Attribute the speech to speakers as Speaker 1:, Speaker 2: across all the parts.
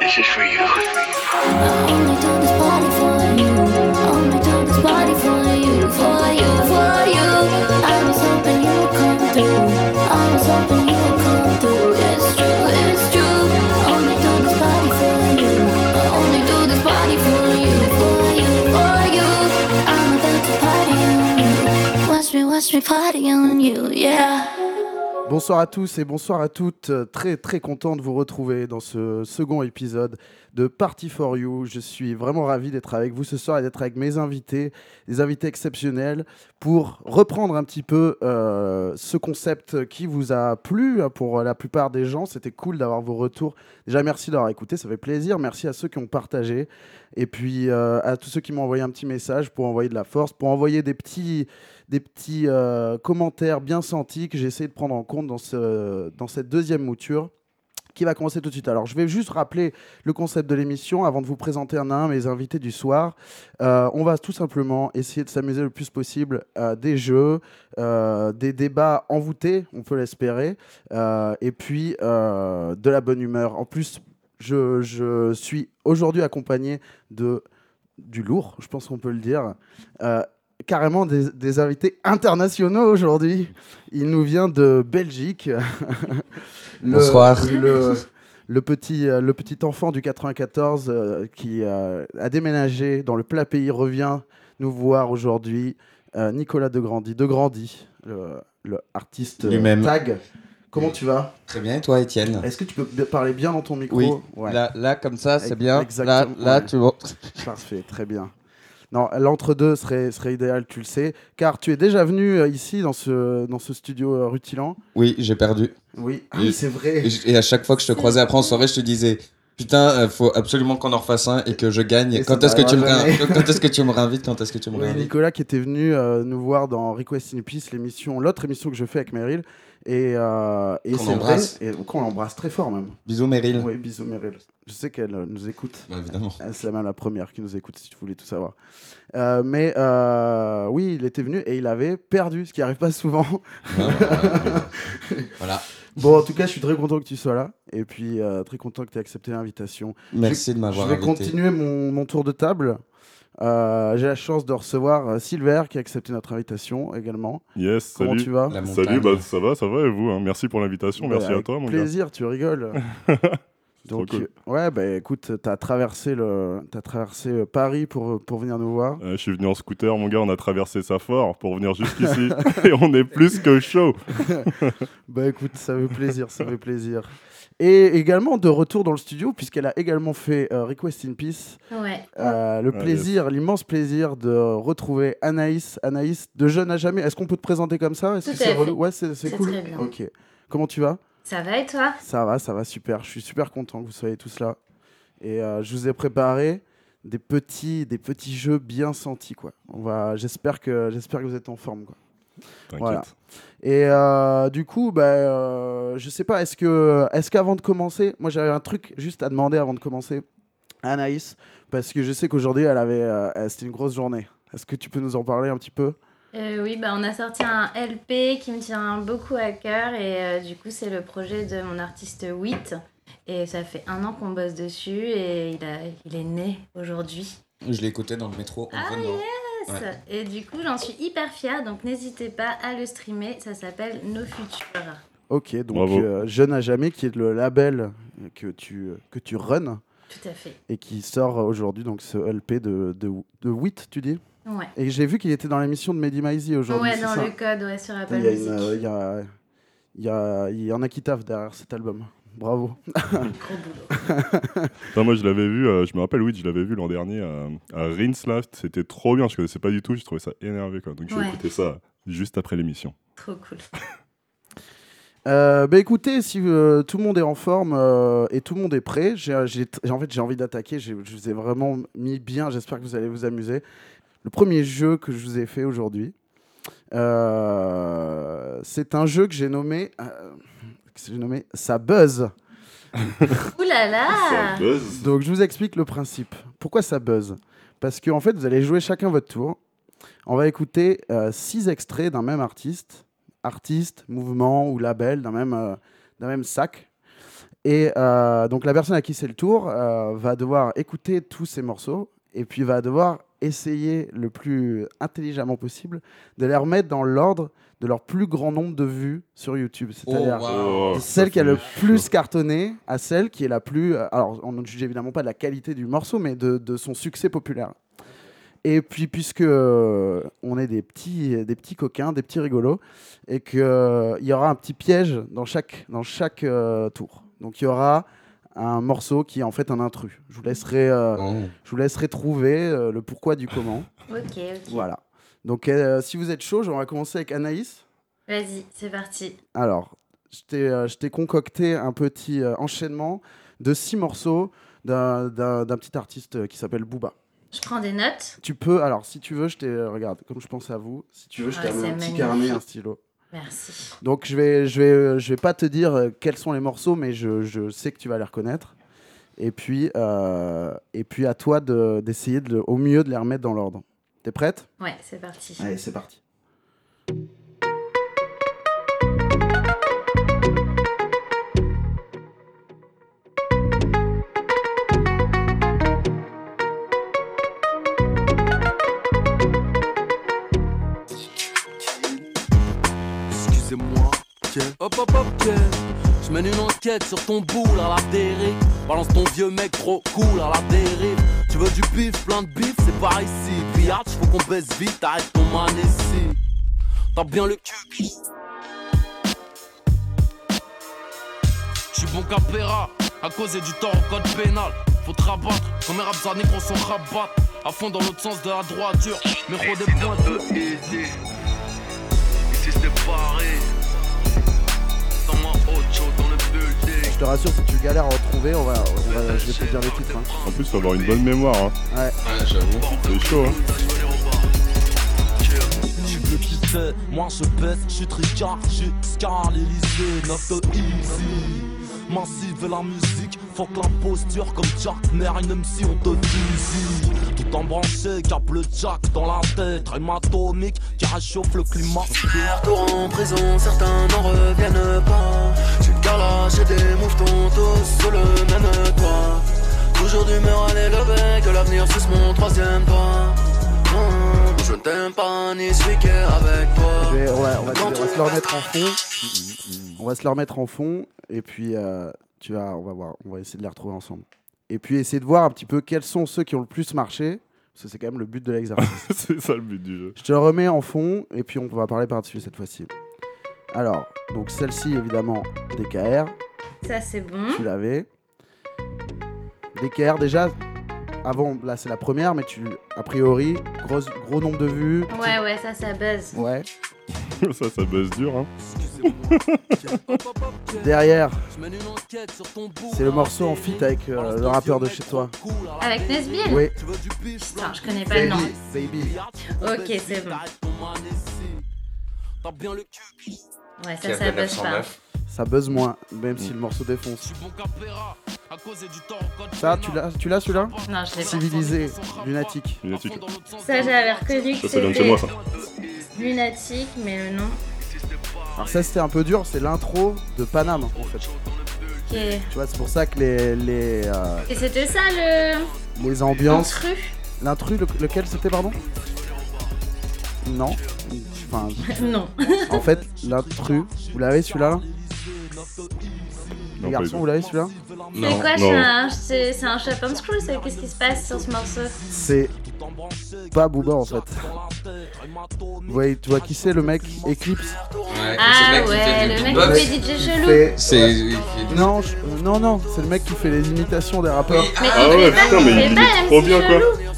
Speaker 1: This is for you.
Speaker 2: Only do this party for you. Only do this party for you, for you, for you. I was hoping you would come through. I was hoping you would come through. It's true, it's true. Only do this party for you. I only do this party for you, for you, for you. I'm about to party on you. Watch me, watch me party on you, yeah.
Speaker 3: Bonsoir à tous et bonsoir à toutes. Euh, Très très content de vous retrouver dans ce second épisode de Party for You. Je suis vraiment ravi d'être avec vous ce soir et d'être avec mes invités, des invités exceptionnels, pour reprendre un petit peu euh, ce concept qui vous a plu hein, pour la plupart des gens. C'était cool d'avoir vos retours. Déjà, merci d'avoir écouté, ça fait plaisir. Merci à ceux qui ont partagé et puis euh, à tous ceux qui m'ont envoyé un petit message pour envoyer de la force, pour envoyer des petits des petits euh, commentaires bien sentis que j'ai essayé de prendre en compte dans, ce, dans cette deuxième mouture qui va commencer tout de suite. Alors, je vais juste rappeler le concept de l'émission avant de vous présenter un à un mes invités du soir. Euh, on va tout simplement essayer de s'amuser le plus possible à des jeux, euh, des débats envoûtés, on peut l'espérer, euh, et puis euh, de la bonne humeur. En plus, je, je suis aujourd'hui accompagné de du lourd, je pense qu'on peut le dire. Euh, carrément des, des invités internationaux aujourd'hui. Il nous vient de Belgique. Le-
Speaker 4: Bonsoir.
Speaker 3: Le, le petit, euh, le petit enfant du 94 euh, qui euh, a déménagé dans le plat pays revient nous voir aujourd'hui. Euh, Nicolas de Grandi, de Grandi, le, le artiste euh,
Speaker 4: Lui-même.
Speaker 3: tag. Comment tu vas
Speaker 4: Très bien, et toi, Étienne
Speaker 3: Est-ce que tu peux b- parler bien dans ton micro
Speaker 4: Oui.
Speaker 3: Ouais.
Speaker 4: là, là, comme ça, c'est
Speaker 3: Ex-
Speaker 4: bien. Là,
Speaker 3: exactement,
Speaker 4: là
Speaker 3: ouais.
Speaker 4: tu vois.
Speaker 3: Parfait, très bien. Non, l'entre-deux serait, serait idéal, tu le sais, car tu es déjà venu euh, ici dans ce, dans ce studio euh, rutilant.
Speaker 4: Oui, j'ai perdu.
Speaker 3: Oui, ah
Speaker 4: Et-
Speaker 3: oui, c'est vrai.
Speaker 4: Et, je- et à chaque fois que je te croisais après en soirée, je te disais Putain, euh, faut absolument qu'on en refasse un et que je gagne.
Speaker 3: Et
Speaker 4: quand
Speaker 3: ça
Speaker 4: est-ce que, tu me
Speaker 3: n'arrivera
Speaker 4: réin- quand est-ce que tu me réinvites Quand est-ce que tu me
Speaker 3: Oui,
Speaker 4: réinvites
Speaker 3: Nicolas qui était venu euh, nous voir dans Request in Peace, l'émission, l'autre émission que je fais avec Meryl. Et, euh, et
Speaker 4: Qu'on
Speaker 3: c'est vrai,
Speaker 4: embrasse.
Speaker 3: et qu'on l'embrasse très fort même.
Speaker 4: Bisous, Meryl.
Speaker 3: Oui, bisous Meryl. Je sais qu'elle euh, nous écoute.
Speaker 4: Bah, évidemment.
Speaker 3: Ah, C'est la même la première qui nous écoute, si tu voulais tout savoir. Euh, mais euh, oui, il était venu et il avait perdu, ce qui n'arrive pas souvent.
Speaker 4: Ouais, voilà. voilà.
Speaker 3: Bon, en tout cas, je suis très content que tu sois là. Et puis, euh, très content que tu aies accepté l'invitation.
Speaker 4: Merci de
Speaker 3: Je
Speaker 4: m'avoir
Speaker 3: vais
Speaker 4: invité.
Speaker 3: continuer mon, mon tour de table. Euh, J'ai la chance de recevoir euh, Silver qui a accepté notre invitation également.
Speaker 5: Yes,
Speaker 3: Comment
Speaker 5: salut.
Speaker 3: tu vas
Speaker 4: La montagne.
Speaker 5: Salut, bah, ça va, ça va et vous hein Merci pour l'invitation,
Speaker 3: Bah,
Speaker 5: merci à
Speaker 3: avec
Speaker 5: toi mon gars.
Speaker 3: plaisir, tu rigoles.
Speaker 5: C'est trop
Speaker 3: Donc,
Speaker 5: cool.
Speaker 3: euh, ouais, bah écoute, t'as traversé, le... t'as traversé euh, Paris pour, pour venir nous voir.
Speaker 5: Euh, je suis venu en scooter, mon gars, on a traversé Safor pour venir jusqu'ici et on est plus que chaud.
Speaker 3: Bah écoute, ça fait plaisir, ça fait plaisir. Et également de retour dans le studio, puisqu'elle a également fait euh, Request in Peace.
Speaker 2: Ouais.
Speaker 3: Euh, le
Speaker 5: Ah,
Speaker 3: plaisir, l'immense plaisir de retrouver Anaïs, Anaïs de jeune à jamais. Est-ce qu'on peut te présenter comme ça Est-ce
Speaker 6: Tout
Speaker 3: que c'est
Speaker 6: à fait.
Speaker 3: relou Ouais, c'est c'est
Speaker 6: C'est
Speaker 3: cool.
Speaker 6: très bien.
Speaker 3: Ok. Comment tu vas
Speaker 6: Ça va et toi
Speaker 3: Ça va, ça va super. Je suis super content que vous soyez tous là. Et euh, je vous ai préparé des petits, des petits jeux bien sentis quoi. On va, j'espère que, j'espère que vous êtes en forme quoi.
Speaker 5: T'inquiète.
Speaker 3: Voilà. Et euh, du coup, bah, euh, je sais pas, est-ce que, est-ce qu'avant de commencer, moi j'avais un truc juste à demander avant de commencer à Anaïs, parce que je sais qu'aujourd'hui elle avait, euh, elle- c'était une grosse journée. Est-ce que tu peux nous en parler un petit peu
Speaker 6: Euh, Oui, bah, on a sorti un LP qui me tient beaucoup à cœur et euh, du coup c'est le projet de mon artiste Wit. Et ça fait un an qu'on bosse dessus et il, a, il est né aujourd'hui.
Speaker 4: Je l'ai écouté dans le métro. en
Speaker 6: Ah,
Speaker 4: venant.
Speaker 6: Yes Et du coup j'en suis hyper fière donc n'hésitez pas à le streamer, ça s'appelle Nos Futurs.
Speaker 3: Ok, donc
Speaker 5: Bravo.
Speaker 3: euh, Jeune à jamais, qui est le label que tu, que tu runs
Speaker 6: Tout à fait.
Speaker 3: et qui sort aujourd'hui donc ce LP de, de, de 8, tu dis
Speaker 6: Ouais.
Speaker 3: Et j'ai vu qu'il était dans l'émission de Mehdi Maizi aujourd'hui.
Speaker 6: Ouais,
Speaker 3: c'est
Speaker 6: dans
Speaker 3: ça
Speaker 6: le code, ouais, sur Apple
Speaker 3: Il y, a une,
Speaker 6: Music.
Speaker 3: euh, il y a- il y a- il y en a qui taffent derrière cet album. Bravo.
Speaker 6: Gros boulot.
Speaker 5: Putain, moi je l'avais vu, euh, je me rappelle, oui, je l'avais vu l'an dernier à, à Rinslaft, c'était trop bien, je connaissais pas du tout, j'ai trouvé ça énervé quoi. Donc j'ai
Speaker 6: Ouais.
Speaker 5: écouté ça juste après l'émission.
Speaker 6: Trop cool.
Speaker 3: Euh, bah écoutez, si euh, tout le monde est en forme euh, et tout le monde est prêt, j'ai, j'ai- j'ai- en fait j'ai envie d'attaquer, j'ai- je vous ai vraiment mis bien, j'espère que vous allez vous amuser. Le premier jeu que je vous ai fait aujourd'hui, euh, c'est un jeu que j'ai nommé, euh, que j'ai nommé Ça buzz.
Speaker 6: Ouh là
Speaker 5: Ça
Speaker 6: là
Speaker 5: buzz.
Speaker 3: Donc je vous explique le principe. Pourquoi ça buzz Parce qu'en en fait vous allez jouer chacun votre tour. On va écouter euh, six extraits d'un même artiste artiste, mouvement ou label d'un même, euh, d'un même sac. Et euh, donc la personne à qui c'est le tour euh, va devoir écouter tous ces morceaux et puis va devoir essayer le plus intelligemment possible de les remettre dans l'ordre de leur plus grand nombre de vues sur YouTube. C'est-à-dire
Speaker 5: Oh,
Speaker 3: de
Speaker 5: ça
Speaker 3: celle qui a
Speaker 5: fait
Speaker 3: le
Speaker 5: chaud.
Speaker 3: plus cartonné à celle qui est la plus. euh, Alors, on ne juge évidemment pas de la qualité du morceau, mais de, de son succès populaire. Et puis, puisque euh, on est des petits, des petits coquins, des petits rigolos, et qu'il y aura un petit piège dans chaque, dans chaque euh, tour. Donc, il y aura un morceau qui est en fait un intrus. Je vous laisserai, euh, je vous laisserai trouver euh, le pourquoi du comment.
Speaker 6: Ok, ok.
Speaker 3: Voilà. Donc, euh, si vous êtes chaud, on va commencer avec Anaïs.
Speaker 6: Vas-y, c'est parti.
Speaker 3: Alors, je t'ai, euh, je t'ai concocté un petit euh, enchaînement de six morceaux d'un, d'un- d'un petit artiste euh, qui s'appelle Booba.
Speaker 6: Je prends des notes.
Speaker 3: Tu peux, alors si tu veux, je t'ai, euh, regarde, comme je pense à vous, si tu veux, je
Speaker 6: Ah,
Speaker 3: t'ai amené
Speaker 6: c'est
Speaker 3: un petit
Speaker 6: magnifique.
Speaker 3: carnet, un stylo.
Speaker 6: Merci.
Speaker 3: Donc je vais, je vais, euh, je vais pas te dire euh, quels sont les morceaux, mais je, je sais que tu vas les reconnaître. Et puis, euh, et puis à toi de- d'essayer de, le- au mieux de les remettre dans l'ordre. T'es prête
Speaker 6: Ouais, c'est parti.
Speaker 3: Allez, c'est parti.
Speaker 7: Excusez-moi, tiens. Hop hop hop, tiens. Je mène une enquête sur ton boule à la dérive. Balance ton vieux mec trop cool à la dérive. Tu veux du bif, plein de bif, c'est par ici. Puis arch, faut qu'on baisse vite, arrête ton manessi. T'as bien le cul qui. J'suis bon qu'à Pera, à cause du tort au code pénal. Faut te rabattre, comme mes raps à négro sont rabattre. À fond dans l'autre sens de la droiture, mais gros des pointes. Ici c'est pareil. Dans moi, Ocho, dans le building.
Speaker 3: Je te rassure, si tu galères à retrouver, on va, on va- je vais te dire les titres. hein.
Speaker 5: En plus, faut avoir une bonne mémoire. hein.
Speaker 4: j'avoue.
Speaker 5: C'est chaud. Hein.
Speaker 7: J'suis plus quitté, moi je baisse, j'suis tricard, j'suis Scar, l'Elysée, 9 de easy. Massive et la musique, fuck la posture comme Jack Nair, une MC on te fusille. Tout embranché, câble Jack dans la tête, rime atomique qui réchauffe le climat.
Speaker 8: Retour en prison, certains n'en reviennent pas. Tu carlaches et des mouvetons, tous sur le même toit. Toujours d'humeur à l'élever, que l'avenir suce mon troisième pas. Hum, je ne t'aime pas, ni celui qui est avec
Speaker 3: Je
Speaker 8: toi.
Speaker 3: vais- on, va, on va- on va se le remettre en fond. On va se le remettre en fond et puis euh, tu vas, on va voir, on va essayer de les retrouver ensemble. Et puis essayer de voir un petit peu quels sont ceux qui ont le plus marché, parce que c'est quand même le but de l'exercice.
Speaker 5: c'est ça le but du jeu.
Speaker 3: Je te le remets en fond et puis on va parler par-dessus cette fois-ci. Alors, donc celle-ci évidemment, DKR,
Speaker 6: Ça, c'est bon.
Speaker 3: tu l'avais. DKR déjà, avant, là c'est la première, mais tu, a priori, gros, gros nombre de vues. petit-
Speaker 6: Ouais, ouais, ça, ça buzz.
Speaker 3: Ouais.
Speaker 5: ça, ça buzz dur. Hein.
Speaker 3: Derrière,
Speaker 7: C'est le morceau en feat avec
Speaker 3: euh,
Speaker 7: le rappeur de chez toi.
Speaker 6: Avec Nesbill
Speaker 3: oui,
Speaker 6: Putain, je connais pas le nom.
Speaker 3: Baby, Baby.
Speaker 6: Ok, c'est bon. Ouais, ça, ça buzz pas.
Speaker 3: Ça buzz moins, même si le morceau défonce. Ça, tu l'as, tu l'as hein celui-là
Speaker 6: Non, je l'ai pas.
Speaker 3: Civilisé, lunatique.
Speaker 5: Lunatique.
Speaker 6: Ça, j'avais reconnu que
Speaker 5: Ça, ça vient de chez
Speaker 6: c'était
Speaker 5: moi, ça.
Speaker 6: lunatique, mais le nom.
Speaker 3: Alors ça, c'était un peu dur, c'est l'intro de Paname, en fait.
Speaker 6: Ok.
Speaker 3: Tu vois, c'est pour ça que les, les, euh,
Speaker 6: Et c'était ça le.
Speaker 3: les ambiances...
Speaker 6: L'intrus
Speaker 3: L'intrus, le- lequel c'était, pardon Non. Enfin,
Speaker 6: Non.
Speaker 3: en fait, l'intrus, vous l'avez celui-là là
Speaker 5: Non,
Speaker 3: Les
Speaker 5: pas
Speaker 3: garçons,
Speaker 5: du
Speaker 3: vous l'avez celui-là
Speaker 6: C'est
Speaker 4: Non.
Speaker 6: quoi
Speaker 5: non.
Speaker 6: C'est un, c'est- c'est un shop unscrew, ça Qu'est-ce qui se passe sur ce morceau
Speaker 3: C'est pas Booba, en fait. Vous voyez, tu vois qui c'est, le mec Eclipse
Speaker 4: Ouais,
Speaker 6: Ah
Speaker 4: c'est le mec qui fait du
Speaker 6: ouais, le mec
Speaker 4: beatbox.
Speaker 6: qui fait DJ
Speaker 3: Il
Speaker 6: chelou.
Speaker 3: fait- euh,
Speaker 4: C'est. il fait du-
Speaker 3: Non, je- euh, non, non, c'est le mec qui fait les imitations des rappeurs.
Speaker 6: Mais
Speaker 5: Ah
Speaker 6: il
Speaker 5: ouais,
Speaker 6: fait pas-
Speaker 5: putain,
Speaker 6: il
Speaker 5: mais
Speaker 6: fait
Speaker 5: il
Speaker 6: pas
Speaker 5: est
Speaker 6: MC
Speaker 5: trop bien, quoi.
Speaker 6: chelou.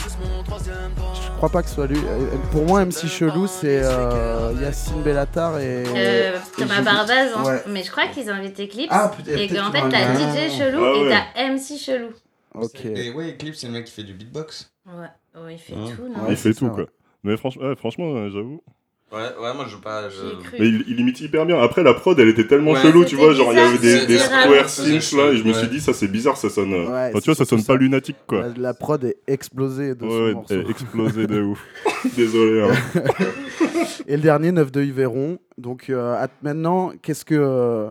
Speaker 3: Je crois pas que ce soit lui. Euh, Pour moi, MC Chelou, c'est euh, Yacine Bellatar et.
Speaker 6: Euh,
Speaker 3: et
Speaker 6: Thomas
Speaker 3: Julie.
Speaker 6: Barbaz, hein.
Speaker 3: Ouais.
Speaker 6: mais je crois qu'ils invitent Eclipse.
Speaker 3: Ah, peut-être-
Speaker 6: et
Speaker 3: peut-être
Speaker 6: qu'en
Speaker 3: qu'ils
Speaker 6: fait,
Speaker 3: vont
Speaker 6: t'as
Speaker 3: inviter-
Speaker 6: DJ chelou
Speaker 5: Ah
Speaker 6: et
Speaker 5: ouais.
Speaker 6: t'as MC chelou.
Speaker 3: Ok.
Speaker 4: Et ouais, Eclipse, c'est le mec qui fait du beatbox.
Speaker 6: Ouais, Oh, il fait
Speaker 4: Ah.
Speaker 6: tout,
Speaker 5: Il
Speaker 6: non
Speaker 3: Hein, Ouais,
Speaker 5: fait
Speaker 3: c'est
Speaker 5: tout,
Speaker 3: ça, ouais.
Speaker 5: quoi. Mais franchement, ouais, franchement euh, j'avoue.
Speaker 4: Ouais, ouais, moi je joue pas. Je...
Speaker 6: J'y ai cru.
Speaker 5: Mais il, il imite hyper bien. Après, la prod, elle était tellement
Speaker 4: Ouais.
Speaker 5: chelou, tu
Speaker 6: C'était
Speaker 5: vois. Genre, il y avait
Speaker 6: bizarre,
Speaker 5: des, des
Speaker 6: c'est
Speaker 5: square
Speaker 6: vraiment-
Speaker 5: cinch là, et je me suis
Speaker 4: Ouais.
Speaker 5: dit, ça c'est bizarre, ça sonne. euh,
Speaker 3: Ouais,
Speaker 5: enfin, tu vois, ça
Speaker 3: c'est
Speaker 5: sonne
Speaker 3: surtout
Speaker 5: pas lunatique, quoi.
Speaker 3: La, la prod est explosée de ce
Speaker 5: Ouais,
Speaker 3: morceau.
Speaker 5: ouais, explosé de ouf. Désolé. hein.
Speaker 3: Et le dernier, 9 de Yveron. Donc euh, à- maintenant, qu'est-ce que. euh,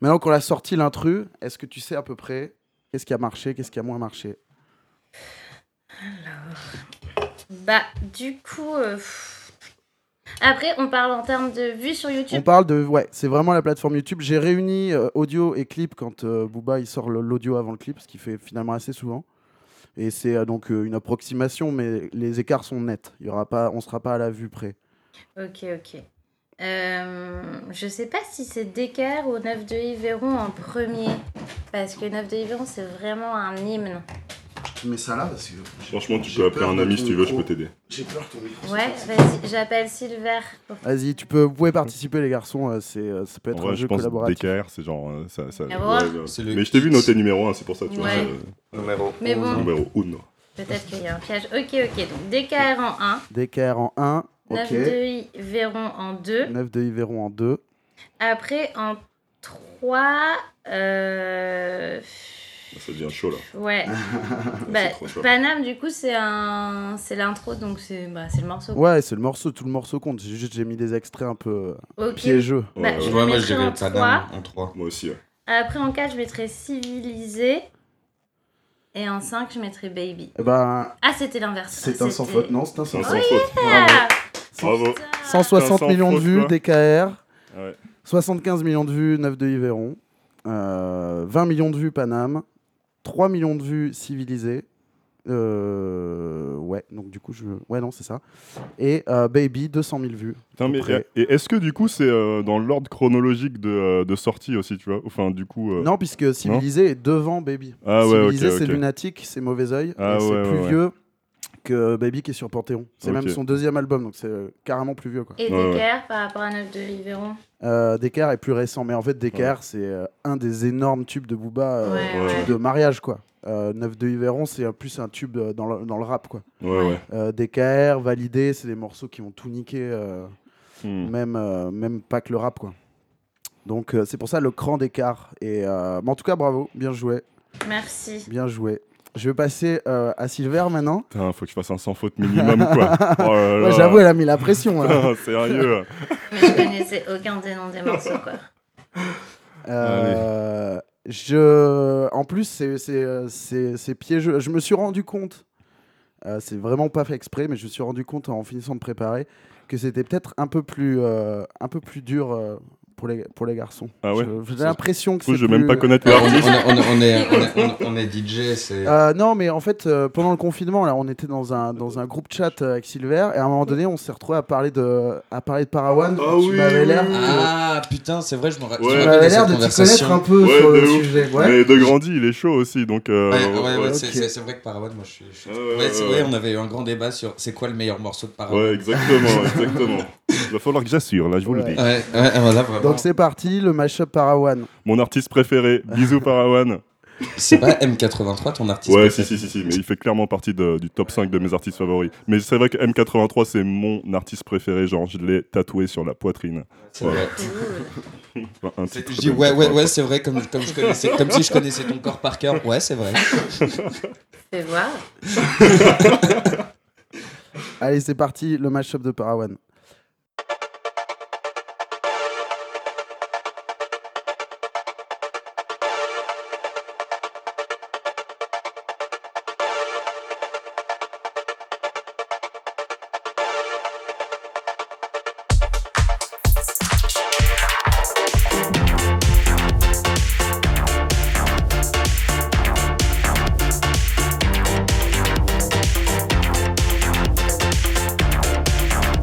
Speaker 3: Maintenant qu'on l'a sorti, l'intrus, est-ce que tu sais à peu près qu'est-ce qui a marché, qu'est-ce qui a moins marché
Speaker 6: Bah, du coup. euh, pff. Après, on parle en termes de vues sur
Speaker 3: On
Speaker 6: YouTube.
Speaker 3: parle de. Ouais, c'est vraiment la plateforme YouTube. J'ai réuni euh, audio et clip quand euh, Booba il sort le- l'audio avant le clip, ce qu'il fait finalement assez souvent. Et c'est euh, donc euh, une approximation, mais les écarts sont nets. Il y aura pas, on sera pas à la vue près.
Speaker 6: Ok, ok. Euh, je sais pas si c'est Decker ou 9 de Yveron en premier. Parce que 9 de Yveron, c'est vraiment un hymne.
Speaker 3: Mais ça là, parce
Speaker 5: Franchement, tu peux appeler un ami si tu veux, je peux t'aider.
Speaker 3: J'ai peur ton micro.
Speaker 6: Ouais, vas-y, j'appelle Silver.
Speaker 3: Vas-y, tu peux, vous pouvez participer les garçons. euh, c'est, euh, ça peut
Speaker 5: En
Speaker 3: être un
Speaker 5: vrai, je
Speaker 3: jeu
Speaker 5: pense
Speaker 3: collaboratif.
Speaker 5: DKR, c'est genre. euh, ça, ça-
Speaker 6: Ah ouais
Speaker 5: ouais, ouais.
Speaker 4: C'est le
Speaker 5: Mais je t'ai vu
Speaker 4: kick.
Speaker 5: noter numéro 1, c'est pour ça, tu vois.
Speaker 6: Ouais.
Speaker 5: euh,
Speaker 4: Numéro.
Speaker 6: Mais bon,
Speaker 5: Numéro 1.
Speaker 6: peut-être qu'il y a un piège. Ok, ok. Donc DKR en 1,
Speaker 3: DKR en 1,
Speaker 6: 9
Speaker 3: ok.
Speaker 6: de Yveron en 2.
Speaker 3: 9 de Yveron en 2.
Speaker 6: Après, en 3. Euh...
Speaker 5: Ça devient chaud là.
Speaker 6: Ouais. bah,
Speaker 5: trop chaud.
Speaker 6: Panam, du coup, c'est un... c'est l'intro, donc c'est bah, c'est le morceau.
Speaker 3: Ouais, c'est le morceau, tout le morceau compte. J'ai juste j'ai mis des extraits un peu euh,
Speaker 6: Ok.
Speaker 3: piégeux.
Speaker 6: Bah,
Speaker 5: Ouais,
Speaker 6: je
Speaker 5: ouais.
Speaker 6: le
Speaker 4: Ouais, moi
Speaker 6: mettrai
Speaker 4: je dirais
Speaker 6: en
Speaker 4: Paname
Speaker 6: 3.
Speaker 4: en 3.
Speaker 5: Moi aussi, ouais.
Speaker 6: Après, en 4, je mettrais Civilisé. Et en 5, je mettrais Baby.
Speaker 3: Eh ben,
Speaker 6: Ah, c'était l'inverse. C'était-
Speaker 3: non, c'est un
Speaker 5: C'est un sans faute.
Speaker 6: Ah,
Speaker 5: Ah, Bravo.
Speaker 6: putain.
Speaker 3: 160
Speaker 5: Sans
Speaker 3: millions de
Speaker 5: faute,
Speaker 3: vues,
Speaker 5: quoi.
Speaker 3: DKR.
Speaker 5: Ouais.
Speaker 3: 75 millions de vues, 9 de Yveron. Euh, 20 millions de vues, Paname. 3 millions de vues, Civilisé. Euh, ouais, donc du coup, je. Ouais, non, c'est ça. Et euh, Baby, 200 000 vues.
Speaker 5: Putain, mais,
Speaker 3: Après.
Speaker 5: et et est-ce que du coup c'est euh, dans l'ordre chronologique de, euh, de sortie aussi, tu vois Enfin, du coup. euh,
Speaker 3: Non, puisque Civilisé est devant Baby.
Speaker 5: Ah ouais,
Speaker 3: Civilisé,
Speaker 5: ok,
Speaker 3: c'est
Speaker 5: ok.
Speaker 3: lunatique, c'est mauvais oeil,
Speaker 5: Ah
Speaker 3: et c'est
Speaker 5: ouais,
Speaker 3: plus
Speaker 5: ouais, ouais.
Speaker 3: vieux que Baby qui est sur Panthéon. C'est
Speaker 5: Ok.
Speaker 3: même son deuxième album, donc c'est euh, carrément plus vieux. Quoi.
Speaker 6: Et
Speaker 5: Ouais, ouais.
Speaker 6: Decker par rapport à 9 de Yveron.
Speaker 3: Euh, Descartes est plus récent, mais en fait, Descartes, c'est euh, un des énormes tubes de Booba, euh,
Speaker 6: Ouais,
Speaker 5: Ah, ouais.
Speaker 3: tube de mariage, quoi. Euh, 9 de Yveron, c'est euh, plus un tube euh, dans le, dans le rap, quoi.
Speaker 5: Ouais, ouais.
Speaker 3: Euh, DKR, Validé, c'est des morceaux qui vont tout niquer, euh,
Speaker 5: Hmm.
Speaker 3: même, euh, même pas que le rap, quoi. Donc, euh, c'est pour ça le cran d'écart. Et, euh, mais en tout cas, bravo, bien joué.
Speaker 6: Merci.
Speaker 3: Bien joué. Je vais passer euh, à Silver maintenant.
Speaker 5: Putain, faut que je fasse un sans faute minimum, quoi. Oh là
Speaker 3: Ouais,
Speaker 5: là.
Speaker 3: J'avoue, elle a mis la pression. hein. là.
Speaker 5: Putain, sérieux.
Speaker 6: Mais je connaissais aucun des noms des morceaux, quoi.
Speaker 3: Euh, je... En plus, c'est- c'est euh, c'est- c'est piégeux. Je me suis rendu compte, euh, c'est vraiment pas fait exprès, mais je me suis rendu compte en finissant de préparer que c'était peut-être un, peu plus, euh, un peu plus dur euh, pour, les, pour les garçons.
Speaker 5: Ah ouais
Speaker 3: Je- J'ai l'impression que
Speaker 5: Du coup,
Speaker 3: c'est.
Speaker 5: je vais même
Speaker 3: plus- euh,
Speaker 5: pas connaître
Speaker 4: Ouais, on,
Speaker 5: l'artiste.
Speaker 4: est- on est- on est, on est- on est- on est DJ, c'est.
Speaker 3: Euh, non, mais en fait, euh, pendant le confinement, là, on était dans un, dans un groupe chat euh, avec Silver, et à un moment donné, on s'est retrouvé à parler de, à parler de Parawan.
Speaker 5: Ah
Speaker 3: tu
Speaker 5: oui,
Speaker 3: m'avais
Speaker 5: oui,
Speaker 3: l'air.
Speaker 5: oui.
Speaker 4: Ah putain, c'est vrai, je me rappelle.
Speaker 5: Ouais.
Speaker 4: je me
Speaker 3: Tu
Speaker 5: Tu
Speaker 4: rappelle
Speaker 3: m'avais
Speaker 4: cette
Speaker 3: l'air de t'y
Speaker 4: conversation.
Speaker 3: connaître un peu
Speaker 5: Ouais,
Speaker 3: sur
Speaker 5: de
Speaker 3: le
Speaker 5: ouf.
Speaker 3: sujet. Ouais.
Speaker 5: Mais De Grandi, il est chaud aussi, donc. euh,
Speaker 4: Ouais, ouais, ouais,
Speaker 3: ouais,
Speaker 4: c'est-
Speaker 3: ok.
Speaker 4: c'est c'est vrai que Parawan, moi je suis. je suis-
Speaker 5: Ah ouais,
Speaker 4: ouais, c'est-
Speaker 5: ouais,
Speaker 4: ouais,
Speaker 5: ouais.
Speaker 4: on avait eu un grand débat sur c'est quoi le meilleur morceau de Parawan.
Speaker 5: Ouais, exactement, exactement. Il va falloir que j'assure, là, je vous
Speaker 3: Ouais.
Speaker 5: le dis.
Speaker 4: Ouais, ouais, voilà, vraiment.
Speaker 3: Donc c'est parti, le mashup Parawan.
Speaker 5: Mon artiste préféré, bisous Parawan.
Speaker 4: C'est pas M83 ton artiste
Speaker 5: Ouais, si,
Speaker 4: préféré
Speaker 5: si, si, si, mais il fait clairement partie de- du top 5 de mes artistes favoris. Mais c'est vrai que M83, c'est mon artiste préféré, genre, je l'ai tatoué sur la poitrine.
Speaker 4: C'est vrai.
Speaker 5: Enfin, un
Speaker 4: C'est-
Speaker 5: titre
Speaker 4: Je dis
Speaker 5: de
Speaker 4: ouais, ouais,
Speaker 5: M83.
Speaker 4: ouais, c'est vrai, comme, comme, je connaissais, comme si je connaissais ton corps par cœur. Ouais, c'est vrai.
Speaker 6: Fais voir.
Speaker 3: Allez, c'est parti, le mashup de Parawan.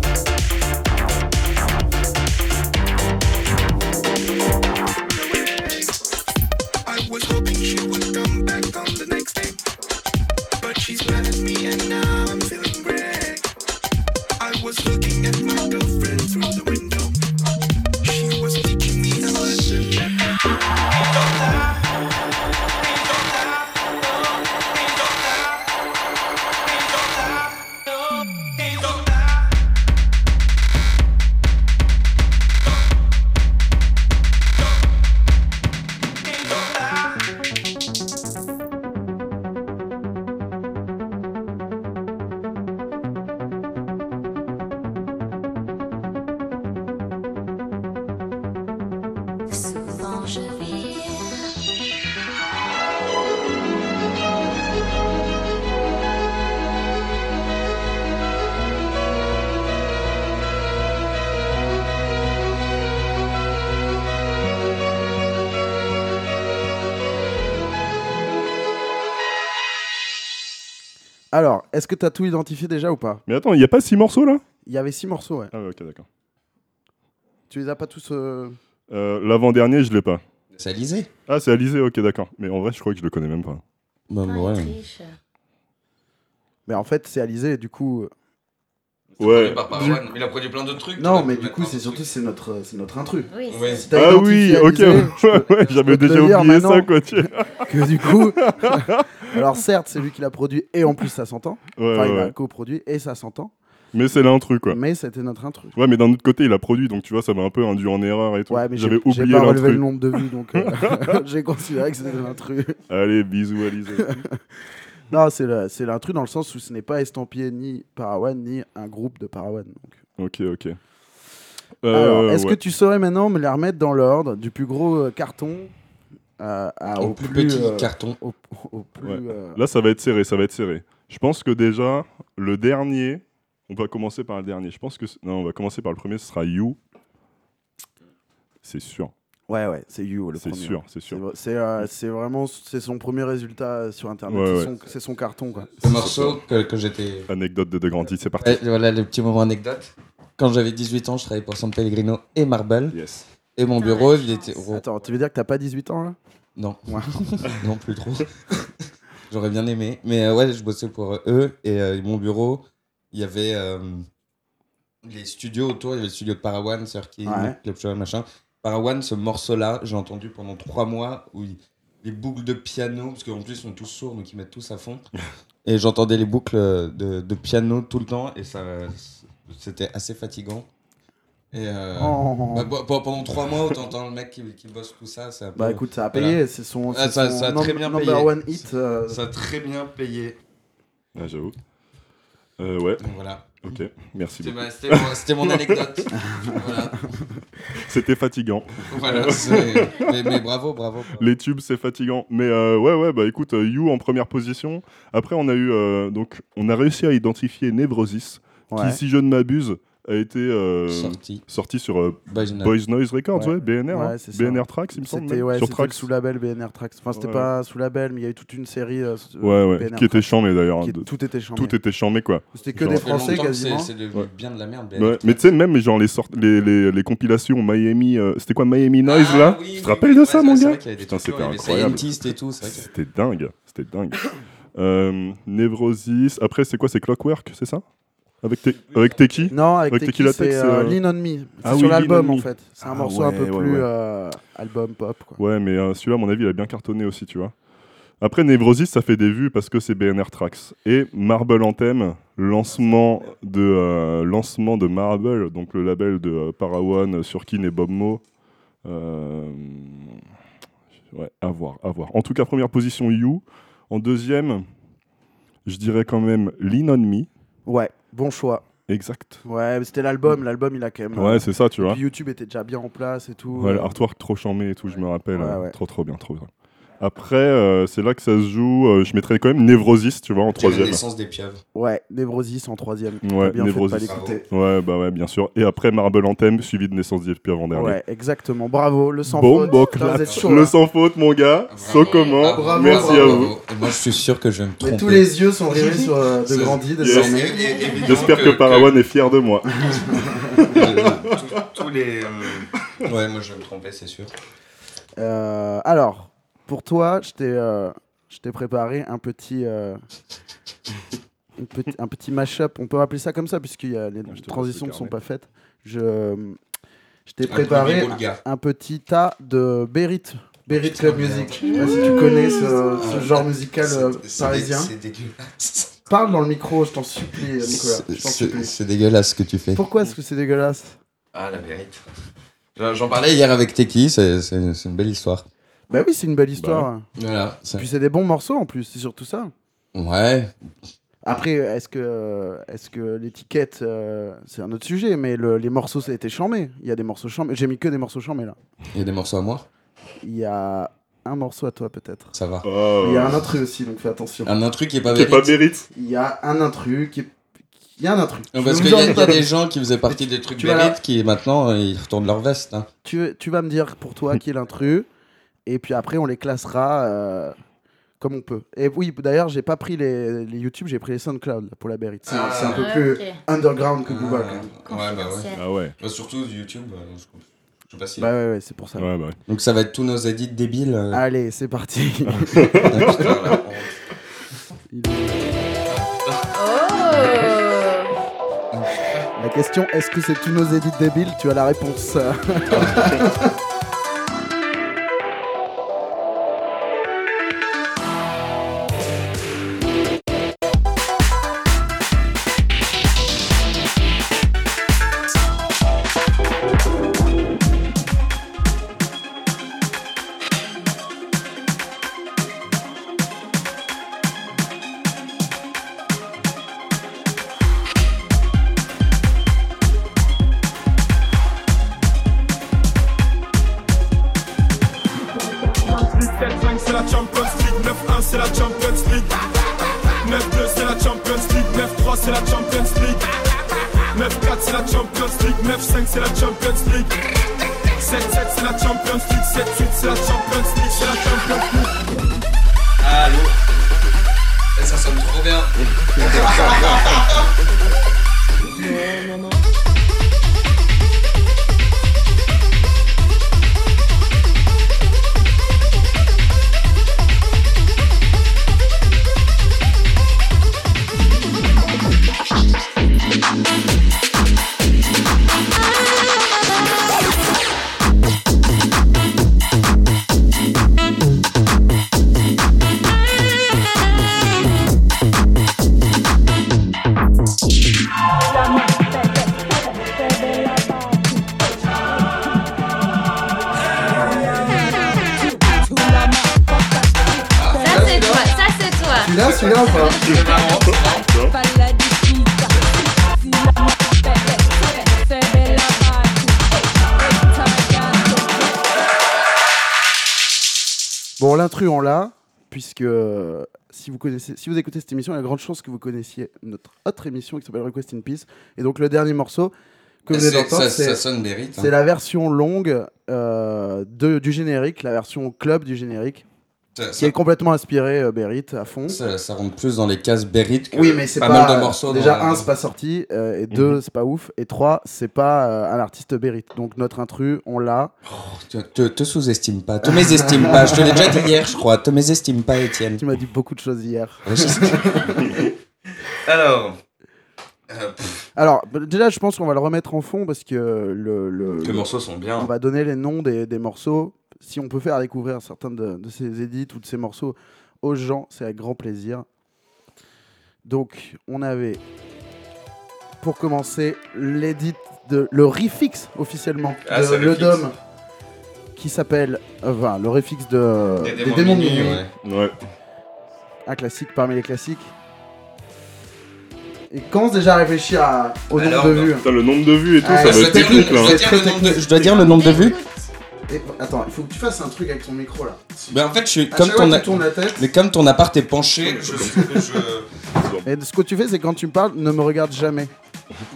Speaker 2: Thank souvent je vire.
Speaker 3: Alors, est-ce que t'as tout identifié déjà ou pas
Speaker 5: Mais attends, il n'y a pas six morceaux là
Speaker 3: Il y avait six morceaux, ouais.
Speaker 5: Ah ouais, ok, d'accord.
Speaker 3: Tu les as pas tous. euh,
Speaker 5: Euh, L'avant-dernier, je l'ai pas.
Speaker 4: C'est Alizé
Speaker 5: Ah, c'est Alizé, ok, d'accord. Mais en vrai, je crois que je le connais même pas.
Speaker 4: Bah,
Speaker 6: Putain, Ah, il triche.
Speaker 3: Mais en fait, c'est Alizé, et du coup. euh,
Speaker 5: Ouais.
Speaker 4: il a produit plein d'autres trucs.
Speaker 3: Non, mais du coup, c'est surtout c'est notre, euh, c'est notre intrus.
Speaker 6: Oui, c'est-
Speaker 4: Ouais.
Speaker 3: Si t'as
Speaker 5: Ah oui,
Speaker 3: identifié
Speaker 5: ok,
Speaker 3: Alizé, je
Speaker 5: ouais,
Speaker 3: peux-
Speaker 5: ouais,
Speaker 3: je peux
Speaker 5: j'avais
Speaker 3: te
Speaker 5: déjà
Speaker 3: le dire
Speaker 5: oublié
Speaker 3: maintenant
Speaker 5: ça, quoi. tu- Ouais,
Speaker 3: Que du coup. Alors, certes, c'est lui qui l'a produit et en plus, ça s'entend. Enfin, il
Speaker 5: ouais,
Speaker 3: l'a
Speaker 5: ouais.
Speaker 3: coproduit et ça s'entend.
Speaker 5: Mais c'est l'intrus, quoi.
Speaker 3: Mais c'était notre intrus.
Speaker 5: Ouais, mais d'un autre côté, il a produit, donc tu vois, ça m'a un peu induit en erreur et tout.
Speaker 3: Ouais, mais j'ai
Speaker 5: J'avais
Speaker 3: j'ai
Speaker 5: oublié
Speaker 3: pas relevé le
Speaker 5: l'intrus.
Speaker 3: nombre de vues, donc euh, j'ai considéré que c'était l'intrus.
Speaker 5: Allez, bisous, Alizé.
Speaker 3: Non, c'est le- c'est l'intrus dans le sens où ce n'est pas estampillé ni Parawan ni un groupe de Parawan. donc.
Speaker 5: ok, ok.
Speaker 3: Alors,
Speaker 5: Euh,
Speaker 3: est-ce
Speaker 5: ouais.
Speaker 3: que tu saurais maintenant me les remettre dans l'ordre du plus gros euh, carton euh, à-
Speaker 4: Au plus, petit
Speaker 3: euh,
Speaker 4: carton.
Speaker 3: au, au plus.
Speaker 5: Ouais.
Speaker 3: euh,
Speaker 5: Là, ça va être serré, ça va être serré. Je pense que déjà, le dernier, on va commencer par le dernier. Je pense que. c'est- Non, on va commencer par le premier, ce sera You. C'est sûr,
Speaker 3: Ouais, ouais, c'est You le
Speaker 5: c'est
Speaker 3: premier.
Speaker 5: sûr, c'est
Speaker 3: C'est
Speaker 5: sûr.
Speaker 3: vrai- C'est euh, c'est vraiment c'est son premier résultat euh, sur internet.
Speaker 5: Ouais,
Speaker 3: c'est
Speaker 5: ouais.
Speaker 3: son- c'est son, carton quoi.
Speaker 4: Le morceau que, que j'étais.
Speaker 5: Anecdote de De Grandi, c'est parti.
Speaker 4: Ouais, voilà le petit moment anecdote. Quand j'avais 18 ans, je travaillais pour San Pellegrino et
Speaker 3: Eh,
Speaker 4: Marble.
Speaker 5: Yes.
Speaker 4: Et mon
Speaker 6: Putain,
Speaker 4: bureau,
Speaker 6: la
Speaker 4: il était.
Speaker 6: chance.
Speaker 4: oh,
Speaker 3: Attends, tu veux dire que t'as pas 18 ans là
Speaker 4: non,
Speaker 3: Ouais.
Speaker 4: non plus trop. J'aurais bien aimé. Mais euh, ouais, je bossais pour euh, eux et euh, mon bureau, il y avait euh, les studios autour. Il y avait le studio de Parawan, Cirque,
Speaker 3: Ouais.
Speaker 4: Club Show, machin. Parawan, ce morceau-là, j'ai entendu pendant trois mois où il- les boucles de piano, parce qu'en plus, ils sont tous sourds, donc ils mettent tous à fond. Et j'entendais les boucles euh, de, de piano tout le temps et ça, c'était assez fatigant. Et euh,
Speaker 3: Oh.
Speaker 4: bah, bo- bo- pendant trois mois, autant entendre le mec qui, qui bosse tout ça, c'est un peu-
Speaker 3: Bah écoute, ça a
Speaker 4: Voilà.
Speaker 3: payé, c'est son,
Speaker 4: Ah,
Speaker 3: c'est
Speaker 4: ça-
Speaker 3: son
Speaker 4: ça a
Speaker 3: num-
Speaker 4: très bien
Speaker 3: number
Speaker 4: payé.
Speaker 3: one hit. euh,
Speaker 4: ça a très bien payé.
Speaker 5: Ah, j'avoue. Euh, ouais,
Speaker 4: Donc voilà.
Speaker 5: ok, merci
Speaker 4: C'était
Speaker 5: beaucoup.
Speaker 4: ma- c'était mon, c'était mon anecdote. voilà.
Speaker 5: C'était fatigant.
Speaker 4: Voilà, c'est- mais, mais bravo, bravo. bravo.
Speaker 5: Les tubes, c'est fatigant. Mais euh, ouais, ouais, bah écoute, euh, You en première position. Après, on a eu. euh, donc, on a réussi à identifier Nevrosis,
Speaker 3: ouais.
Speaker 5: qui, si je ne m'abuse, a été. euh,
Speaker 4: Sorti.
Speaker 5: sorti sur euh,
Speaker 4: Boys Night.
Speaker 5: Boys Noise Records,
Speaker 3: Ouais.
Speaker 5: ouais, BNR.
Speaker 3: Ouais,
Speaker 5: hein.
Speaker 3: c'est ça.
Speaker 5: BNR Tracks, il me semble.
Speaker 3: C'était
Speaker 5: même,
Speaker 3: ouais,
Speaker 5: sur
Speaker 3: c'était le
Speaker 5: Tracks.
Speaker 3: sous-label BNR Tracks. Enfin, c'était
Speaker 5: Ouais.
Speaker 3: pas sous-label, mais il y a eu toute une série. euh, s-
Speaker 5: Ouais, ouais,
Speaker 3: BNR
Speaker 5: qui était
Speaker 3: Tracks,
Speaker 5: chambé d'ailleurs. hein,
Speaker 3: qui-
Speaker 5: de-
Speaker 3: Tout était chambé.
Speaker 5: Tout était chambé quoi.
Speaker 3: C'était que
Speaker 5: genre-
Speaker 3: des
Speaker 4: Ça fait longtemps
Speaker 3: Français
Speaker 4: que c'est-
Speaker 3: quasiment.
Speaker 4: C'est devenu
Speaker 5: Ouais.
Speaker 4: bien de la merde.
Speaker 5: Ouais, mais tu sais, même genre les, sort- les, les, les compilations Miami, euh, c'était quoi
Speaker 4: Ah
Speaker 5: Miami Noise là
Speaker 4: Tu
Speaker 5: Tu te rappelles de ça, mon gars Putain, c'était incroyable.
Speaker 4: Scientist et tout. c'est vrai qu'il y avait-
Speaker 5: C'était dingue, c'était dingue. Euh, Nevrosis, après c'est quoi C'est Clockwork, c'est ça Avec tes avec tes qui
Speaker 3: Non, avec,
Speaker 5: Avec
Speaker 3: Tequila,
Speaker 5: Tequila
Speaker 3: c'est
Speaker 5: Tex,
Speaker 3: euh,
Speaker 5: euh,
Speaker 3: Lean on Me. C'est
Speaker 5: Ah
Speaker 3: sur
Speaker 5: oui, Lean
Speaker 3: l'album
Speaker 5: on
Speaker 3: en
Speaker 5: Me.
Speaker 3: fait. C'est un
Speaker 5: Ah
Speaker 3: morceau un peu
Speaker 5: ouais, ouais,
Speaker 3: plus
Speaker 5: ouais.
Speaker 3: euh, album pop. Quoi.
Speaker 5: Ouais, mais euh, celui-là, à mon avis, il a bien cartonné aussi, tu vois. Après, Nevrosis, ça fait des vues parce que c'est BNR Tracks. Et Marble Anthem, lancement de, euh, lancement de Marble, donc le label de euh, Parawan, euh, Surkin et Bob Mo. Euh, Ouais, à voir, à voir. En tout cas, première position, You. En deuxième, je dirais quand même Lean On Me.
Speaker 3: Ouais, bon choix.
Speaker 5: Exact.
Speaker 3: Ouais, mais c'était l'album. L'album, il a quand même. euh,
Speaker 5: Ouais, c'est ça, tu
Speaker 3: et
Speaker 5: vois.
Speaker 3: puis YouTube était déjà bien en place et tout.
Speaker 5: Ouais, artwork trop charmé et tout, je me rappelle.
Speaker 3: Ouais,
Speaker 5: hein.
Speaker 3: ouais.
Speaker 5: Trop, trop bien, trop bien. Après, euh, c'est là que ça se joue. euh, je mettrais quand même Névrosis, tu vois, en
Speaker 4: C'était la
Speaker 5: troisième.
Speaker 4: naissance des pieuvres.
Speaker 3: Ouais, Nevrosis en troisième. T'as bien
Speaker 5: Ouais,
Speaker 3: fait de pas
Speaker 5: Névrosis.
Speaker 3: l'écouter.
Speaker 5: Ouais, bah ouais, bien sûr. Et après, Marble Anthem, suivi de Naissance d'Espia avant dernier.
Speaker 3: Ouais, exactement. Bravo, le sans
Speaker 5: bon,
Speaker 3: faute.
Speaker 5: bon,
Speaker 3: Putain, vous
Speaker 5: clap.
Speaker 3: êtes chaud. hein.
Speaker 5: Le
Speaker 3: là.
Speaker 5: sans faute, mon gars. So comment
Speaker 3: bravo,
Speaker 5: Merci
Speaker 3: bravo,
Speaker 5: à vous.
Speaker 4: Et moi, je suis sûr que je vais me tromper.
Speaker 3: Mais tous les yeux sont rivés sur euh, De
Speaker 4: C'est-
Speaker 3: Grandi
Speaker 4: c'est-
Speaker 3: désormais.
Speaker 4: c'est- é- évidemment
Speaker 5: J'espère que Parawan est fier de moi.
Speaker 4: que- tous- Tous les. euh, Ouais, moi, je vais me tromper, c'est sûr.
Speaker 3: Euh, alors, pour toi, je t'ai, euh, je t'ai préparé un petit, euh, une petit- un petit mash-up. On peut appeler ça comme ça, puisque les
Speaker 5: je te
Speaker 3: transitions ne
Speaker 5: passe le
Speaker 3: sont
Speaker 5: carnet.
Speaker 3: pas faites. Je, je t'ai
Speaker 4: Ah,
Speaker 3: préparé
Speaker 4: le gars.
Speaker 3: un, un petit tas de Berit. Berit Club
Speaker 4: Merde.
Speaker 3: Music. Je sais pas si tu connais ce, ce
Speaker 4: Ah,
Speaker 3: genre musical euh,
Speaker 4: C'est- c'est dé-
Speaker 3: parisien.
Speaker 4: C'est dégueulasse.
Speaker 3: Parle dans le micro, je t'en supplie, Nicolas. Je t'en
Speaker 4: C'est
Speaker 3: supplie.
Speaker 4: c'est dégueulasse ce que tu fais.
Speaker 3: Pourquoi est-ce que c'est dégueulasse
Speaker 4: Ah, la vérité. J'en j'en parlais hier avec Teki, c'est c'est- c'est une belle histoire.
Speaker 3: Bah oui, c'est une belle histoire.
Speaker 4: Voilà. c'est-
Speaker 3: Puis c'est des bons morceaux en plus, c'est surtout ça.
Speaker 4: Ouais.
Speaker 3: Après, est-ce que, est que l'étiquette, euh, c'est un autre sujet, mais le- les morceaux, ça a été chambé. Il y a des morceaux chambés. J'ai mis que des morceaux chambés là.
Speaker 4: Il y a des morceaux à moi
Speaker 3: Il y a un morceau à toi peut-être.
Speaker 4: Ça va.
Speaker 5: Oh.
Speaker 3: Il y a un intrus aussi, donc fais attention.
Speaker 4: Un intrus qui est pas
Speaker 5: Qui est
Speaker 4: vérité.
Speaker 5: pas mérite.
Speaker 3: Il y a un intrus qui. Il y a un intrus.
Speaker 4: Non,
Speaker 3: Je
Speaker 4: Parce
Speaker 3: vous
Speaker 4: qu'il y,
Speaker 3: en
Speaker 4: a- y a
Speaker 3: parle.
Speaker 4: des gens qui faisaient partie des trucs
Speaker 3: Tu vas là.
Speaker 4: vérites qui maintenant euh, ils retournent leur veste. hein.
Speaker 3: tu, tu vas me dire pour toi qui est l'intrus, et puis après on les classera euh, comme on peut. Et oui, d'ailleurs, j'ai pas pris les, les YouTube, j'ai pris les SoundCloud là, pour la Berry. C'est
Speaker 4: Ah.
Speaker 3: c'est un peu
Speaker 6: Ouais,
Speaker 3: plus
Speaker 6: ok.
Speaker 3: underground que
Speaker 4: Ah,
Speaker 3: Google. quand même.
Speaker 4: ouais, bah ouais.
Speaker 6: Confidentiel.
Speaker 5: Ah ouais.
Speaker 4: Bah, surtout YouTube, euh, je je sais pas si.
Speaker 3: Bah ouais, ouais, c'est pour ça.
Speaker 5: Ouais, bah ouais.
Speaker 4: Donc ça va être tous nos edits débiles. euh.
Speaker 3: Allez, c'est parti.
Speaker 4: Ah, putain, la honte.
Speaker 6: Oh
Speaker 3: la question, est-ce que c'est tous nos édits débiles Tu as la réponse. euh.
Speaker 9: c'est la Champions League, 9-1 c'est la Champions League 9-2 c'est la Champions League, 9-3 c'est la Champions League 9-4 c'est la Champions League, 9-5 c'est la Champions League 7-7 c'est la Champions League, 7-8 c'est la Champions League, c'est la Champions League
Speaker 4: Allô
Speaker 3: Ah.
Speaker 4: Eh, Ça sonne trop bien.
Speaker 6: Ça c'est toi, ça c'est toi
Speaker 3: Celui-là, celui-là ou pas
Speaker 4: C'est marrant.
Speaker 3: Bon, l'intrus, on l'a, puisque euh, si vous, connaissez, si vous écoutez cette émission, il y a grande chance que vous connaissiez notre autre émission qui s'appelle Request in Peace. Et donc, le dernier morceau que vous venez
Speaker 4: C'est-
Speaker 3: d'entendre,
Speaker 4: Ça, ça
Speaker 3: c'est
Speaker 4: sonne mérite. hein.
Speaker 3: c'est la version longue euh, de, du générique, la version club du générique,
Speaker 4: Ça-
Speaker 3: qui
Speaker 4: ça-
Speaker 3: est complètement inspirée euh, Berit à fond.
Speaker 4: Ça, ça rentre plus dans les cases Berit que
Speaker 3: Oui, mais c'est
Speaker 4: pas,
Speaker 3: pas,
Speaker 4: mal de morceaux.
Speaker 3: Déjà,
Speaker 4: dans la- Mhm.
Speaker 3: un, c'est pas sorti, euh, et deux, c'est pas ouf, et trois, c'est pas euh, un artiste Berit. Donc, notre intrus, on l'a.
Speaker 4: Te, te, te sous-estime pas, te mésestime pas. Je te l'ai déjà dit hier, je crois. Te mésestime pas, Étienne.
Speaker 3: Tu m'as dit beaucoup de choses hier.
Speaker 4: Alors.
Speaker 3: Alors, bah, déjà, je pense qu'on va le remettre en fond parce que euh, le- le,
Speaker 4: les morceaux sont
Speaker 3: On
Speaker 4: bien.
Speaker 3: va donner les noms des, des morceaux. Si on peut faire découvrir certains de, de ces édits ou de ces morceaux aux gens, c'est avec grand plaisir. Donc, on avait pour commencer l'édit de le refix officiellement
Speaker 4: Ah,
Speaker 3: de
Speaker 4: c'est
Speaker 3: le
Speaker 4: Refix.
Speaker 3: Dom qui s'appelle euh, enfin, le refix de
Speaker 4: Des
Speaker 3: des
Speaker 4: démons
Speaker 3: démons
Speaker 4: minuit,
Speaker 3: Minuit.
Speaker 4: ouais.
Speaker 5: Ouais.
Speaker 3: un classique parmi les classiques. Et commence déjà à réfléchir à- au nombre
Speaker 4: Alors,
Speaker 3: de
Speaker 4: non.
Speaker 3: vues.
Speaker 5: Putain, le nombre de vues et tout,
Speaker 3: Ah,
Speaker 5: ça
Speaker 4: Je
Speaker 5: va
Speaker 3: c'est
Speaker 4: dois
Speaker 5: être
Speaker 3: très
Speaker 4: dire le-
Speaker 5: technique
Speaker 4: je
Speaker 5: là.
Speaker 4: dois
Speaker 3: C'est
Speaker 4: dire
Speaker 3: très
Speaker 4: le nombre de-
Speaker 3: technique.
Speaker 4: je dois dire le nombre de vues.
Speaker 3: Et- attends, il faut que tu fasses un truc avec ton micro là.
Speaker 4: Mais Ben, en fait, je suis
Speaker 3: À
Speaker 4: comme
Speaker 3: chaque fois
Speaker 4: ton,
Speaker 3: que
Speaker 4: a-
Speaker 3: tu tournes la tête.
Speaker 4: mais comme ton appart est penché, je, je-
Speaker 3: Et ce que tu fais, c'est quand tu me parles, ne me regarde jamais.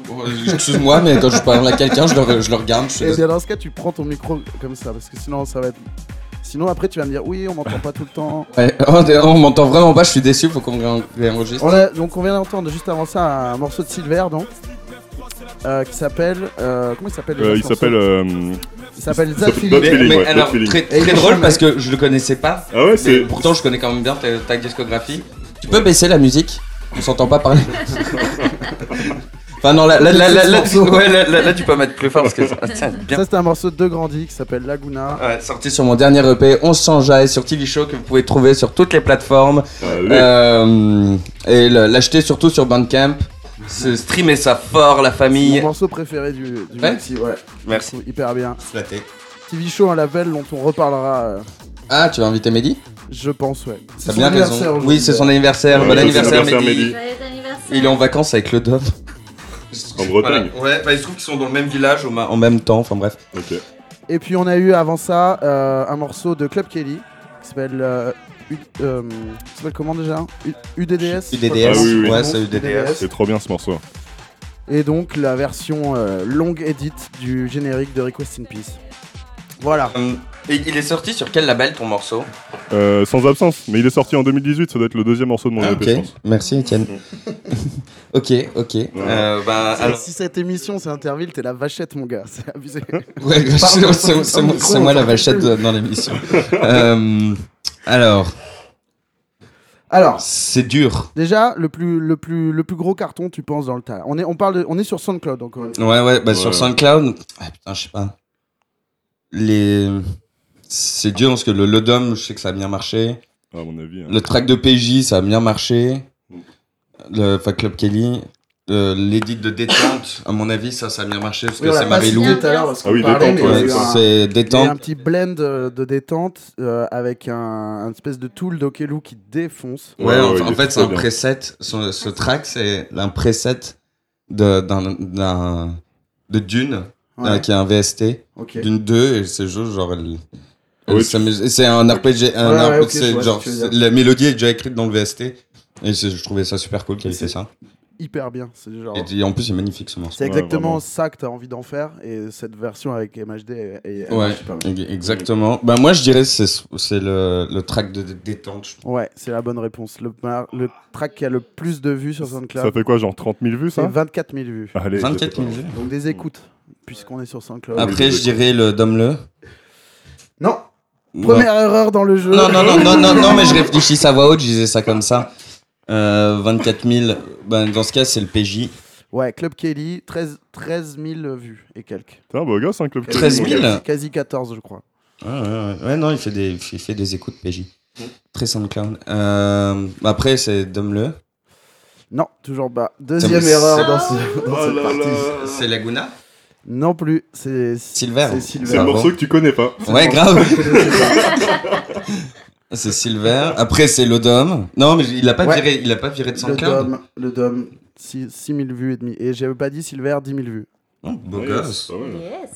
Speaker 4: Bon, Excuse-moi, mais quand je parle à quelqu'un, je le, je le regarde. Je suis
Speaker 3: Et
Speaker 4: désolé.
Speaker 3: bien dans ce cas, tu prends ton micro comme ça, parce que sinon, ça va être. Sinon, après, tu vas me dire, oui, on m'entend pas tout le temps.
Speaker 4: Ouais, oh, d'ailleurs, on m'entend vraiment pas, je suis déçu, faut qu'on ré- réenregistre.
Speaker 3: On a- donc, on vient d'entendre juste avant ça un morceau de Silver, donc. euh, qui s'appelle. euh, comment il s'appelle déjà,
Speaker 5: Euh,
Speaker 3: ce
Speaker 5: il
Speaker 3: morceau
Speaker 5: s'appelle. euh,
Speaker 3: Il s'appelle
Speaker 5: s'appelle
Speaker 3: Zach Philippe.
Speaker 5: Bobby. feeling, ouais,
Speaker 4: alors,
Speaker 5: feeling.
Speaker 4: très,
Speaker 3: Et
Speaker 4: très
Speaker 3: il
Speaker 4: drôle
Speaker 3: chante.
Speaker 4: parce que je le connaissais pas.
Speaker 5: Ah ouais,
Speaker 4: Mais
Speaker 5: c'est.
Speaker 4: pourtant, je connais quand même bien ta, ta discographie. Tu peux baisser la musique On s'entend pas parler. enfin, non, là, là, là, là, là, tu- ouais, là, là, là, tu peux mettre plus fort parce que ça, ça, bien.
Speaker 3: Ça, c'est un morceau de Grandi qui s'appelle Laguna.
Speaker 4: Ouais, sorti sur mon dernier EP, On s'enjaille sur TV Show que vous pouvez trouver sur toutes les plateformes
Speaker 5: Allez.
Speaker 4: Euh, et le- l'acheter surtout sur Bandcamp. Se streamer ça fort, la
Speaker 3: C'est
Speaker 4: famille.
Speaker 3: Mon morceau préféré du, du
Speaker 4: Ouais
Speaker 3: maxi, ouais. Je
Speaker 4: Merci.
Speaker 3: trouve hyper bien. TV show, un label dont on reparlera, euh,
Speaker 4: Ah, tu vas inviter Mehdi
Speaker 3: je pense, ouais. C'est
Speaker 4: T'as
Speaker 3: son
Speaker 4: bien
Speaker 3: anniversaire
Speaker 4: raison.
Speaker 3: aujourd'hui. euh,
Speaker 4: Oui, c'est son anniversaire.
Speaker 5: Ouais,
Speaker 4: bon
Speaker 5: c'est son
Speaker 4: anniversaire,
Speaker 5: anniversaire,
Speaker 4: Mehdi.
Speaker 5: Mehdi.
Speaker 6: Joyeux
Speaker 4: Il est en vacances avec le Dom.
Speaker 5: En Bretagne.
Speaker 4: Voilà. Ouais, bah, il se trouve qu'ils sont dans le même village au ma- en même temps, enfin bref.
Speaker 5: Ok.
Speaker 3: Et puis on a eu avant ça euh, un morceau de Club Kelly qui s'appelle. euh, U- euh, qui s'appelle comment déjà U- UDDS
Speaker 4: UDDS,
Speaker 5: Ah oui, oui.
Speaker 4: ouais, c'est UDDS.
Speaker 5: C'est trop bien ce morceau.
Speaker 3: Et donc la version euh, longue edit du générique de Request in Peace. Voilà.
Speaker 4: Hum, Et il est sorti sur quel label ton morceau
Speaker 5: Euh, sans absence, mais il est sorti en 2018, ça doit être le deuxième morceau
Speaker 4: Hein Ah,
Speaker 5: de mon EP, je pense.
Speaker 4: merci Etienne. ok, ok. Mm. Euh, bah,
Speaker 3: C'est-
Speaker 4: alors-
Speaker 3: Si cette émission c'est Interville, t'es la vachette mon gars, c'est abusé.
Speaker 4: Ouais, c'est-
Speaker 3: Pardon,
Speaker 4: c'est c'est moi-
Speaker 3: pardon,
Speaker 4: c'est moi la
Speaker 3: pardon.
Speaker 4: vachette de- dans l'émission. Euh, alors,
Speaker 3: Alors,
Speaker 4: c'est dur.
Speaker 3: déjà le plus le plus le plus gros carton tu penses dans le tas. On est on parle de- on est sur SoundCloud euh, encore. une fois.
Speaker 4: Ouais, ouais, bah sur
Speaker 5: Ouais.
Speaker 4: SoundCloud, ah, putain, je sais pas. Les... C'est dur parce que le, le Dom, je sais que ça a bien marché.
Speaker 5: À mon avis. hein.
Speaker 4: Le track de PJ, ça a bien marché.
Speaker 3: Mm.
Speaker 4: Le Fat Club Kelly. Euh, L'édit de détente, à mon avis, ça, ça a bien marché parce
Speaker 3: Oui,
Speaker 4: que
Speaker 3: on l'a
Speaker 4: c'est
Speaker 3: pas
Speaker 4: Marilou.
Speaker 3: cité tout à l'heure parce
Speaker 5: Ah oui,
Speaker 3: qu'on parlait,
Speaker 5: détente,
Speaker 3: mais il y a
Speaker 4: Ouais,
Speaker 3: eu
Speaker 5: c'est-
Speaker 3: un-
Speaker 4: c'est
Speaker 3: Il y a
Speaker 4: détente.
Speaker 3: un petit blend euh, de détente euh, avec un, un espèce de tool d'Okelu qui défonce.
Speaker 4: Ouais, en, en
Speaker 5: il est
Speaker 4: fait,
Speaker 5: très
Speaker 4: c'est un
Speaker 5: bien.
Speaker 4: preset. Ce, ce track, c'est un preset de, d'un, d'un- de Dune,
Speaker 3: Ouais,
Speaker 4: euh, qui est un VST.
Speaker 3: ok.
Speaker 4: Dune 2, et c'est juste genre. Elle, elle
Speaker 5: Oui,
Speaker 4: s'amuse- et c'est un RPG. Un
Speaker 3: Ouais,
Speaker 4: arp-
Speaker 3: ouais, ok, je
Speaker 4: c'est
Speaker 3: vois ce
Speaker 4: genre,
Speaker 3: que tu veux dire.
Speaker 4: c'est- la mélodie est déjà écrite dans le VST. Et c'est- je trouvais ça super cool qu'elle fait ça.
Speaker 3: Hyper bien. C'est genre-
Speaker 4: Et, et en plus, c'est magnifique ce morceau.
Speaker 3: c'est
Speaker 5: Ouais,
Speaker 3: exactement
Speaker 5: vraiment.
Speaker 3: ça que t'as envie d'en faire et cette version avec MHD est, est- elle
Speaker 4: Ouais,
Speaker 3: marche super bien.
Speaker 4: e- exactement. Bah, moi, je dirais que c'est, c'est le, le track de dé- détente. je trouve.
Speaker 3: Ouais, c'est la bonne réponse. Le, mar- le track qui a le plus de vues sur
Speaker 5: Ça
Speaker 3: SoundCloud,
Speaker 5: fait quoi, genre 30 000 vues
Speaker 3: c'est
Speaker 5: ça
Speaker 3: 24 000 vues.
Speaker 5: Allez,
Speaker 4: 24 000
Speaker 5: j'étais
Speaker 4: vues.
Speaker 3: Donc des écoutes, puisqu'on est sur SoundCloud.
Speaker 4: Après, je dirais le Dom-le.
Speaker 3: Non, première erreur dans le jeu.
Speaker 4: Non, non, non, non, non, non, mais je réfléchissais à voix haute, je disais ça comme ça. Euh, 24 000, ben, dans ce cas, c'est le PJ.
Speaker 3: Ouais, Club Kelly, 13, 13 000 vues et quelques.
Speaker 5: pas- T'es un beau gosse, hein, Club Kelly,
Speaker 4: 13 000.
Speaker 5: mon gars.
Speaker 3: Quasi 14, je crois.
Speaker 4: Ouais, Ah, ouais, ouais. Ouais, non, il fait des, il fait- il fait des écoutes PJ. Très SoundCloud. Euh, après, c'est Dom-le.
Speaker 3: Non, toujours bas. Deuxième
Speaker 4: C'est-
Speaker 3: erreur dans, ce, dans
Speaker 5: Oh
Speaker 3: cette
Speaker 5: là
Speaker 3: partie.
Speaker 5: là.
Speaker 4: C'est Laguna
Speaker 3: Non plus, c'est
Speaker 4: Silver.
Speaker 3: C'est
Speaker 5: C'est le
Speaker 3: Silver.
Speaker 4: Bravo.
Speaker 5: morceau que tu connais pas.
Speaker 4: Ouais, grave. c'est Silver. Après, c'est le Dom. Non, mais il a pas,
Speaker 3: Ouais.
Speaker 4: viré, il a pas viré de
Speaker 3: Le
Speaker 4: SoundCloud.
Speaker 3: Dom, le Dom, 6 000 vues et demi. Et j'avais pas dit Silver, 10 000 vues.
Speaker 4: Oh, beau
Speaker 5: Ah, Ouais,
Speaker 4: gosse.
Speaker 5: c'est pas mal.
Speaker 6: Yes.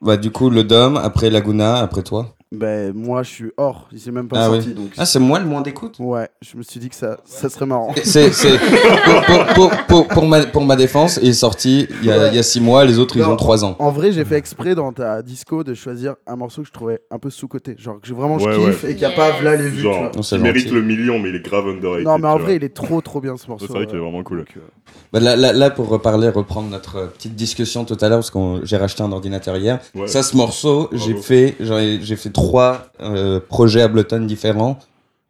Speaker 4: Bah, du coup, le Dom, après Laguna, après toi.
Speaker 3: Ben moi je suis hors, il s'est même pas
Speaker 4: Ah
Speaker 3: sorti donc.
Speaker 4: Ah, c'est moi le moins d'écoute
Speaker 3: ouais, je me suis dit que ça, ça serait marrant.
Speaker 4: C'est, c'est- pour, pour- pour- pour- pour ma, pour ma défense, il est sorti il y a, il y a six mois, les autres ils
Speaker 3: Non.
Speaker 4: ont trois ans.
Speaker 3: En vrai, j'ai fait exprès dans ta disco de choisir un morceau que je trouvais un peu sous-côté. Genre que je- vraiment je
Speaker 5: Ouais,
Speaker 3: kiffe et qu'il n'y a pas
Speaker 6: Yes.
Speaker 3: v'là les vues.
Speaker 5: Genre,
Speaker 3: tu
Speaker 4: Non, c'est
Speaker 5: il mérite
Speaker 4: gentil.
Speaker 5: le million, mais il est grave
Speaker 3: vois.
Speaker 5: underrated.
Speaker 3: Non, mais en
Speaker 5: tu
Speaker 3: vrai,
Speaker 5: vois.
Speaker 3: il est trop trop bien ce morceau.
Speaker 5: C'est vrai qu'il est
Speaker 3: euh.
Speaker 5: vraiment cool.
Speaker 4: Bah, là, là, là, pour reparler, reprendre notre euh, petite discussion tout à l'heure, parce que j'ai racheté un ordinateur hier.
Speaker 5: Ouais.
Speaker 4: Ça, ce morceau, j'ai
Speaker 5: Bravo.
Speaker 4: fait, j'en ai- j'ai fait trois euh, projets Ableton différents.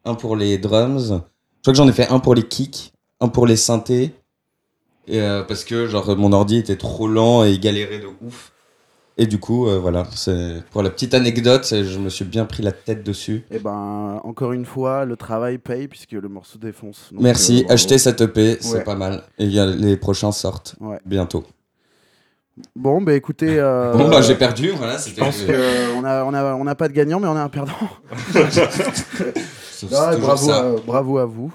Speaker 4: Un pour les drums. Je crois que j'en ai fait un pour les kicks, un pour les synthés. Et, euh, parce que genre mon ordi était trop lent et il galérait de ouf. Et du coup, euh, voilà, c'est pour la petite anecdote, c'est- je me suis bien pris la tête dessus.
Speaker 3: Et ben encore une fois, le travail paye puisque le morceau défonce. Donc, euh,
Speaker 4: Merci,
Speaker 3: bravo.
Speaker 4: achetez cette EP, c'est
Speaker 3: Ouais.
Speaker 4: pas mal. Et il y a- les prochains sortent
Speaker 3: Ouais.
Speaker 4: bientôt.
Speaker 3: Bon, bah écoutez. euh,
Speaker 4: Bon, bah j'ai perdu, voilà, c'était.
Speaker 3: Je pense qu'on a, on a, on a pas de gagnant, mais on a un perdant.
Speaker 4: c'est
Speaker 3: Ah,
Speaker 4: toujours
Speaker 3: bravo,
Speaker 4: ça.
Speaker 3: à, bravo à vous.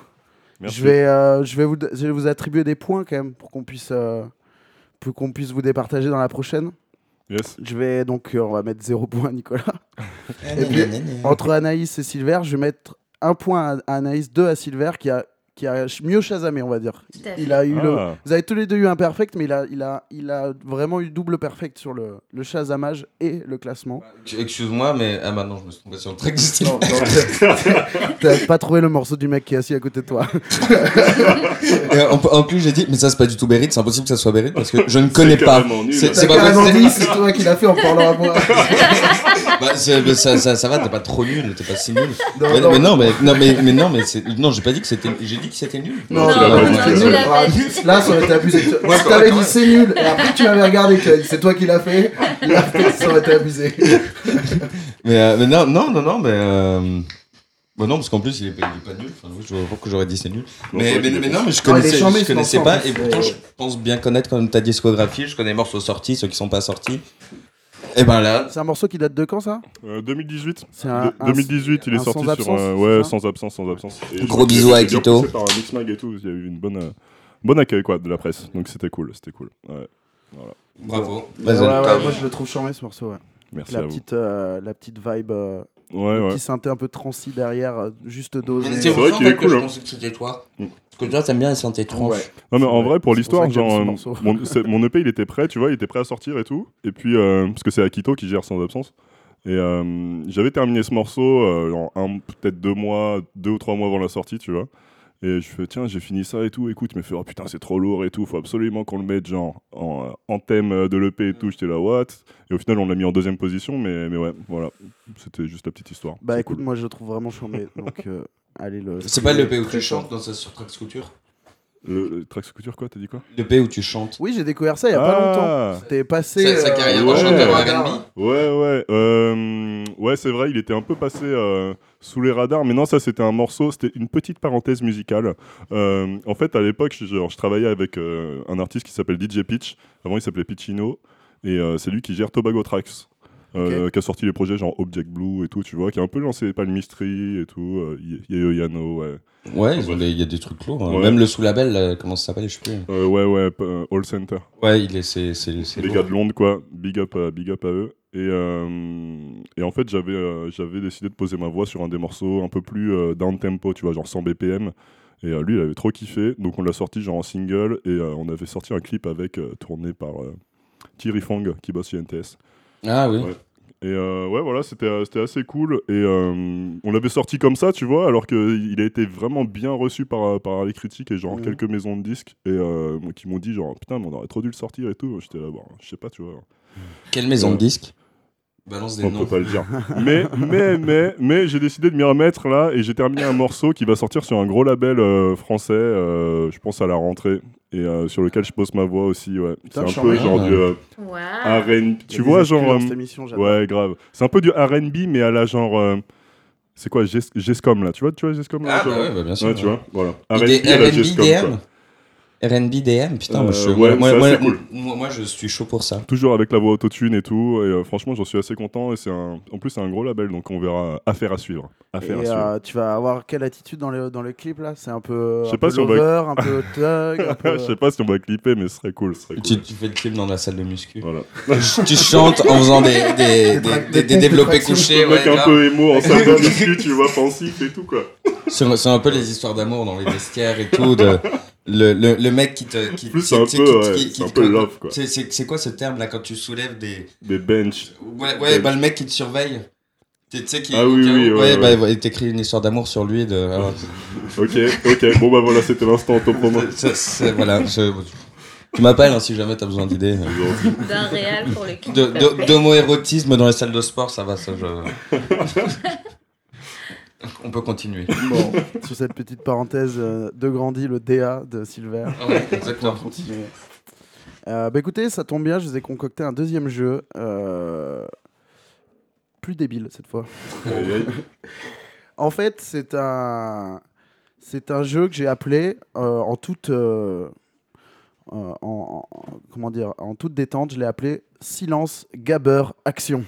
Speaker 5: Merci.
Speaker 3: Je vais, euh, je, vais vous, je vais vous attribuer des points quand même pour qu'on puisse, euh, pour qu'on puisse vous départager dans la prochaine.
Speaker 5: Yes.
Speaker 3: Je vais donc, euh, on va mettre 0 point à Nicolas. Et puis, entre Anaïs et Silver, je vais mettre un point à Anaïs, 2 à Silver qui a, qui a ch- mieux chasamé, on va dire.
Speaker 6: Tout à fait.
Speaker 3: Il a eu le,
Speaker 5: Ah.
Speaker 3: vous avez tous les deux eu un perfect, mais il a, il a, il a vraiment eu double perfect sur le, le chasamage et le classement.
Speaker 4: Excuse-moi, mais ah bah non, je me suis trompé sur le track du style.
Speaker 3: Non, non, t'as- T'as pas trouvé le morceau du mec qui est assis à côté de toi.
Speaker 4: Et en, en plus, j'ai dit, mais ça c'est pas du tout Berit, c'est impossible que ça soit Berit parce que je ne connais pas.
Speaker 5: carrément nul.
Speaker 4: C'est
Speaker 3: T'as
Speaker 4: c'est pas
Speaker 3: carrément
Speaker 4: possible.
Speaker 3: dit, c'est toi qui l'as fait en parlant à moi.
Speaker 4: Bah, c'est- mais ça, ça, ça va, t'es pas trop nul, t'es pas si nul.
Speaker 3: Non,
Speaker 4: mais,
Speaker 3: non.
Speaker 4: mais non, mais non, mais, mais non, mais c'est- non, j'ai pas dit que c'était, j'ai dit que c'était nul.
Speaker 3: Non,
Speaker 5: Non,
Speaker 3: tu
Speaker 5: tu l'as
Speaker 3: l'as
Speaker 5: pas
Speaker 3: pas
Speaker 5: dit,
Speaker 3: dit,
Speaker 5: tu
Speaker 3: c'est
Speaker 5: l'as
Speaker 3: nul.
Speaker 6: pas dit.
Speaker 3: Là, là, ça aurait été abusé. Tu- Moi, je
Speaker 4: ça
Speaker 3: t'avais
Speaker 4: aurait-
Speaker 3: dit c'est nul, et après tu m'avais regardé, tu as dit, c'est toi qui l'as fait. Là, peut-être ça aurait été abusé.
Speaker 4: Mais, euh, mais non, non, non, non, mais. Euh... bah non, parce qu'en plus, il est, pas- il est pas nul. Enfin, oui, je vois pas que j'aurais dit c'est nul. mais,
Speaker 5: Non, c'est
Speaker 4: mais,
Speaker 5: vrai
Speaker 4: mais
Speaker 5: qu'il est
Speaker 4: non, mais je
Speaker 3: Non, il est
Speaker 4: connaissais,
Speaker 3: charmé,
Speaker 4: je
Speaker 3: ce
Speaker 4: connaissais
Speaker 3: morceau, en
Speaker 4: pas.
Speaker 3: plus,
Speaker 4: Et pourtant,
Speaker 3: euh,
Speaker 4: je pense bien connaître quand même ta discographie. Je connais les morceaux sortis, ceux qui sont pas sortis. Et ben là,
Speaker 3: C'est un morceau qui date de quand ça
Speaker 5: Euh, 2018.
Speaker 3: C'est un-
Speaker 5: De-
Speaker 3: un-
Speaker 5: 2018, il est
Speaker 3: un
Speaker 5: sorti
Speaker 3: sans
Speaker 5: sur.
Speaker 3: absence,
Speaker 5: euh,
Speaker 3: c'est
Speaker 5: ouais,
Speaker 3: ça
Speaker 5: sans absence, sans absence. Et je
Speaker 4: Gros
Speaker 5: crois que
Speaker 4: bisous
Speaker 5: c'est
Speaker 4: à
Speaker 5: bien
Speaker 4: Akito.
Speaker 5: poussé par un Mixmag et tout, il y a eu une bonne. euh, bon accueil quoi de la presse. Donc c'était cool, c'était cool. Ouais.
Speaker 4: Bravo.
Speaker 3: Ouais,
Speaker 4: Vas-y,
Speaker 3: ouais,
Speaker 4: Tom.
Speaker 3: moi je le trouve charmé ce morceau. ouais.
Speaker 5: Merci à
Speaker 3: La
Speaker 5: vous.
Speaker 3: petite, euh, la petite vibe, euh,
Speaker 5: Ouais, ouais.
Speaker 3: petit synthé un peu transi derrière, euh, juste dosé.
Speaker 4: Mais
Speaker 5: C'est
Speaker 4: C'est
Speaker 5: vrai
Speaker 4: vrai
Speaker 5: qu'il est
Speaker 4: que
Speaker 5: cool,
Speaker 4: je
Speaker 5: hein.
Speaker 4: pensais que c'était toi.
Speaker 5: Mm.
Speaker 4: Parce que toi, t'aimes bien les synthés tranches.
Speaker 3: Ouais.
Speaker 5: Non mais en
Speaker 3: Ouais,
Speaker 5: vrai pour
Speaker 3: c'est pour
Speaker 5: l'histoire
Speaker 3: ça que j'aime
Speaker 5: genre
Speaker 3: ce
Speaker 5: euh,
Speaker 3: morceau.
Speaker 5: mon, c'est- mon EP il était prêt tu vois il était prêt à sortir et tout et puis euh, parce que c'est Akito qui gère sans absence et euh, j'avais terminé ce morceau euh, en un peut-être deux mois deux ou trois mois avant la sortie tu vois et je fais tiens j'ai fini ça et tout écoute mais fait oh putain c'est trop lourd et tout faut absolument qu'on le mette genre en, euh, en thème euh, de l'EP et tout j'étais là what et au final on l'a mis en deuxième position mais mais ouais voilà c'était juste la petite histoire
Speaker 3: Bah
Speaker 5: C'est
Speaker 3: écoute,
Speaker 5: cool.
Speaker 3: moi je le trouve vraiment charmé. donc euh, allez le.
Speaker 4: C'est pas l'EP où
Speaker 3: très
Speaker 4: tu
Speaker 3: fort.
Speaker 4: chantes dans sa sur Trax Couture
Speaker 5: le, le Euh, Trax Couture quoi t'as dit quoi
Speaker 4: L'EP où tu chantes.
Speaker 3: Oui, j'ai découvert ça il y a pas longtemps.
Speaker 5: Ah.
Speaker 3: C'était passé.
Speaker 4: C'est sa
Speaker 3: euh,
Speaker 4: carrière
Speaker 5: ouais.
Speaker 4: de chanteur
Speaker 5: Ouais.
Speaker 4: R&B.
Speaker 5: Ouais, ouais. euh, ouais, c'est vrai, il était un peu passé euh, sous les radars, mais non, ça c'était un morceau, c'était une petite parenthèse musicale. Euh, en fait, à l'époque, je, genre, je travaillais avec euh, un artiste qui s'appelle DJ Pitch. Avant, il s'appelait Pitchino, et euh, c'est lui qui gère Tobago Tracks. euh, qui a sorti les projets genre Object Blue et tout, tu vois, qui a un peu lancé les Palmistry et tout, euh, Y- Yeo Yano, ouais.
Speaker 4: Ouais, ils ont des- il y a des trucs lourds. hein.
Speaker 5: Ouais.
Speaker 4: Même le sous-label, là, comment ça s'appelle, je sais plus.
Speaker 5: Euh, ouais, ouais, p- euh, All Center.
Speaker 4: Ouais, il est, c'est, c'est, c'est
Speaker 5: les
Speaker 4: lourd.
Speaker 5: gars de Londres, quoi. Big up, à, big up à eux. Et, euh, et en fait, j'avais euh, j'avais décidé de poser ma voix sur un des morceaux un peu plus euh, down tempo, tu vois, genre 100 BPM. Et euh, lui, il avait trop kiffé. Donc, on l'a sorti genre en single. Et euh, on avait sorti un clip avec, euh, tourné par euh, Thierry Fong, qui bosse chez NTS.
Speaker 4: Ah oui.
Speaker 5: Ouais. Et euh, ouais, voilà, c'était euh, c'était assez cool. Et euh, on l'avait sorti comme ça, tu vois, alors qu'il a été vraiment bien reçu par, euh, par les critiques et genre
Speaker 3: Mhm.
Speaker 5: quelques maisons de disques et, euh, moi, qui m'ont dit, genre, putain, mais on aurait trop dû le sortir et tout. J'étais là, bon, je sais pas, tu vois.
Speaker 4: Quelle maison
Speaker 5: Ouais.
Speaker 4: de disques Balance des
Speaker 5: on
Speaker 4: noms.
Speaker 5: peut pas le dire. mais, mais, mais, mais j'ai décidé de m'y remettre là et j'ai terminé un morceau qui va sortir sur un gros label euh, français, euh, je pense à la rentrée, et euh, sur lequel je pose ma voix aussi, ouais. C'est
Speaker 3: Putain,
Speaker 5: un
Speaker 3: je
Speaker 5: peu
Speaker 3: suis
Speaker 5: genre
Speaker 4: en
Speaker 5: du euh, R&B.
Speaker 6: Waouh.
Speaker 3: Ah, il y a
Speaker 5: Tu
Speaker 3: des
Speaker 5: vois,
Speaker 3: exclus
Speaker 5: genre.
Speaker 3: dans
Speaker 5: euh,
Speaker 3: cette émission, j'adore.
Speaker 5: Ouais, grave. C'est un peu du RB, mais à la genre. euh, c'est quoi, Ges- Gescom là Tu vois, tu vois Gescom là
Speaker 4: Ah bah
Speaker 5: genre
Speaker 4: ouais, bah bien sûr.
Speaker 5: Ouais, tu vois, voilà.
Speaker 4: Il
Speaker 5: à la
Speaker 4: est
Speaker 5: Gescom,
Speaker 4: R&B
Speaker 5: quoi.
Speaker 4: DM R&B DM, putain,
Speaker 5: Euh,
Speaker 4: moi, je,
Speaker 5: ouais,
Speaker 4: moi,
Speaker 5: ça,
Speaker 4: moi,
Speaker 5: c'est cool.
Speaker 4: moi, moi, je suis chaud pour ça.
Speaker 5: Toujours avec la voix autotune et tout. Et euh, franchement, j'en suis assez content. Et c'est un... En plus, c'est un gros label, donc on verra. Affaire à suivre.
Speaker 3: Et
Speaker 5: Affaire à suivre.
Speaker 3: euh, tu vas avoir quelle attitude dans le, dans le clip là C'est un peu.
Speaker 5: Je sais
Speaker 3: un
Speaker 5: pas
Speaker 3: peu
Speaker 5: si on va-
Speaker 3: lover, un peu thug, un peu.
Speaker 5: Je sais pas si on va clipper, mais ce serait cool. Ce serait cool.
Speaker 4: Tu, tu fais le clip dans la salle de muscu.
Speaker 5: Voilà.
Speaker 4: tu chantes en faisant des, des, des,
Speaker 3: tra-
Speaker 4: des-
Speaker 3: des
Speaker 4: des
Speaker 3: pompes
Speaker 4: développés
Speaker 3: de traction,
Speaker 4: couchés.
Speaker 5: Le
Speaker 4: Ouais,
Speaker 5: mec un
Speaker 4: grave.
Speaker 5: peu émo en salle de muscu, tu vois, pensif et tout quoi.
Speaker 4: C'est c'est un peu les histoires d'amour dans les vestiaires et tout. De, le, le, le mec qui te. Qui,
Speaker 5: plus,
Speaker 4: qui-
Speaker 5: c'est un
Speaker 4: qui-
Speaker 5: peu,
Speaker 4: qui-
Speaker 5: ouais,
Speaker 4: qui-
Speaker 5: c'est un
Speaker 4: qui-
Speaker 5: peu love, quoi.
Speaker 4: C'est- C'est c'est quoi ce terme là quand tu soulèves des.
Speaker 5: Des bench.
Speaker 4: Ouais,
Speaker 5: Des-
Speaker 4: ouais bah, le mec qui te surveille. Tu sais qui.
Speaker 5: Ah oui,
Speaker 4: qui-
Speaker 5: oui, ouais,
Speaker 4: ouais, bah,
Speaker 5: ouais.
Speaker 4: ouais, t'écris une histoire d'amour sur lui. De, alors,
Speaker 5: Ok, ok. Bon bah voilà, c'était l'instant autopromo.
Speaker 4: ça- ça- voilà. je- tu m'appelles hein, si jamais t'as besoin d'idées.
Speaker 6: D'un réel pour le clip.
Speaker 4: De, de, d'homo-érotisme dans les salles de sport, ça va, ça je. On peut continuer.
Speaker 3: euh, Bon, sur cette petite parenthèse euh, de Grandi, le DA de Silver.
Speaker 4: Ouais, exactement.
Speaker 3: Continuez. Euh, bah écoutez, ça tombe bien, je vous ai concocté un deuxième jeu. euh, Plus débile cette fois.
Speaker 5: Aïe, aïe.
Speaker 3: En fait, c'est un, c'est un jeu que j'ai appelé euh, en toute, euh, euh, en, en- comment dire, en toute détente, je l'ai appelé Silence Gabber Action.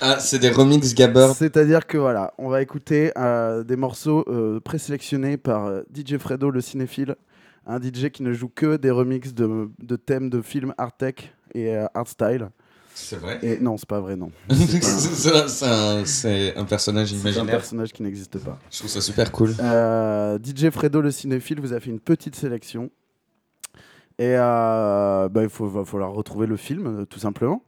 Speaker 4: Ah, c'est des remix Gabber.
Speaker 3: C'est-à-dire que voilà, on va écouter euh, des morceaux euh, présélectionnés par euh, DJ Fredo, le cinéphile, un DJ qui ne joue que des remixes de, de thèmes de films art tech et euh, art style.
Speaker 4: C'est vrai.
Speaker 3: Et non, c'est pas vrai, non.
Speaker 4: C'est- c'est- c'est un- C'est un personnage
Speaker 3: C'est un
Speaker 4: imaginaire.
Speaker 3: personnage qui n'existe pas.
Speaker 4: Je trouve ça super cool.
Speaker 3: Euh, DJ Fredo le cinéphile vous a fait une petite sélection. Et euh, bah, il faut, va falloir retrouver le film, euh, tout simplement.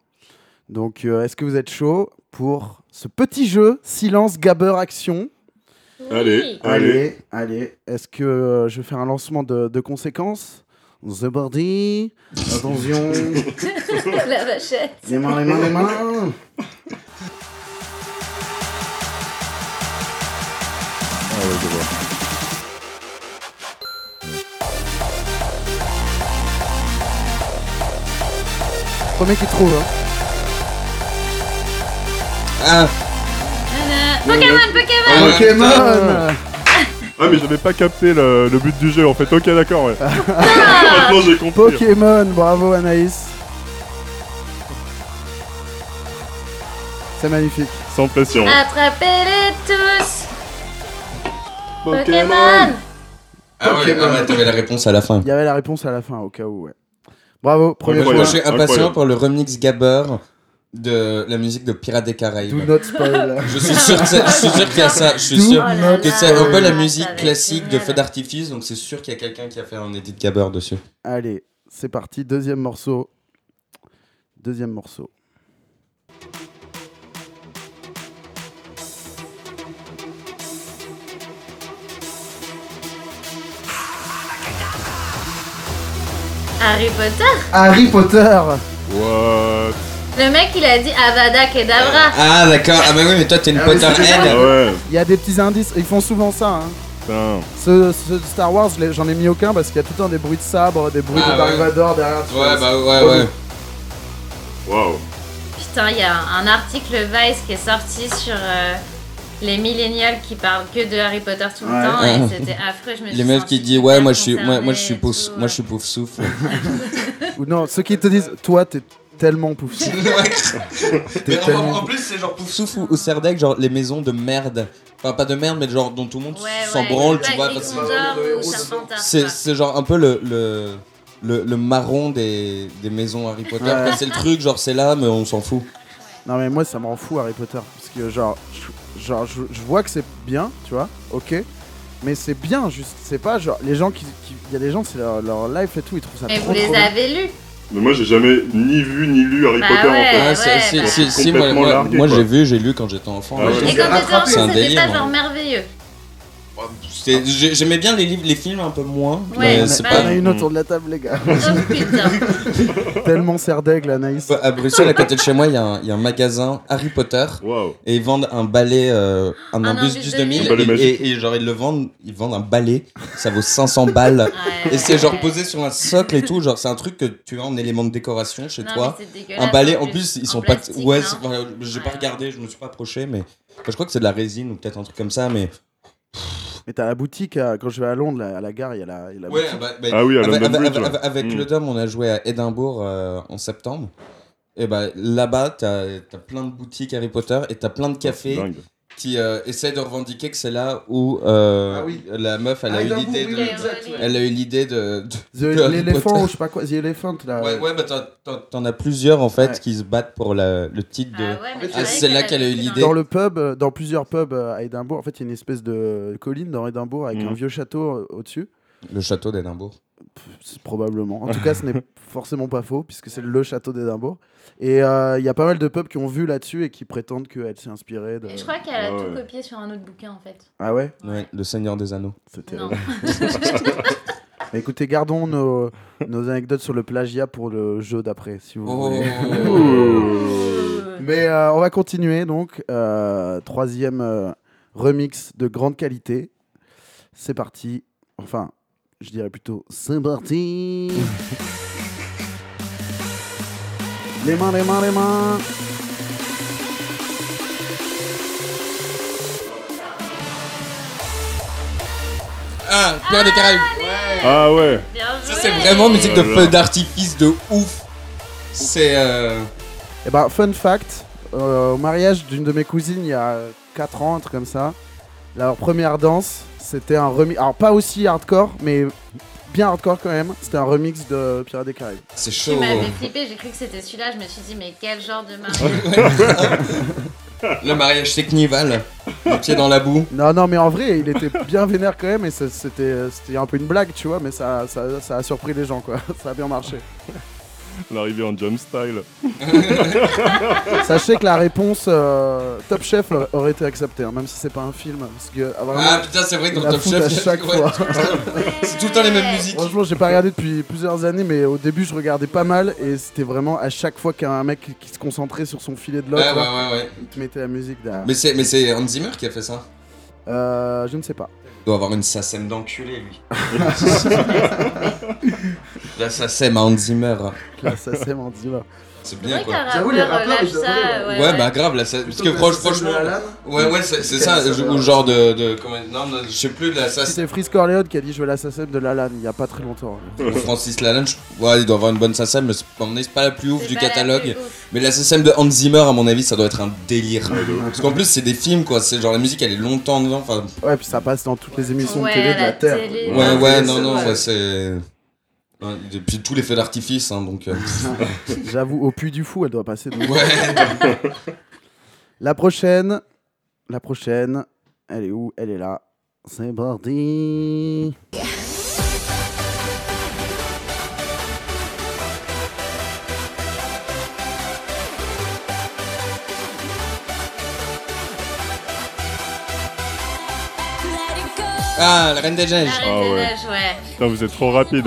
Speaker 3: Donc, euh, est-ce que vous êtes chaud pour ce petit jeu Silence, Gabber, Action
Speaker 5: Allez.
Speaker 3: Allez, allez. Est-ce que euh, je vais faire un lancement de, de conséquences The body. Attention.
Speaker 6: La vachette.
Speaker 3: les mains, les mains, les mains. Premier qui trouve. hein.
Speaker 4: Ah,
Speaker 6: Nana. Pokémon, Pokémon.
Speaker 4: ah,
Speaker 3: Pokémon
Speaker 5: Ah mais j'avais pas capté le, le but du jeu en fait. Ok d'accord ouais. Maintenant j'ai compris.
Speaker 3: Pokémon, bravo Anaïs. C'est magnifique.
Speaker 5: Sans
Speaker 6: Ah,
Speaker 5: pression.
Speaker 6: Attrapez-les tous. Pokémon.
Speaker 4: Ah ouais,
Speaker 3: Pokémon.
Speaker 4: ah ouais, t'avais la réponse à la fin.
Speaker 3: Il y avait la réponse à la fin, au cas où, ouais. Bravo, premier
Speaker 4: Moi,
Speaker 3: point.
Speaker 5: Incroyable.
Speaker 4: je suis impatient
Speaker 5: Incroyable.
Speaker 4: pour le remix Gabber de la musique de Pirates des
Speaker 3: Do
Speaker 4: Caraïbes.
Speaker 3: not spoil.
Speaker 4: Je suis sûr, que ça- je suis sûr qu'il y a ça. Je suis
Speaker 3: Do
Speaker 4: sûr
Speaker 6: Oh là
Speaker 4: que
Speaker 6: là,
Speaker 4: c'est un peu la
Speaker 6: ça va
Speaker 4: musique
Speaker 6: être
Speaker 4: classique de
Speaker 6: génial.
Speaker 4: feu d'artifice, donc c'est sûr qu'il y a quelqu'un qui a fait un edit Gabber dessus.
Speaker 3: Allez, c'est parti, deuxième morceau. Deuxième morceau.
Speaker 6: Harry Potter
Speaker 3: Harry Potter
Speaker 5: What
Speaker 6: Le mec, il a dit Avada Kedavra.
Speaker 4: Ah d'accord, ah bah oui, mais toi t'es une
Speaker 3: Ah oui,
Speaker 5: Ah
Speaker 4: Potterhead.
Speaker 5: ouais,
Speaker 3: Il y a des petits indices, ils font souvent ça. Hein.
Speaker 5: putain.
Speaker 3: Ce, ce Star Wars, je l'ai- j'en ai mis aucun parce qu'il y a tout le temps des bruits de sabre, des bruits
Speaker 4: Ah
Speaker 3: de Dark
Speaker 4: ouais.
Speaker 3: Vador derrière. tu vois,
Speaker 4: Ouais, bah ouais, ouais.
Speaker 5: Waouh.
Speaker 6: Putain, il y a un article Vice qui est sorti sur euh, les millénials qui parlent que de Harry Potter tout le
Speaker 3: Ouais.
Speaker 6: temps
Speaker 4: Ouais.
Speaker 6: et c'était affreux. Je me
Speaker 4: Ah. Les
Speaker 6: suis
Speaker 4: meufs
Speaker 6: sentie
Speaker 4: qui disent ouais
Speaker 6: hyper
Speaker 4: moi je suis moi,
Speaker 6: concernée
Speaker 4: moi je suis
Speaker 6: et
Speaker 4: pouf
Speaker 6: tout,
Speaker 4: moi
Speaker 6: ouais.
Speaker 4: je suis pouf souffle.
Speaker 3: Ou non, ceux qui te disent, toi, t'es tellement pouf.
Speaker 4: Mais
Speaker 3: t'es tellement.
Speaker 4: plus c'est genre pouf souffle ou, ou Serdec genre les maisons de merde. Enfin pas de merde mais genre dont tout le monde
Speaker 6: Ouais,
Speaker 4: s'en
Speaker 6: ouais,
Speaker 4: branle
Speaker 6: ouais,
Speaker 4: tu vois. parce que-
Speaker 6: Gryffondor
Speaker 3: c'est-
Speaker 6: ou Serpentard,
Speaker 4: C'est
Speaker 6: quoi.
Speaker 4: c'est genre un peu le, le, le, le marron des, des maisons Harry Potter.
Speaker 3: Ouais.
Speaker 4: quoi. C'est le truc, genre c'est là, mais on s'en fout.
Speaker 3: Non, mais moi, ça me rend fou, Harry Potter. Parce que, genre, je, genre, je, je vois que c'est bien, tu vois, ok. Mais c'est bien, juste. C'est pas genre. Les gens qui. qui- Il y a des gens, c'est leur, leur life et tout, ils trouvent ça
Speaker 6: Mais
Speaker 3: trop,
Speaker 6: vous les
Speaker 3: trop bien.
Speaker 6: avez lus
Speaker 5: Mais moi, j'ai jamais ni vu ni lu Harry
Speaker 6: Bah
Speaker 5: Potter en fait.
Speaker 6: ouais.
Speaker 4: Ah, c'est- c'est-
Speaker 6: bah.
Speaker 4: c'est-
Speaker 5: C'est
Speaker 4: si, moi,
Speaker 5: complètement
Speaker 4: moi-
Speaker 5: largué,
Speaker 4: moi,
Speaker 5: quoi.
Speaker 4: j'ai vu, j'ai lu quand j'étais enfant.
Speaker 5: Ah
Speaker 4: mais
Speaker 5: ouais.
Speaker 4: j'ai-
Speaker 6: Et
Speaker 3: les ai
Speaker 6: quand t'étais
Speaker 3: rattrapés.
Speaker 6: enfant,
Speaker 4: C'est un
Speaker 6: c'était pas
Speaker 4: délire,
Speaker 6: genre
Speaker 4: hein.
Speaker 6: merveilleux.
Speaker 4: c'est- j'ai- J'aimais bien les livres, les films un peu moins.
Speaker 6: Ouais,
Speaker 4: mais
Speaker 3: On a-
Speaker 4: c'est
Speaker 6: bah
Speaker 4: pas. Mm.
Speaker 3: on a une autour de la table, les gars.
Speaker 6: Oh putain.
Speaker 3: Tellement serre d'aigle, Anaïs.
Speaker 4: À Bruxelles, à côté de chez moi, il y, a un- il y a un magasin Harry Potter
Speaker 5: Waouh.
Speaker 4: et ils vendent un balai, euh, un,
Speaker 6: Un
Speaker 4: imbus
Speaker 6: imbus
Speaker 4: du
Speaker 6: de
Speaker 4: 2000
Speaker 6: mille.
Speaker 5: Un balai
Speaker 4: et,
Speaker 5: magique.
Speaker 4: et- et genre ils le vendent, ils vendent un balai, ça vaut 500 balles
Speaker 6: Ouais.
Speaker 4: et c'est genre posé sur un socle et tout, genre c'est un truc que tu as en élément de décoration chez
Speaker 6: Non,
Speaker 4: toi.
Speaker 6: mais c'est dégueulasse,
Speaker 4: Un balai, en plus, ils
Speaker 6: en
Speaker 4: sont pas.
Speaker 6: plastique, hein.
Speaker 4: Ouais,
Speaker 6: non
Speaker 4: c'est- voilà, j'ai pas
Speaker 6: Ouais.
Speaker 4: regardé, je me suis pas approché, mais. enfin, je crois que c'est de la résine ou peut-être un truc comme ça, mais.
Speaker 3: Mais t'as la boutique, à- quand je vais à Londres, là, à la gare, il y a la, il y a la
Speaker 4: Ouais,
Speaker 3: boutique.
Speaker 4: bah, bah,
Speaker 5: Ah oui, à
Speaker 4: avec,
Speaker 5: London
Speaker 4: avec-
Speaker 5: Bridge, ouais.
Speaker 4: avec- avec
Speaker 5: Mm.
Speaker 4: le Dom, on a joué à Édimbourg euh, en septembre. Et bah là-bas, t'as t'as plein de boutiques Harry Potter et t'as plein de
Speaker 5: C'est
Speaker 4: cafés
Speaker 5: dingue.
Speaker 4: qui euh, essaient de revendiquer que c'est là où euh,
Speaker 3: Ah oui.
Speaker 4: la meuf, elle a
Speaker 3: Ah,
Speaker 4: eu
Speaker 3: Édimbourg,
Speaker 4: l'idée
Speaker 3: oui,
Speaker 4: de.
Speaker 3: exact, ouais.
Speaker 4: Elle a eu l'idée de. de-
Speaker 3: The-
Speaker 4: Harry
Speaker 3: L'éléphant,
Speaker 4: Potter.
Speaker 3: ou je sais pas quoi, The Elephant, là.
Speaker 4: Ouais, ouais, bah t'en- t'en- t'en as plusieurs en fait
Speaker 3: Ouais.
Speaker 4: qui se battent pour la- le titre de.
Speaker 6: Ah ouais, mais
Speaker 4: Ah,
Speaker 6: savais
Speaker 4: c'est
Speaker 6: qu'elle
Speaker 4: là
Speaker 6: avait
Speaker 4: qu'elle a eu
Speaker 6: fait
Speaker 4: l'idée.
Speaker 6: dans
Speaker 3: Dans le pub, euh, dans plusieurs pubs euh, à Édimbourg, en fait, il y a une espèce de colline dans Édimbourg avec
Speaker 5: Mhm.
Speaker 3: un vieux château euh, au-dessus.
Speaker 4: Le château d'Édimbourg.
Speaker 3: C'est Probablement. En tout cas, ce n'est forcément pas faux, puisque c'est le château d'Édimbourg. Et euh, il y a pas mal de pubs qui ont vu là-dessus et qui prétendent qu'elle s'est inspirée de.
Speaker 6: Et je crois qu'elle a
Speaker 5: Ah ouais.
Speaker 6: tout copié sur un autre bouquin en fait.
Speaker 3: Ah ouais
Speaker 4: Ouais, le Seigneur des Anneaux.
Speaker 3: C'est terrible.
Speaker 6: Non.
Speaker 3: Bah, écoutez, gardons nos, nos anecdotes sur le plagiat pour le jeu d'après, si vous
Speaker 4: Oh.
Speaker 3: voulez.
Speaker 6: Oh,
Speaker 3: Mais euh, on va continuer donc. Euh, troisième euh, remix de grande qualité. C'est parti. Enfin, je dirais plutôt c'est parti. les mains, les mains, les mains.
Speaker 4: Ah, Pierre des Caraïbes
Speaker 5: Ah ouais.
Speaker 6: Bien joué.
Speaker 4: Ça, c'est vraiment musique de
Speaker 5: Oh là là.
Speaker 4: feu d'artifice de ouf. C'est. euh,
Speaker 3: Et ben, fun fact euh, au mariage d'une de mes cousines il y a 4 ans, un truc comme ça, leur première danse, c'était un remix. Alors, pas aussi hardcore, mais bien hardcore quand même. C'était un remix de Pirates des Caraïbes.
Speaker 4: C'est
Speaker 6: Tu
Speaker 4: chaud.
Speaker 6: m'avais flippé, j'ai cru que c'était celui-là, je me suis dit mais quel genre de mari
Speaker 4: Le mariage technival. Les pieds dans la boue.
Speaker 3: Non, non, mais en vrai, il était bien vénère quand même, et ça- c'était c'était un peu une blague, tu vois, mais ça, ça, ça a surpris les gens, quoi. Ça a bien marché.
Speaker 5: L'arrivée en jump style.
Speaker 3: Sachez que la réponse euh, Top Chef euh, aurait été acceptée, hein, même si c'est pas un film, parce que ah, vraiment,
Speaker 4: Ah putain, c'est vrai,
Speaker 3: ils
Speaker 4: dans
Speaker 3: la
Speaker 4: Top
Speaker 3: foutent
Speaker 4: Chef.
Speaker 3: à
Speaker 4: il y a-
Speaker 3: chaque
Speaker 4: ouais,
Speaker 3: fois.
Speaker 4: C'est tout le temps les mêmes musiques.
Speaker 3: Franchement, j'ai pas regardé depuis plusieurs années, mais au début, je regardais pas mal, et c'était vraiment à chaque fois qu'il y a un mec qui, qui se concentrait sur son filet de l'autre,
Speaker 4: Ouais, ouais,
Speaker 3: là,
Speaker 4: ouais, ouais.
Speaker 3: il te mettait la musique derrière.
Speaker 4: Mais c'est, mais c'est Hans Zimmer qui a fait ça.
Speaker 3: Euh, je ne sais pas.
Speaker 4: Il doit avoir une sacem d'enculé, lui. La sacem à Hans Zimmer.
Speaker 3: Là, ça c'est mon diva.
Speaker 4: C'est
Speaker 6: C'est
Speaker 4: bien
Speaker 6: vrai qu'un
Speaker 4: quoi.
Speaker 3: J'avoue, les
Speaker 6: rappeur euh,
Speaker 3: rappeurs, ils
Speaker 6: lâche
Speaker 3: devraient,
Speaker 6: ça.
Speaker 3: ouais.
Speaker 4: Ouais, bah grave là, ça- parce que franch- franchement. Ouais, ouais, c'est c'est
Speaker 3: C'était
Speaker 4: ça,
Speaker 3: l'assassin.
Speaker 4: je- ou genre de. de comment, non, non, je sais plus, là, ça,
Speaker 3: C'était Frisk Corleone qui a dit je veux l'assassin de Lalan il y a pas très longtemps.
Speaker 4: Ou Francis Lalanne, je- ouais, il doit avoir une bonne SACEM, mais c'est à mon avis, c'est pas la plus ouf du catalogue. Mais la SACEM de Hans Zimmer, à mon avis, ça doit être un délire. Parce qu'en plus, c'est des films, quoi. C'est genre la musique, elle est longtemps devant. Enfin,
Speaker 3: Ouais, puis ça passe dans toutes les émissions
Speaker 6: Ouais,
Speaker 3: de télé
Speaker 6: à
Speaker 3: de
Speaker 6: la
Speaker 3: la Terre.
Speaker 6: télé.
Speaker 4: ouais,
Speaker 6: Ouais,
Speaker 4: ouais,
Speaker 3: c'est-
Speaker 4: non, non,
Speaker 3: ouais.
Speaker 4: ouais, c'est. ouais, et puis tous les feux d'artifice, hein, donc. euh,
Speaker 3: J'avoue, au puits du fou, elle doit passer. donc.
Speaker 4: ouais,
Speaker 3: La prochaine, la prochaine, elle est où Elle est là. C'est parti.
Speaker 4: ah, la Reine des Neiges.
Speaker 6: Arrête
Speaker 5: Ah
Speaker 6: de
Speaker 5: ouais.
Speaker 6: lâche, ouais.
Speaker 5: Putain, vous êtes trop rapide.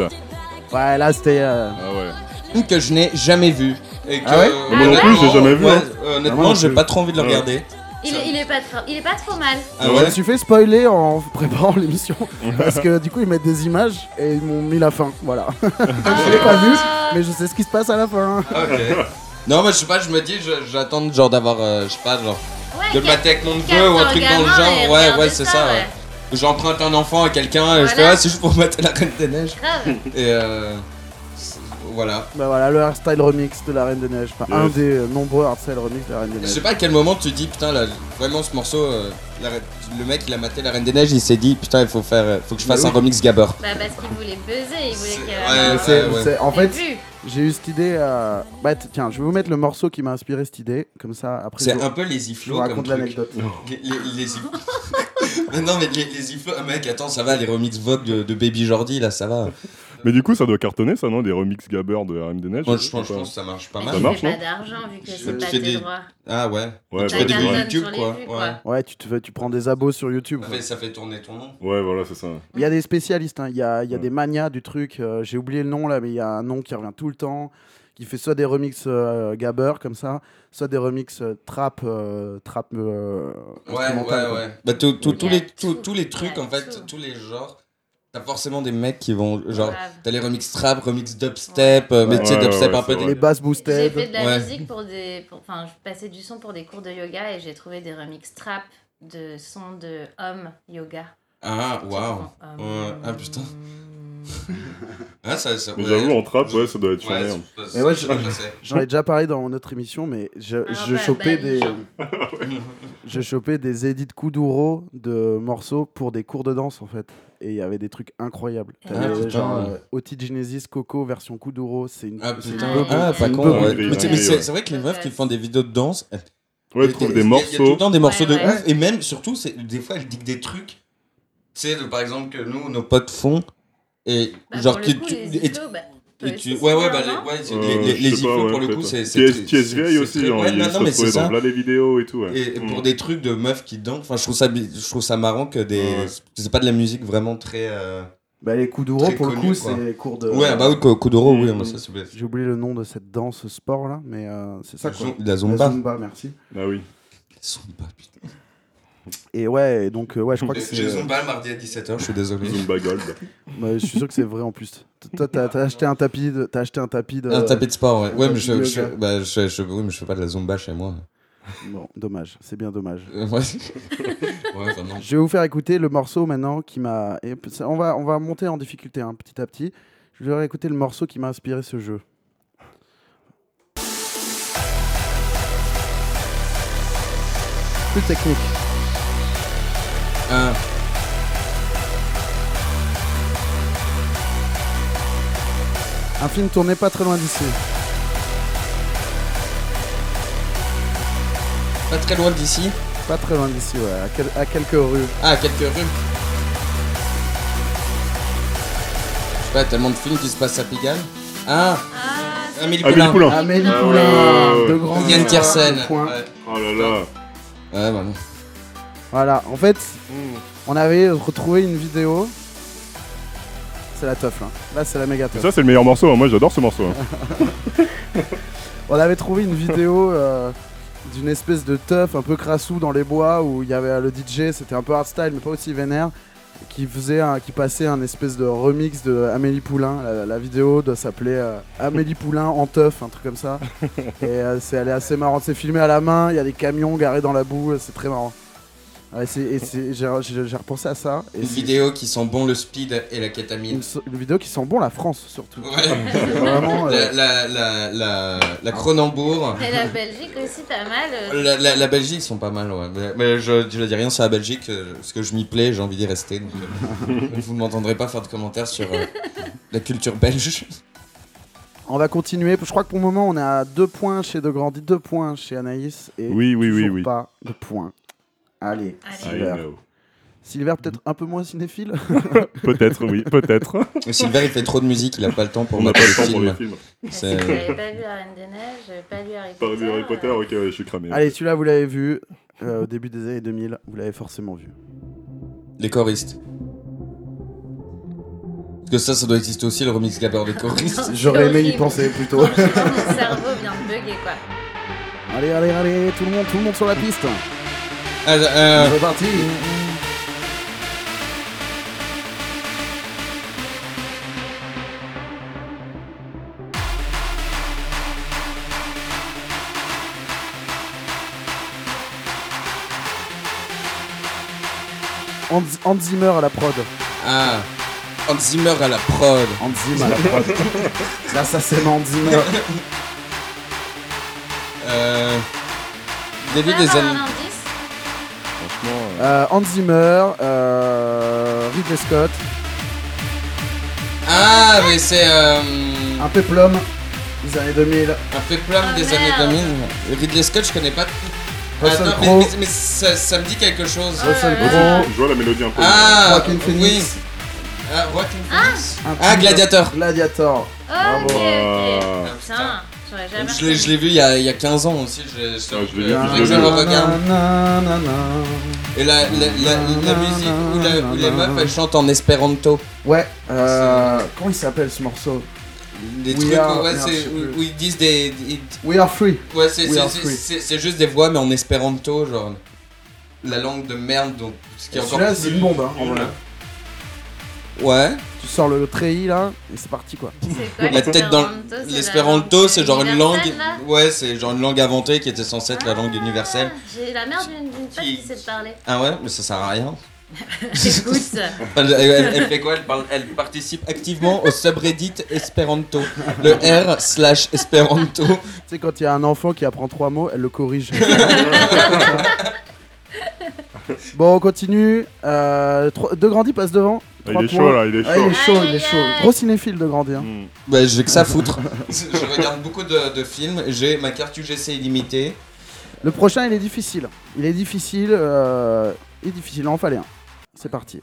Speaker 3: Ouais, là c'était. euh,
Speaker 5: Ah ouais.
Speaker 4: Une que je n'ai jamais vue. Et que,
Speaker 3: Ah ouais
Speaker 4: euh,
Speaker 5: Moi non plus, je l'ai jamais vue,
Speaker 4: ouais,
Speaker 5: hein.
Speaker 4: euh,
Speaker 3: Ah, moi
Speaker 4: Honnêtement,
Speaker 3: non
Speaker 4: j'ai
Speaker 3: plus.
Speaker 4: pas trop envie de la
Speaker 5: Ouais.
Speaker 4: regarder.
Speaker 6: Il,
Speaker 4: Ça-
Speaker 6: il est pas trop, il est pas trop mal.
Speaker 4: Ah
Speaker 3: Je
Speaker 4: ouais
Speaker 3: me suis fait spoiler en préparant l'émission parce que du coup ils mettent des images et ils m'ont mis la fin. Voilà. Ah,
Speaker 6: Ah.
Speaker 3: je l'ai pas vu, mais je sais ce qui se passe à la fin.
Speaker 4: Ok. Non, mais je sais pas, je me dis, je- j'attends genre d'avoir, euh, je sais pas, genre,
Speaker 6: Ouais,
Speaker 4: de le
Speaker 6: quatre-
Speaker 4: mater avec mon neveu
Speaker 6: quatre
Speaker 4: ou un truc dans le
Speaker 6: gamins
Speaker 4: genre.
Speaker 6: et
Speaker 4: Ouais,
Speaker 6: regarder
Speaker 4: ouais, c'est ça. ouais.
Speaker 6: ouais.
Speaker 4: J'emprunte un enfant à quelqu'un et je fais,
Speaker 6: Voilà.
Speaker 4: ah, c'est juste pour mater la Reine des Neiges.
Speaker 6: Grave.
Speaker 4: Et euh. c'est- Voilà.
Speaker 3: Bah voilà, le hairstyle remix de la Reine des Neiges. Enfin,
Speaker 5: Yes.
Speaker 3: un des euh, nombreux hairstyle remix de la Reine des
Speaker 4: Je
Speaker 3: Neiges.
Speaker 4: sais pas à quel moment tu dis, putain, là, vraiment ce morceau, euh, la Reine- le mec il a maté la Reine des Neiges, il s'est dit, putain, il faut faire, euh, faut que je fasse
Speaker 3: Mais
Speaker 4: un remix Gabber.
Speaker 6: Bah parce qu'il voulait buzzer, il voulait
Speaker 4: C'est-
Speaker 6: que.
Speaker 4: ouais,
Speaker 6: euh,
Speaker 3: C'est-
Speaker 4: Ouais, ouais.
Speaker 3: c'est- en
Speaker 6: t'aies
Speaker 3: fait,
Speaker 6: vu.
Speaker 3: j'ai eu cette idée. euh, Bah t- tiens, je vais vous mettre le morceau qui m'a inspiré cette idée. Comme ça, après, je
Speaker 4: C'est
Speaker 3: vous-
Speaker 4: un peu les
Speaker 3: je vous
Speaker 4: iflots comme
Speaker 3: raconte
Speaker 4: truc.
Speaker 3: l'anecdote.
Speaker 4: Les, les, les iflots- Mais non, mais les, les iflots, ah, mec, attends, ça va, les remix Vogue de, de Baby Jordi, là, ça va.
Speaker 5: Mais du coup, ça doit cartonner, ça, non Des remix gabber de RM des Neiges
Speaker 4: Moi, je pense, je pense que ça marche pas
Speaker 6: Mais
Speaker 4: mal.
Speaker 5: Ça
Speaker 6: tu
Speaker 5: marche,
Speaker 6: fais
Speaker 5: non
Speaker 6: pas d'argent vu que
Speaker 4: Je-
Speaker 6: c'est
Speaker 4: tu
Speaker 6: pas
Speaker 4: fais
Speaker 6: tes
Speaker 4: des-
Speaker 6: droits.
Speaker 4: Ah ouais.
Speaker 5: Ouais,
Speaker 4: Tu
Speaker 6: Bah,
Speaker 4: fais des
Speaker 5: bah,
Speaker 6: cartonne
Speaker 4: vues
Speaker 5: ouais.
Speaker 6: cartonnes.
Speaker 4: YouTube,
Speaker 6: sur les
Speaker 4: quoi.
Speaker 6: vues, quoi.
Speaker 4: ouais.
Speaker 3: Ouais, tu, te fais, tu prends des abos sur YouTube.
Speaker 4: Ça
Speaker 3: quoi.
Speaker 4: fait- ça fait tourner ton nom.
Speaker 5: Ouais, voilà, c'est ça.
Speaker 3: Il y a des spécialistes, hein. il y a, il y a
Speaker 5: Ouais.
Speaker 3: des manias du truc. euh, J'ai oublié le nom là, mais il y a un nom qui revient tout le temps, qui fait soit des remixes euh, gabber comme ça, soit des remixes euh, trap, euh, trap euh,
Speaker 4: Ouais, ouais,
Speaker 3: instrumental, quoi.
Speaker 4: ouais. Bah, tout- tout-
Speaker 6: Oui.
Speaker 4: tous,
Speaker 6: Il y a
Speaker 4: les, tout-
Speaker 6: tout.
Speaker 4: tous les trucs,
Speaker 6: Il y a
Speaker 4: en fait,
Speaker 6: tout.
Speaker 4: tous les genres, t'as forcément des mecs qui vont. Genre,
Speaker 6: Grave.
Speaker 4: t'as les remix trap, remix dubstep, euh, mais tu sais,
Speaker 5: Ouais,
Speaker 4: dubstep
Speaker 5: ouais,
Speaker 4: un peu.
Speaker 5: c'est
Speaker 4: des-
Speaker 5: vrai.
Speaker 3: Les basses
Speaker 6: J'ai
Speaker 3: boosted.
Speaker 6: fait de la
Speaker 4: Ouais.
Speaker 6: musique pour des. pour- Enfin, je passais du son pour des cours de yoga et j'ai trouvé des remix trap de sons de hommes yoga.
Speaker 4: Ah,
Speaker 6: Qui
Speaker 4: waouh.
Speaker 6: font, euh,
Speaker 4: Ouais. Ah, putain. Ah, ça, ça,
Speaker 5: Mais
Speaker 4: ouais.
Speaker 5: j'avoue, en trap, ouais, ça doit être
Speaker 4: Ouais,
Speaker 5: charmé. hein.
Speaker 4: ça- ça-
Speaker 3: Mais ouais,
Speaker 4: ça-
Speaker 3: je-
Speaker 4: ça- ça-
Speaker 3: J'en ai déjà parlé dans notre émission, mais je,
Speaker 6: Ah,
Speaker 3: je
Speaker 6: bah,
Speaker 3: chopais
Speaker 6: bah,
Speaker 3: des.
Speaker 6: genre.
Speaker 3: je chopais des edits Kuduro de morceaux pour des cours de danse en fait. Et il y avait des trucs incroyables.
Speaker 6: Ah,
Speaker 3: T'avais,
Speaker 4: Eh, putain.
Speaker 3: genre euh, Oti Genesis Coco version Kuduro, c'est une.
Speaker 4: Ah
Speaker 3: c'est une
Speaker 4: putain,
Speaker 3: beuh-
Speaker 4: ah
Speaker 6: c'est
Speaker 4: pas
Speaker 3: une
Speaker 4: con,
Speaker 3: beuh-
Speaker 4: ouais.
Speaker 5: une
Speaker 4: Mais c'est- mais
Speaker 5: beuh-
Speaker 4: c'est c'est vrai que les meufs qui font des vidéos de danse, elles-
Speaker 5: Ouais,
Speaker 4: elles-
Speaker 5: trouve
Speaker 4: elles-
Speaker 5: des
Speaker 4: elles- Il y a tout
Speaker 5: morceaux.
Speaker 4: le temps des morceaux de
Speaker 6: Ouais, ouais.
Speaker 4: ouf, et même surtout, c'est- des fois elles diguent des trucs, tu sais, de- par exemple, que nous, nos potes font, et
Speaker 6: Bah,
Speaker 4: genre,
Speaker 6: pour le
Speaker 4: qui-
Speaker 6: coup,
Speaker 4: tu-
Speaker 6: les
Speaker 4: et-
Speaker 6: iflots, bah,
Speaker 4: Et
Speaker 6: peut-
Speaker 4: tu-
Speaker 6: c'est
Speaker 4: Ouais, ouais,
Speaker 6: bien,
Speaker 4: bah,
Speaker 6: non
Speaker 4: les, ouais, c'est-
Speaker 5: Euh,
Speaker 4: les, les,
Speaker 5: je sais
Speaker 4: les
Speaker 5: pas,
Speaker 4: iflots,
Speaker 5: ouais,
Speaker 4: pour le coup,
Speaker 5: peut-être.
Speaker 4: c'est.
Speaker 5: Qui est-
Speaker 4: c'est-
Speaker 5: Qui est
Speaker 4: c'est-
Speaker 5: vieille
Speaker 4: c'est
Speaker 5: aussi,
Speaker 4: très-
Speaker 5: hein,
Speaker 4: ouais,
Speaker 5: il
Speaker 4: non,
Speaker 5: se
Speaker 4: non, mais c'est
Speaker 5: retrouvait dans
Speaker 4: ça.
Speaker 5: plein des vidéos et tout. ouais.
Speaker 4: Et
Speaker 5: Mm.
Speaker 4: pour des trucs de meufs qui dansent, enfin, je trouve ça, bi- je trouve ça marrant que des.
Speaker 5: Ouais.
Speaker 4: C'est pas de la musique vraiment très. euh,
Speaker 3: Bah, les Kuduro
Speaker 4: Très
Speaker 3: pour le
Speaker 4: connu,
Speaker 3: coup,
Speaker 4: quoi.
Speaker 3: c'est cours de.
Speaker 4: Ouais, bah oui, co- Kuduro, oui,
Speaker 5: Mm.
Speaker 4: moi, ça, c'est bien.
Speaker 3: J'ai oublié le nom de cette danse sport là, mais euh, c'est ça quoi.
Speaker 4: La
Speaker 3: La
Speaker 4: Zumba.
Speaker 3: Zumba, merci.
Speaker 5: Ah oui.
Speaker 4: Zumba, putain.
Speaker 3: Et ouais, et donc euh, ouais, je crois que c'est.
Speaker 4: J'ai Zumba le mardi à 17h, je suis désolé.
Speaker 5: Zumba Gold.
Speaker 3: bah, je suis sûr que c'est vrai en plus. Toi, t'as t'as acheté un tapis, de... t'as acheté un tapis de.
Speaker 4: Un tapis de Ah, sport, ouais. Ouais, mais je,
Speaker 3: yoga.
Speaker 4: je, bah, je, je- oui, mais je fais pas de la Zumba chez moi.
Speaker 3: Bon, dommage. C'est bien dommage.
Speaker 4: Euh, ouais, ouais enfin, non.
Speaker 3: Je vais vous faire écouter le morceau maintenant qui m'a. et ça- On va, on va monter en difficulté hein, petit à petit. Je vais vous faire écouter le morceau qui m'a inspiré ce jeu. Plus technique.
Speaker 4: Ah,
Speaker 3: Un film tourné pas très loin d'ici.
Speaker 4: pas très loin d'ici.
Speaker 3: Pas très loin d'ici, ouais. À, quel- à quelques rues.
Speaker 4: Ah, quelques rues. Je sais pas, tellement de films qui se passent à Pigalle. Ah,
Speaker 6: Ah, c'est-
Speaker 4: Amélie
Speaker 5: Amélie
Speaker 4: Poulain.
Speaker 5: Poulain.
Speaker 3: Amélie
Speaker 6: Ah
Speaker 3: Poulain,
Speaker 5: ouais, ouais,
Speaker 3: de
Speaker 5: ouais.
Speaker 3: grands
Speaker 4: Yann
Speaker 3: espoirs,
Speaker 4: Tiersen.
Speaker 3: de
Speaker 4: Ouais,
Speaker 3: points.
Speaker 4: ouais
Speaker 5: Oh là là.
Speaker 4: voilà.
Speaker 3: Voilà, en fait,
Speaker 5: Mm.
Speaker 3: on avait retrouvé une vidéo. C'est la teuf là. Là, c'est la méga teuf.
Speaker 5: Ça, c'est le meilleur morceau. hein. Moi, j'adore ce morceau. hein.
Speaker 3: On avait trouvé une vidéo euh, d'une espèce de teuf un peu crassou dans les bois où il y avait euh, le DJ, c'était un peu hardstyle mais pas aussi vénère. qui faisait un- qui passait un espèce de remix de Amélie Poulain. La, la vidéo doit s'appeler euh, Amélie Poulain en teuf, un truc comme ça. Et euh, c'est elle est assez marrante. C'est filmé à la main. Il y a des camions garés dans la boue. euh, C'est très marrant. Ouais, c'est- et c'est- j'ai j'ai- j'ai repensé à ça. Et
Speaker 4: Une
Speaker 3: c'est-
Speaker 4: vidéo qui sent bon le speed et la
Speaker 3: une,
Speaker 4: kétamine.
Speaker 3: so- une vidéo qui sent bon la France surtout.
Speaker 4: Ouais.
Speaker 3: Vraiment, euh,
Speaker 4: La, la, la, la, la Cronenbourg.
Speaker 6: Et la Belgique aussi, pas mal. euh,
Speaker 4: La, la, la Belgique, ils sont pas mal, ouais. Mais, mais je, je dis rien sur la Belgique, euh, parce que je m'y plais, j'ai envie d'y rester. donc, euh, vous ne m'entendrez pas faire de commentaires sur euh, la culture belge.
Speaker 3: On va continuer. Je crois que pour le moment, on est à deux points chez De Grandi, deux points chez Anaïs. Et
Speaker 5: Oui, oui, oui,
Speaker 3: toujours
Speaker 5: oui.
Speaker 3: pas de points. Allez,
Speaker 6: Allez.
Speaker 5: I
Speaker 3: Silver.
Speaker 5: know.
Speaker 3: Silver, peut-être un peu moins cinéphile
Speaker 5: Peut-être, oui, peut-être.
Speaker 4: Et Silver, il fait trop de musique, il a pas le temps pour
Speaker 5: On n'a
Speaker 4: mater
Speaker 5: pas
Speaker 4: les
Speaker 5: le temps pour les
Speaker 4: films.
Speaker 5: films.
Speaker 6: Parce
Speaker 4: C'est-
Speaker 6: que j'avais pas vu La Reine des Neiges, j'avais pas lu Harry
Speaker 5: Pas
Speaker 6: Potter.
Speaker 5: vu Harry Potter,
Speaker 6: euh,
Speaker 5: ok, ouais, je suis cramé.
Speaker 3: Allez, celui-là, vous l'avez vu euh, au début des années 2000. Vous l'avez forcément vu.
Speaker 4: Les choristes. Parce que ça, ça doit exister aussi, le remix gabber des choristes.
Speaker 3: J'aurais aimé y
Speaker 6: horrible.
Speaker 3: penser plutôt.
Speaker 6: Franchement, mon cerveau vient de bugger quoi.
Speaker 3: allez, allez, allez, tout le monde, tout le monde sur la piste.
Speaker 4: Ah, euh,
Speaker 3: C'est parti. Hans Hans Zimmer à la prod.
Speaker 4: ah, Hans Zimmer à la prod.
Speaker 3: Hans Zimmer à la prod. Là, ça c'est Hans Zimmer.
Speaker 4: Euh,
Speaker 6: Pas
Speaker 4: début des
Speaker 6: avoir Ah, un
Speaker 4: années.
Speaker 6: indice
Speaker 5: Franchement,
Speaker 3: Euh, Hans Zimmer, euh, Ridley Scott,
Speaker 4: Ah, mais c'est euh,
Speaker 3: un peplum des années 2000.
Speaker 4: un peplum
Speaker 6: Ah,
Speaker 4: des
Speaker 6: merde.
Speaker 4: années 2000. Ridley Scott, je connais pas.
Speaker 3: Russell
Speaker 4: Attends, mais,
Speaker 3: Crowe.
Speaker 4: mais- mais ça, ça me dit quelque chose.
Speaker 6: Oh là
Speaker 3: Russell
Speaker 6: là.
Speaker 3: Crowe.
Speaker 5: je vois la mélodie un peu.
Speaker 4: Ah,
Speaker 3: Joaquin Phoenix.
Speaker 4: oui. Ah, Joaquin Phoenix.
Speaker 3: Un
Speaker 4: Ah,
Speaker 3: film-
Speaker 4: Gladiator.
Speaker 3: Gladiator.
Speaker 6: Ok, ok.
Speaker 5: Ah.
Speaker 6: Putain, j'aurais jamais.
Speaker 4: Je l'ai- je l'ai vu il y, a, il y a 15 ans aussi. Je, je,
Speaker 5: Ah, je l'ai vu,
Speaker 4: je-
Speaker 5: je
Speaker 4: faudrait
Speaker 5: l'ai
Speaker 4: que je
Speaker 5: vu.
Speaker 4: le regarde.
Speaker 3: Nanana.
Speaker 4: Et la, la, la, la musique où, la- où les meufs elles chantent en espéranto.
Speaker 3: Ouais, euh, comment il s'appelle ce morceau
Speaker 4: Des
Speaker 3: We
Speaker 4: trucs
Speaker 3: are-
Speaker 4: où, ouais,
Speaker 3: merde, je
Speaker 4: c'est-
Speaker 3: sais
Speaker 4: où,
Speaker 3: plus.
Speaker 4: où ils disent des. ils-
Speaker 3: We Are Free.
Speaker 4: ouais, c'est-
Speaker 3: We
Speaker 4: c'est-
Speaker 3: are
Speaker 4: c'est-
Speaker 3: free.
Speaker 4: c'est c'est juste des voix mais en espéranto, genre. La langue de merde, donc. Ce qui est encore
Speaker 3: Celui-là, c'est une bombe. hein, en
Speaker 5: Voilà.
Speaker 3: vrai.
Speaker 4: Ouais.
Speaker 3: Tu sors le treillis là, et c'est parti quoi.
Speaker 6: C'est quoi
Speaker 4: La tête dans
Speaker 6: l'espéranto, c'est la
Speaker 4: l'espéranto, c'est genre une langue.
Speaker 6: universelle, là
Speaker 4: Ouais, c'est genre une langue inventée qui était censée être la langue universelle.
Speaker 6: Ah, J'ai la merde d'une d'une pote qui sait te parler.
Speaker 4: Ah ouais, mais ça sert à rien.
Speaker 6: Écoute,
Speaker 4: Elle, elle- elle fait quoi elle, parle- elle participe activement au subreddit Esperanto. Le R slash Esperanto.
Speaker 3: Tu sais, quand il y a un enfant qui apprend trois mots, elle le corrige. bon, on continue. Euh, trois- de Grandi passe devant.
Speaker 5: Ah,
Speaker 3: Trois
Speaker 5: il est
Speaker 3: points.
Speaker 5: chaud là, il est
Speaker 3: Ah, il est
Speaker 5: chaud.
Speaker 3: chaud,
Speaker 6: Aïe,
Speaker 3: il
Speaker 6: aïe,
Speaker 3: est chaud.
Speaker 6: aïe.
Speaker 3: Gros cinéphile de Grandi. Hein.
Speaker 5: Hmm.
Speaker 4: Bah, j'ai que ça à foutre. Je regarde beaucoup de, de films. J'ai ma carte UGC illimitée.
Speaker 3: Le prochain, il est difficile. Il est difficile. euh, Il est difficile. Il en fallait un. C'est parti.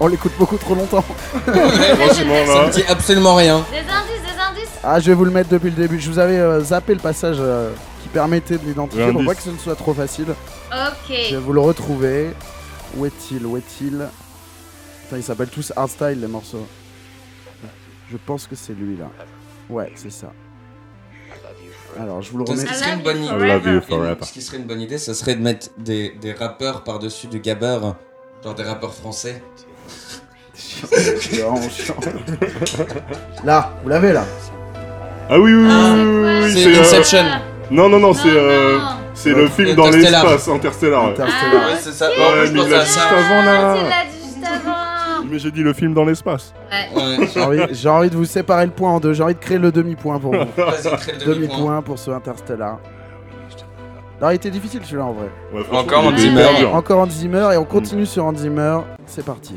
Speaker 3: On l'écoute beaucoup trop longtemps.
Speaker 5: Franchement
Speaker 4: Ça
Speaker 5: là.
Speaker 4: me dit absolument rien.
Speaker 6: des indices, des indices.
Speaker 3: Ah, je vais vous le mettre depuis le début. Je vous avais euh, zappé le passage euh, qui permettait de l'identifier pour
Speaker 5: L'indice.
Speaker 3: pas que ce ne soit trop facile. Je vais
Speaker 6: Ok.
Speaker 3: vous le retrouver. Où est-il Où est-il Putain, ils s'appellent tous Hardstyle les morceaux. Je pense que c'est lui là. Ouais, c'est ça. Alors, je vous le
Speaker 4: Putain,
Speaker 3: remets.
Speaker 4: Ce qui serait une bonne
Speaker 5: I love you
Speaker 4: idée.
Speaker 5: forever.
Speaker 4: Ce qui serait une bonne idée, ça serait de mettre des, des rappeurs par-dessus du gabber. Genre des rappeurs français.
Speaker 3: Non, chiant. là, vous l'avez là.
Speaker 5: Ah oui, oui, oui,
Speaker 4: Ah,
Speaker 5: oui, oui, oui,
Speaker 4: C'est
Speaker 5: c'est, euh,
Speaker 4: Inception.
Speaker 5: Non, non, non, c'est
Speaker 6: Non,
Speaker 5: euh,
Speaker 6: non.
Speaker 5: c'est le film dans
Speaker 4: Interstellar.
Speaker 5: l'espace, Interstellar. Ah ouais.
Speaker 3: Interstellar.
Speaker 4: Ouais, c'est ça.
Speaker 5: Ouais,
Speaker 4: Ouais, je
Speaker 5: mais il
Speaker 4: pensais
Speaker 5: l'a
Speaker 4: à
Speaker 5: dit
Speaker 4: ça.
Speaker 5: avant
Speaker 6: Ah, tu
Speaker 5: là.
Speaker 6: l'as dit juste avant.
Speaker 5: Mais j'ai dit le film dans l'espace.
Speaker 6: Ouais.
Speaker 4: Ouais.
Speaker 3: J'ai envie, j'ai envie de vous séparer le point en deux. J'ai envie de créer le demi-point pour vous.
Speaker 4: Vas-y, crée le demi-point.
Speaker 3: Demi-point pour ce Interstellar. Non, il était difficile celui-là en vrai.
Speaker 5: Ouais, franchement,
Speaker 4: Encore
Speaker 5: il
Speaker 4: un
Speaker 5: est
Speaker 4: Zimmer.
Speaker 5: hyper dur.
Speaker 3: Encore Hans Zimmer et on continue sur Hans Zimmer. C'est parti.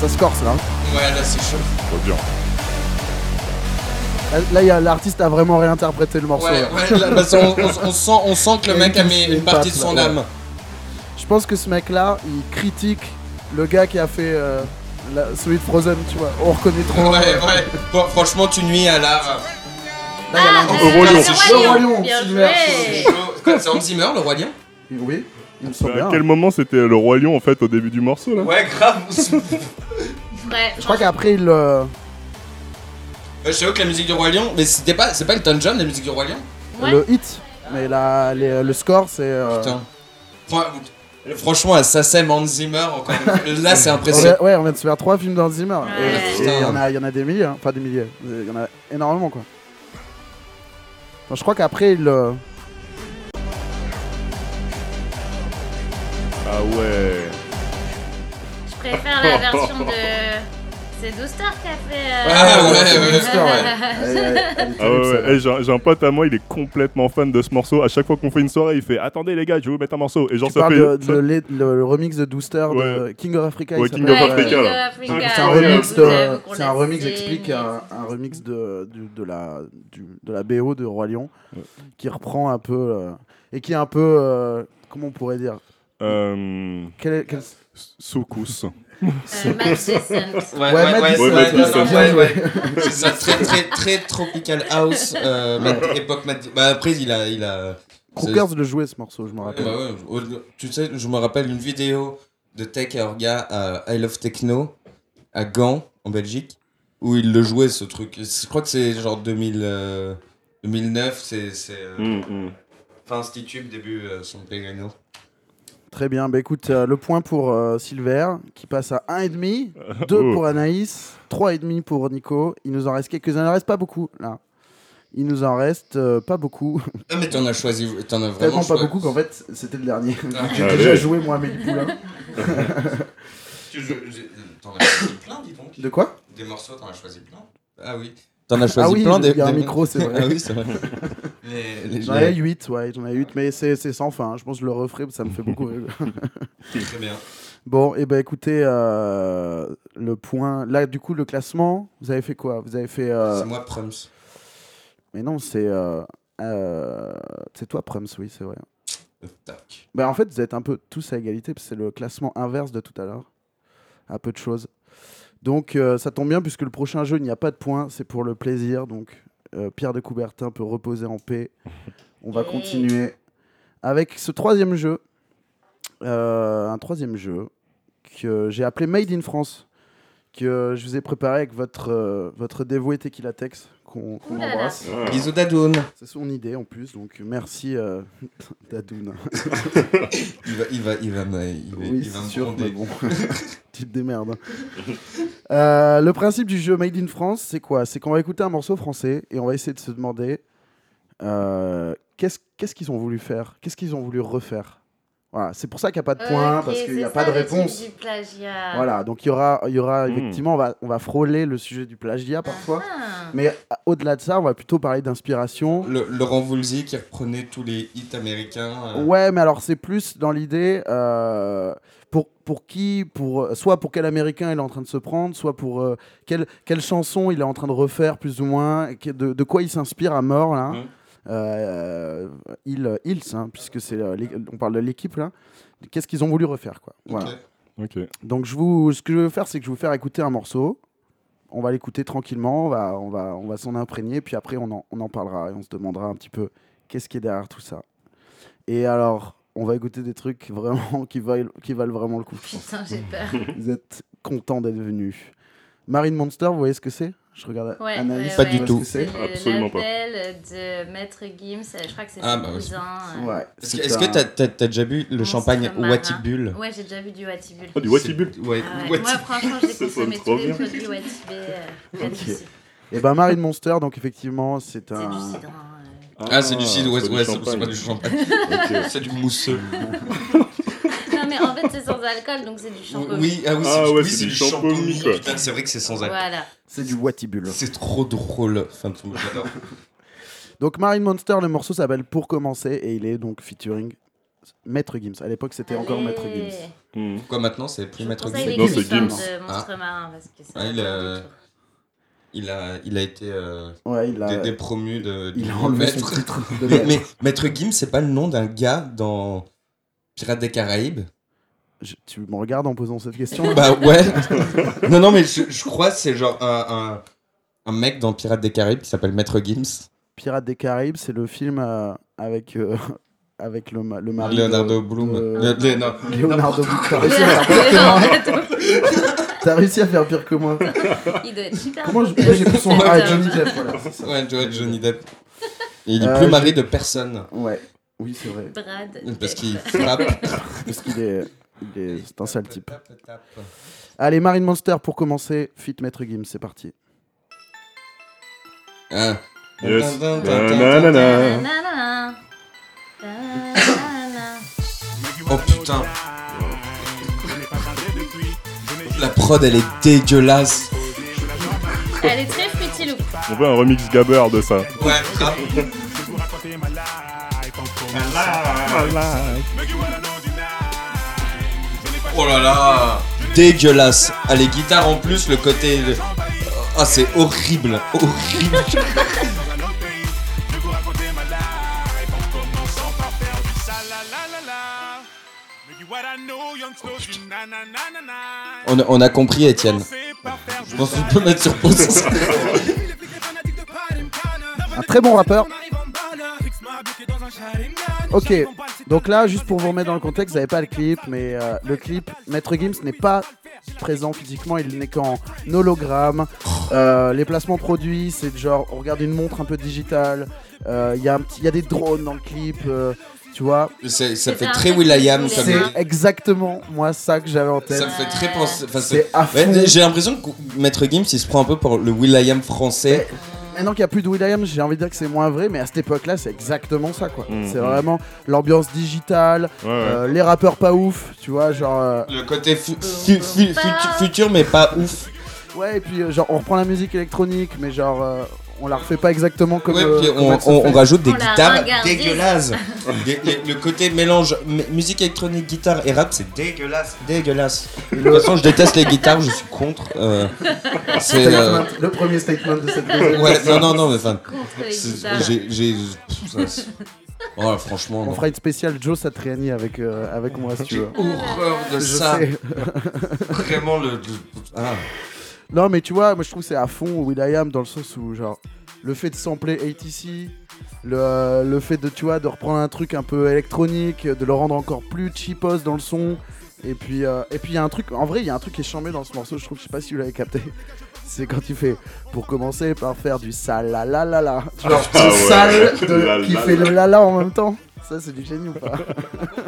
Speaker 3: ça se corse là. hein.
Speaker 4: Ouais, là c'est chaud.
Speaker 5: Trop dur.
Speaker 3: Là, Là, il y a- l'artiste a vraiment réinterprété le morceau.
Speaker 4: Ouais,
Speaker 3: là.
Speaker 4: ouais, là, parce qu'on- on, on sent, on sent que le
Speaker 3: Il y a
Speaker 4: mec
Speaker 3: une
Speaker 4: a mis
Speaker 3: petite-
Speaker 4: une partie de
Speaker 3: patte,
Speaker 4: son
Speaker 3: là, ouais.
Speaker 4: âme.
Speaker 3: Je pense que ce mec-là, il critique le gars qui a fait euh, la- celui de Frozen, tu vois. On reconnaît
Speaker 4: Ouais,
Speaker 3: trop. euh,
Speaker 4: ouais. Bon, franchement, tu nuis à l'art.
Speaker 3: là, il y a la-
Speaker 6: euh,
Speaker 5: Au Roi Lion.
Speaker 6: le
Speaker 3: Au Roi Lion,
Speaker 6: bien
Speaker 3: Silver,
Speaker 6: joué.
Speaker 4: C'est Hans Zimmer, le roi lion
Speaker 3: Oui, il me semble
Speaker 5: À
Speaker 3: bien.
Speaker 5: quel moment c'était le roi lion en fait au début du morceau là
Speaker 4: Ouais, grave.
Speaker 6: Ouais,
Speaker 3: Je crois qu'après, il. euh,
Speaker 4: Je sais que la musique du roi lion, mais c'était pas, c'est pas Elton John la musique du roi lion.
Speaker 6: Ouais.
Speaker 3: le hit. Mais là, les- le score, c'est. euh,
Speaker 4: Putain. Fran- Franchement, à Sassem, Hans Zimmer, encore une- là c'est
Speaker 3: on
Speaker 4: impressionnant.
Speaker 3: vient- ouais, on vient de se faire trois films dans Zimmer.
Speaker 6: Ouais.
Speaker 3: Et- Et il y, en a- il y en a des milliers, hein. enfin des milliers. Il y en a énormément quoi. Enfin, je crois qu'après, il. euh,
Speaker 5: Ah ouais.
Speaker 6: je préfère la version de. C'est Dooster qui a fait. euh,
Speaker 4: Ah ouais,
Speaker 3: c'est
Speaker 4: ouais.
Speaker 3: le score, ouais. Elle- elle- elle est
Speaker 5: Ah ouais,
Speaker 3: terrible,
Speaker 5: ouais.
Speaker 3: celle-là.
Speaker 5: Eh, J'ai j'ai un pote à moi, il est complètement fan de ce morceau. À chaque fois qu'on fait une soirée, il fait Attendez les gars, je vais vous mettre un morceau. Et genre,
Speaker 3: Tu
Speaker 5: ça
Speaker 3: parles
Speaker 5: fait.
Speaker 3: de,
Speaker 5: ça-
Speaker 3: de le, le- le remix de Dooster de
Speaker 5: Ouais.
Speaker 3: King of Africa. il
Speaker 5: Ouais, King
Speaker 3: s'appelle. euh,
Speaker 5: of Africa.
Speaker 6: King
Speaker 5: là.
Speaker 6: of Africa,
Speaker 5: Donc,
Speaker 3: C'est un
Speaker 5: Ah,
Speaker 6: vous
Speaker 3: remix,
Speaker 6: savez,
Speaker 3: de,
Speaker 6: vous qu'on
Speaker 3: c'est
Speaker 6: l'a
Speaker 3: un remix
Speaker 6: signé,
Speaker 3: explique
Speaker 6: mais
Speaker 3: un, un remix de, du- de, la, du- de la BO de Roi Lion
Speaker 5: Ouais.
Speaker 3: qui reprend un peu euh, et qui est un peu euh, comment on pourrait dire
Speaker 5: Euh,
Speaker 3: quel est- quel-
Speaker 5: Soukous.
Speaker 6: c'est, euh, Matt Jason.
Speaker 4: Ouais,
Speaker 3: Ouais, Matt Dixon,
Speaker 5: ouais, Matt
Speaker 4: non,
Speaker 5: Dixon.
Speaker 4: non, ouais,
Speaker 3: Bien
Speaker 4: ouais. C'est ça, très, très, très tropical house, euh, Matt- époque Matt- Bah, après, il a, il a.
Speaker 3: Crookers le jouait ce morceau je me
Speaker 4: Ouais,
Speaker 3: rappelle
Speaker 4: bah ouais. Au- Tu sais, je me rappelle une vidéo de Tech et Orga à I Love Techno à Gand, en Belgique, où ils le jouaient ce truc. Je crois que c'est genre 2000, euh, 2009, c'est c'est, euh,
Speaker 5: Hum, hum.
Speaker 4: fin Stitube, début euh, son Pegano.
Speaker 3: très bien bah écoute euh, le point pour euh, Silver qui passe à 1,5 2
Speaker 5: oh.
Speaker 3: pour Anaïs 3,5 pour Nico il nous en reste quelques-uns il en reste pas beaucoup là il nous en reste euh, pas beaucoup
Speaker 4: Ah, mais t'en as choisi, t'en as vraiment Ah.
Speaker 3: tellement pas
Speaker 4: choisi.
Speaker 3: beaucoup qu'en fait c'était le dernier Vu que j'ai
Speaker 5: Allez.
Speaker 3: déjà joué moi Amélie Poulain
Speaker 4: Tu- je- je- T'en as choisi plein, dis donc.
Speaker 3: de quoi
Speaker 4: Des morceaux, t'en as choisi plein. Ah oui. T'en as choisi
Speaker 3: Ah oui,
Speaker 4: plein
Speaker 3: il
Speaker 4: des.
Speaker 3: y a un
Speaker 4: des-
Speaker 3: micro, c'est vrai.
Speaker 4: ah oui, c'est vrai. Les- les-
Speaker 3: J'en ai 8, ouais, j'en ai 8, mais c'est c'est sans fin. hein. Je pense que je le referai, ça me fait beaucoup rire.
Speaker 4: Très bien.
Speaker 3: Bon, et ben écoutez, euh, le point. Là, du coup, le classement, vous avez fait quoi Vous avez fait. euh,
Speaker 4: C'est moi, Prums.
Speaker 3: Mais non, c'est. euh, euh, C'est toi, Prums, oui, c'est vrai.
Speaker 4: Tac.
Speaker 3: Bah, en fait, vous êtes un peu tous à égalité, parce que c'est le classement inverse de tout à l'heure. À peu de choses. Donc, euh, ça tombe bien, puisque le prochain jeu, il n'y a pas de points, c'est pour le plaisir. Donc, euh, Pierre de Coubertin peut reposer en paix. On va
Speaker 6: Yeah.
Speaker 3: continuer avec ce troisième jeu. Euh, un troisième jeu que j'ai appelé Made in France, que je vous ai préparé avec votre, euh, votre dévoué Tequila Tex, qu'on qu'on
Speaker 6: Ouh là là.
Speaker 3: embrasse.
Speaker 4: Bisous, Dadoun.
Speaker 3: C'est son idée en plus, donc merci euh, Dadoun.
Speaker 4: Il va, il va, il va me, il va,
Speaker 3: Oui,
Speaker 4: il va
Speaker 3: c'est
Speaker 4: me
Speaker 3: sûr,
Speaker 4: gronder.
Speaker 3: mais bon, tu te démerdes. Euh, le principe du jeu Made in France, c'est quoi C'est qu'on va écouter un morceau français et on va essayer de se demander euh, qu'est-ce qu'est-ce qu'ils ont voulu faire Qu'est-ce qu'ils ont voulu refaire Voilà, c'est pour ça qu'il n'y a pas de point,
Speaker 6: Ok,
Speaker 3: parce qu'il n'y
Speaker 6: c'est
Speaker 3: a pas de
Speaker 6: ça le
Speaker 3: réponse.
Speaker 6: type du plagiat.
Speaker 3: Voilà, donc il y aura, il y aura
Speaker 4: Hmm.
Speaker 5: Mm.
Speaker 3: effectivement, on va, on va frôler le sujet du plagiat parfois.
Speaker 6: Ah.
Speaker 3: Mais à- au-delà de ça, on va plutôt parler d'inspiration.
Speaker 4: Le- Laurent Voulzy qui reprenait tous les hits américains. euh,
Speaker 3: Ouais, mais alors c'est plus dans l'idée euh, pour, pour qui, pour, soit pour quel Américain il est en train de se prendre, soit pour euh, quelle, quelle chanson il est en train de refaire plus ou moins, et que- de, de quoi il s'inspire à mort là.
Speaker 4: Mhm.
Speaker 3: Euh, ils, ils, hein, puisque c'est euh, l'é- on parle de l'équipe là. Qu'est-ce qu'ils ont voulu refaire quoi
Speaker 4: ok.
Speaker 3: Voilà.
Speaker 5: Ok.
Speaker 3: Donc je vous, ce que je vais faire, c'est que je vais vous faire écouter un morceau. On va l'écouter tranquillement, on va, on va, on va s'en imprégner, puis après on en, on en parlera et on se demandera un petit peu qu'est-ce qui est derrière tout ça. Et alors, on va écouter des trucs vraiment qui valent, qui valent vraiment le coup. je pense.
Speaker 6: Putain, j'ai peur.
Speaker 3: Vous êtes contents d'être venus. Marine Monster, vous voyez ce que c'est Je regarde
Speaker 6: Ouais,
Speaker 3: Anaïs.
Speaker 6: ouais,
Speaker 4: Pas
Speaker 6: ouais.
Speaker 3: tu
Speaker 4: du
Speaker 3: vois ce
Speaker 4: tout.
Speaker 3: que
Speaker 6: C'est
Speaker 3: c'est
Speaker 6: le
Speaker 5: Absolument pas.
Speaker 6: label de Maître Gims, je crois que c'est
Speaker 4: Ah,
Speaker 6: son
Speaker 4: bah oui.
Speaker 6: cousin. euh.
Speaker 3: Ouais,
Speaker 4: Est-ce
Speaker 3: c'est
Speaker 4: que- est-ce
Speaker 3: un-
Speaker 4: que t'as- t'as t'as déjà bu le
Speaker 6: Monstre
Speaker 4: champagne
Speaker 6: marin.
Speaker 4: Watibul
Speaker 6: Ouais, j'ai déjà vu du Watibul.
Speaker 5: Ah, du Watibul.
Speaker 4: C'est- Ouais,
Speaker 6: Ah ouais.
Speaker 4: Watibul.
Speaker 6: Moi, franchement, j'ai
Speaker 5: Ça
Speaker 6: consommé
Speaker 5: sonne
Speaker 6: tous
Speaker 5: trop
Speaker 6: les
Speaker 5: bien.
Speaker 6: produits Watibé. euh, pas de
Speaker 3: Ok.
Speaker 6: soucis.
Speaker 3: Eh ben Marine Monster, donc effectivement, c'est
Speaker 6: C'est
Speaker 3: un.
Speaker 6: du cidre. hein, euh.
Speaker 4: Ah, c'est du sud, ouais,
Speaker 5: c'est
Speaker 4: ouais, c'est
Speaker 5: champagne.
Speaker 4: c'est pas du champagne.
Speaker 5: Ok.
Speaker 4: C'est du mousseux.
Speaker 6: Non, mais en fait, c'est sans alcool, donc c'est du shampoing.
Speaker 4: Oui, ah oui, c'est
Speaker 5: Ah
Speaker 4: du,
Speaker 5: ouais,
Speaker 4: oui,
Speaker 5: c'est
Speaker 4: c'est
Speaker 5: du
Speaker 4: du
Speaker 5: champomis,
Speaker 4: champomis,
Speaker 5: quoi.
Speaker 4: Putain, c'est vrai que c'est sans alcool.
Speaker 6: Voilà.
Speaker 3: C'est du Watibul.
Speaker 4: C'est trop drôle. Enfin, tout, j'adore.
Speaker 3: Donc Marine Monster, le morceau s'appelle Pour commencer et il est donc featuring Maître Gims. À l'époque, c'était encore
Speaker 6: Allez.
Speaker 3: Maître Gims.
Speaker 5: Hmm.
Speaker 4: Pourquoi maintenant c'est plus
Speaker 6: Je
Speaker 4: Maître
Speaker 6: conseille les
Speaker 4: Gims Ah.
Speaker 5: Non, c'est
Speaker 6: Gims.
Speaker 3: Gims.
Speaker 6: de Monstre Marin parce que c'est
Speaker 4: Ouais, il,
Speaker 6: un
Speaker 4: euh,
Speaker 6: autre.
Speaker 4: il a, il a été euh,
Speaker 3: Ah Ouais, il a,
Speaker 4: dé- dé- promu de.
Speaker 3: il
Speaker 4: de
Speaker 3: a enlevé son
Speaker 4: maître.
Speaker 3: titre de
Speaker 4: Mais,
Speaker 3: maître.
Speaker 4: mais Maître Gims, c'est pas le nom d'un gars dans Pirates des Caraïbes
Speaker 3: Je- tu me regardes en posant cette question
Speaker 4: Bah ouais. non, non, mais je, je crois que c'est genre un, un, un mec dans Pirates des Caraïbes qui s'appelle Maître Gims.
Speaker 3: Pirates des Caraïbes, c'est le film euh, avec, euh, avec le, ma- le mari. de-
Speaker 4: Leonardo Bloom.
Speaker 3: de-
Speaker 4: Le- le- non.
Speaker 3: Leonardo Bloom. T'as réussi à faire pire que moi.
Speaker 6: Attends,
Speaker 3: T'as réussi à faire pire que moi.
Speaker 6: Il doit être super
Speaker 3: Comment je-
Speaker 6: content.
Speaker 3: moi, j'ai plus son nom Ah,
Speaker 6: Attends.
Speaker 3: Johnny Depp, voilà, c'est ça.
Speaker 4: Ouais, Joe- Johnny Depp. Et il est
Speaker 3: Euh,
Speaker 4: plus
Speaker 3: je-
Speaker 4: marié de personne.
Speaker 3: Ouais, oui, c'est vrai.
Speaker 6: Brad.
Speaker 4: Parce
Speaker 6: Pitt.
Speaker 4: qu'il frappe.
Speaker 3: Parce qu'il est. il est- C'est un sale type. Allez, Marine Monster pour commencer. Fit Maître Gims, c'est parti.
Speaker 4: Hein.
Speaker 5: Yes.
Speaker 4: Dun, dun, dun, dun, dun, dun.
Speaker 5: Nanana.
Speaker 6: Nanana. Nanana.
Speaker 4: Oh putain. La prod elle est dégueulasse.
Speaker 6: Elle est très fruity look.
Speaker 5: On veut un remix gabber de ça.
Speaker 4: Ouais, grave. Oh là là. Dégueulasse. Ah, les guitares en plus, le côté. Ah, c'est horrible. Horrible. On, on a compris, Étienne. Je pense qu'on peut mettre sur pause.
Speaker 3: Un très bon rappeur. Ok, donc là, juste pour vous remettre dans le contexte, vous n'avez pas le clip, mais euh, le clip, Maître Gims n'est pas présent physiquement, il n'est qu'en hologramme. Euh, les placements produits, c'est genre, on regarde une montre un peu digitale, Euh, il y, a un petit- il y a des drones dans le clip, euh, tu vois.
Speaker 4: C'est- ça
Speaker 6: C'est
Speaker 4: fait
Speaker 6: un
Speaker 4: très
Speaker 6: peu
Speaker 4: Will.i.am
Speaker 6: plus
Speaker 4: comme
Speaker 3: C'est
Speaker 6: bien.
Speaker 3: exactement moi ça que j'avais en tête.
Speaker 4: ça me fait très penser enfin, c'est-
Speaker 3: C'est à
Speaker 4: Ouais,
Speaker 3: fond.
Speaker 4: j'ai l'impression que Maître Gims il se prend un peu pour le Will.i.am français
Speaker 3: Maintenant qu'il n'y a plus de William, j'ai envie de dire que c'est moins vrai, mais à cette époque-là, c'est exactement ça, quoi.
Speaker 5: Mhm.
Speaker 4: Mm,
Speaker 3: C'est vraiment l'ambiance digitale,
Speaker 5: Ouais, ouais.
Speaker 3: euh, les rappeurs pas ouf, tu vois, genre. euh,
Speaker 4: le côté fu- fu- fu- fut- futur mais pas ouf
Speaker 3: Ouais, et puis euh, genre on reprend la musique électronique, mais genre euh, on la refait pas exactement comme.
Speaker 4: Ouais,
Speaker 3: euh,
Speaker 4: puis
Speaker 3: comme
Speaker 4: on,
Speaker 3: elle se
Speaker 4: on- on
Speaker 3: fait.
Speaker 4: rajoute des
Speaker 6: On l'a
Speaker 4: guitares
Speaker 6: regardé.
Speaker 4: dégueulasses Des- les- le côté mélange m- musique électronique guitare et rap c'est dégueulasse dégueulasse de toute façon je déteste les guitares je suis contre euh, c'est euh,
Speaker 3: Statement, Le premier statement de cette vidéo.
Speaker 4: ouais non non non mais enfin
Speaker 6: Contre les
Speaker 4: c'est-
Speaker 6: guitares.
Speaker 4: j'ai j'ai- pff, ça, c'est- oh, franchement
Speaker 3: On
Speaker 4: non.
Speaker 3: fera une spéciale Joe Satriani avec, euh, avec moi si tu veux.
Speaker 4: horreur de
Speaker 3: Je
Speaker 4: ça
Speaker 3: sais.
Speaker 4: vraiment le, le- ah.
Speaker 3: Non, mais tu vois, moi je trouve que c'est à fond Will.i.am dans le sens où, genre, le fait de sampler ATC, le, euh, le fait de, tu vois, de reprendre un truc un peu électronique, de le rendre encore plus cheapos dans le son. Et puis, euh, et puis il y a un truc, en vrai, il y a un truc qui est chambé dans ce morceau, je trouve, je sais pas si vous l'avez capté. C'est quand il fait, pour commencer par faire du salalalala. Genre,
Speaker 5: Ah
Speaker 3: tout
Speaker 5: ouais.
Speaker 3: sale de-
Speaker 5: La
Speaker 3: qui
Speaker 5: la
Speaker 3: fait le lala en même temps. Ça, c'est du génie ou pas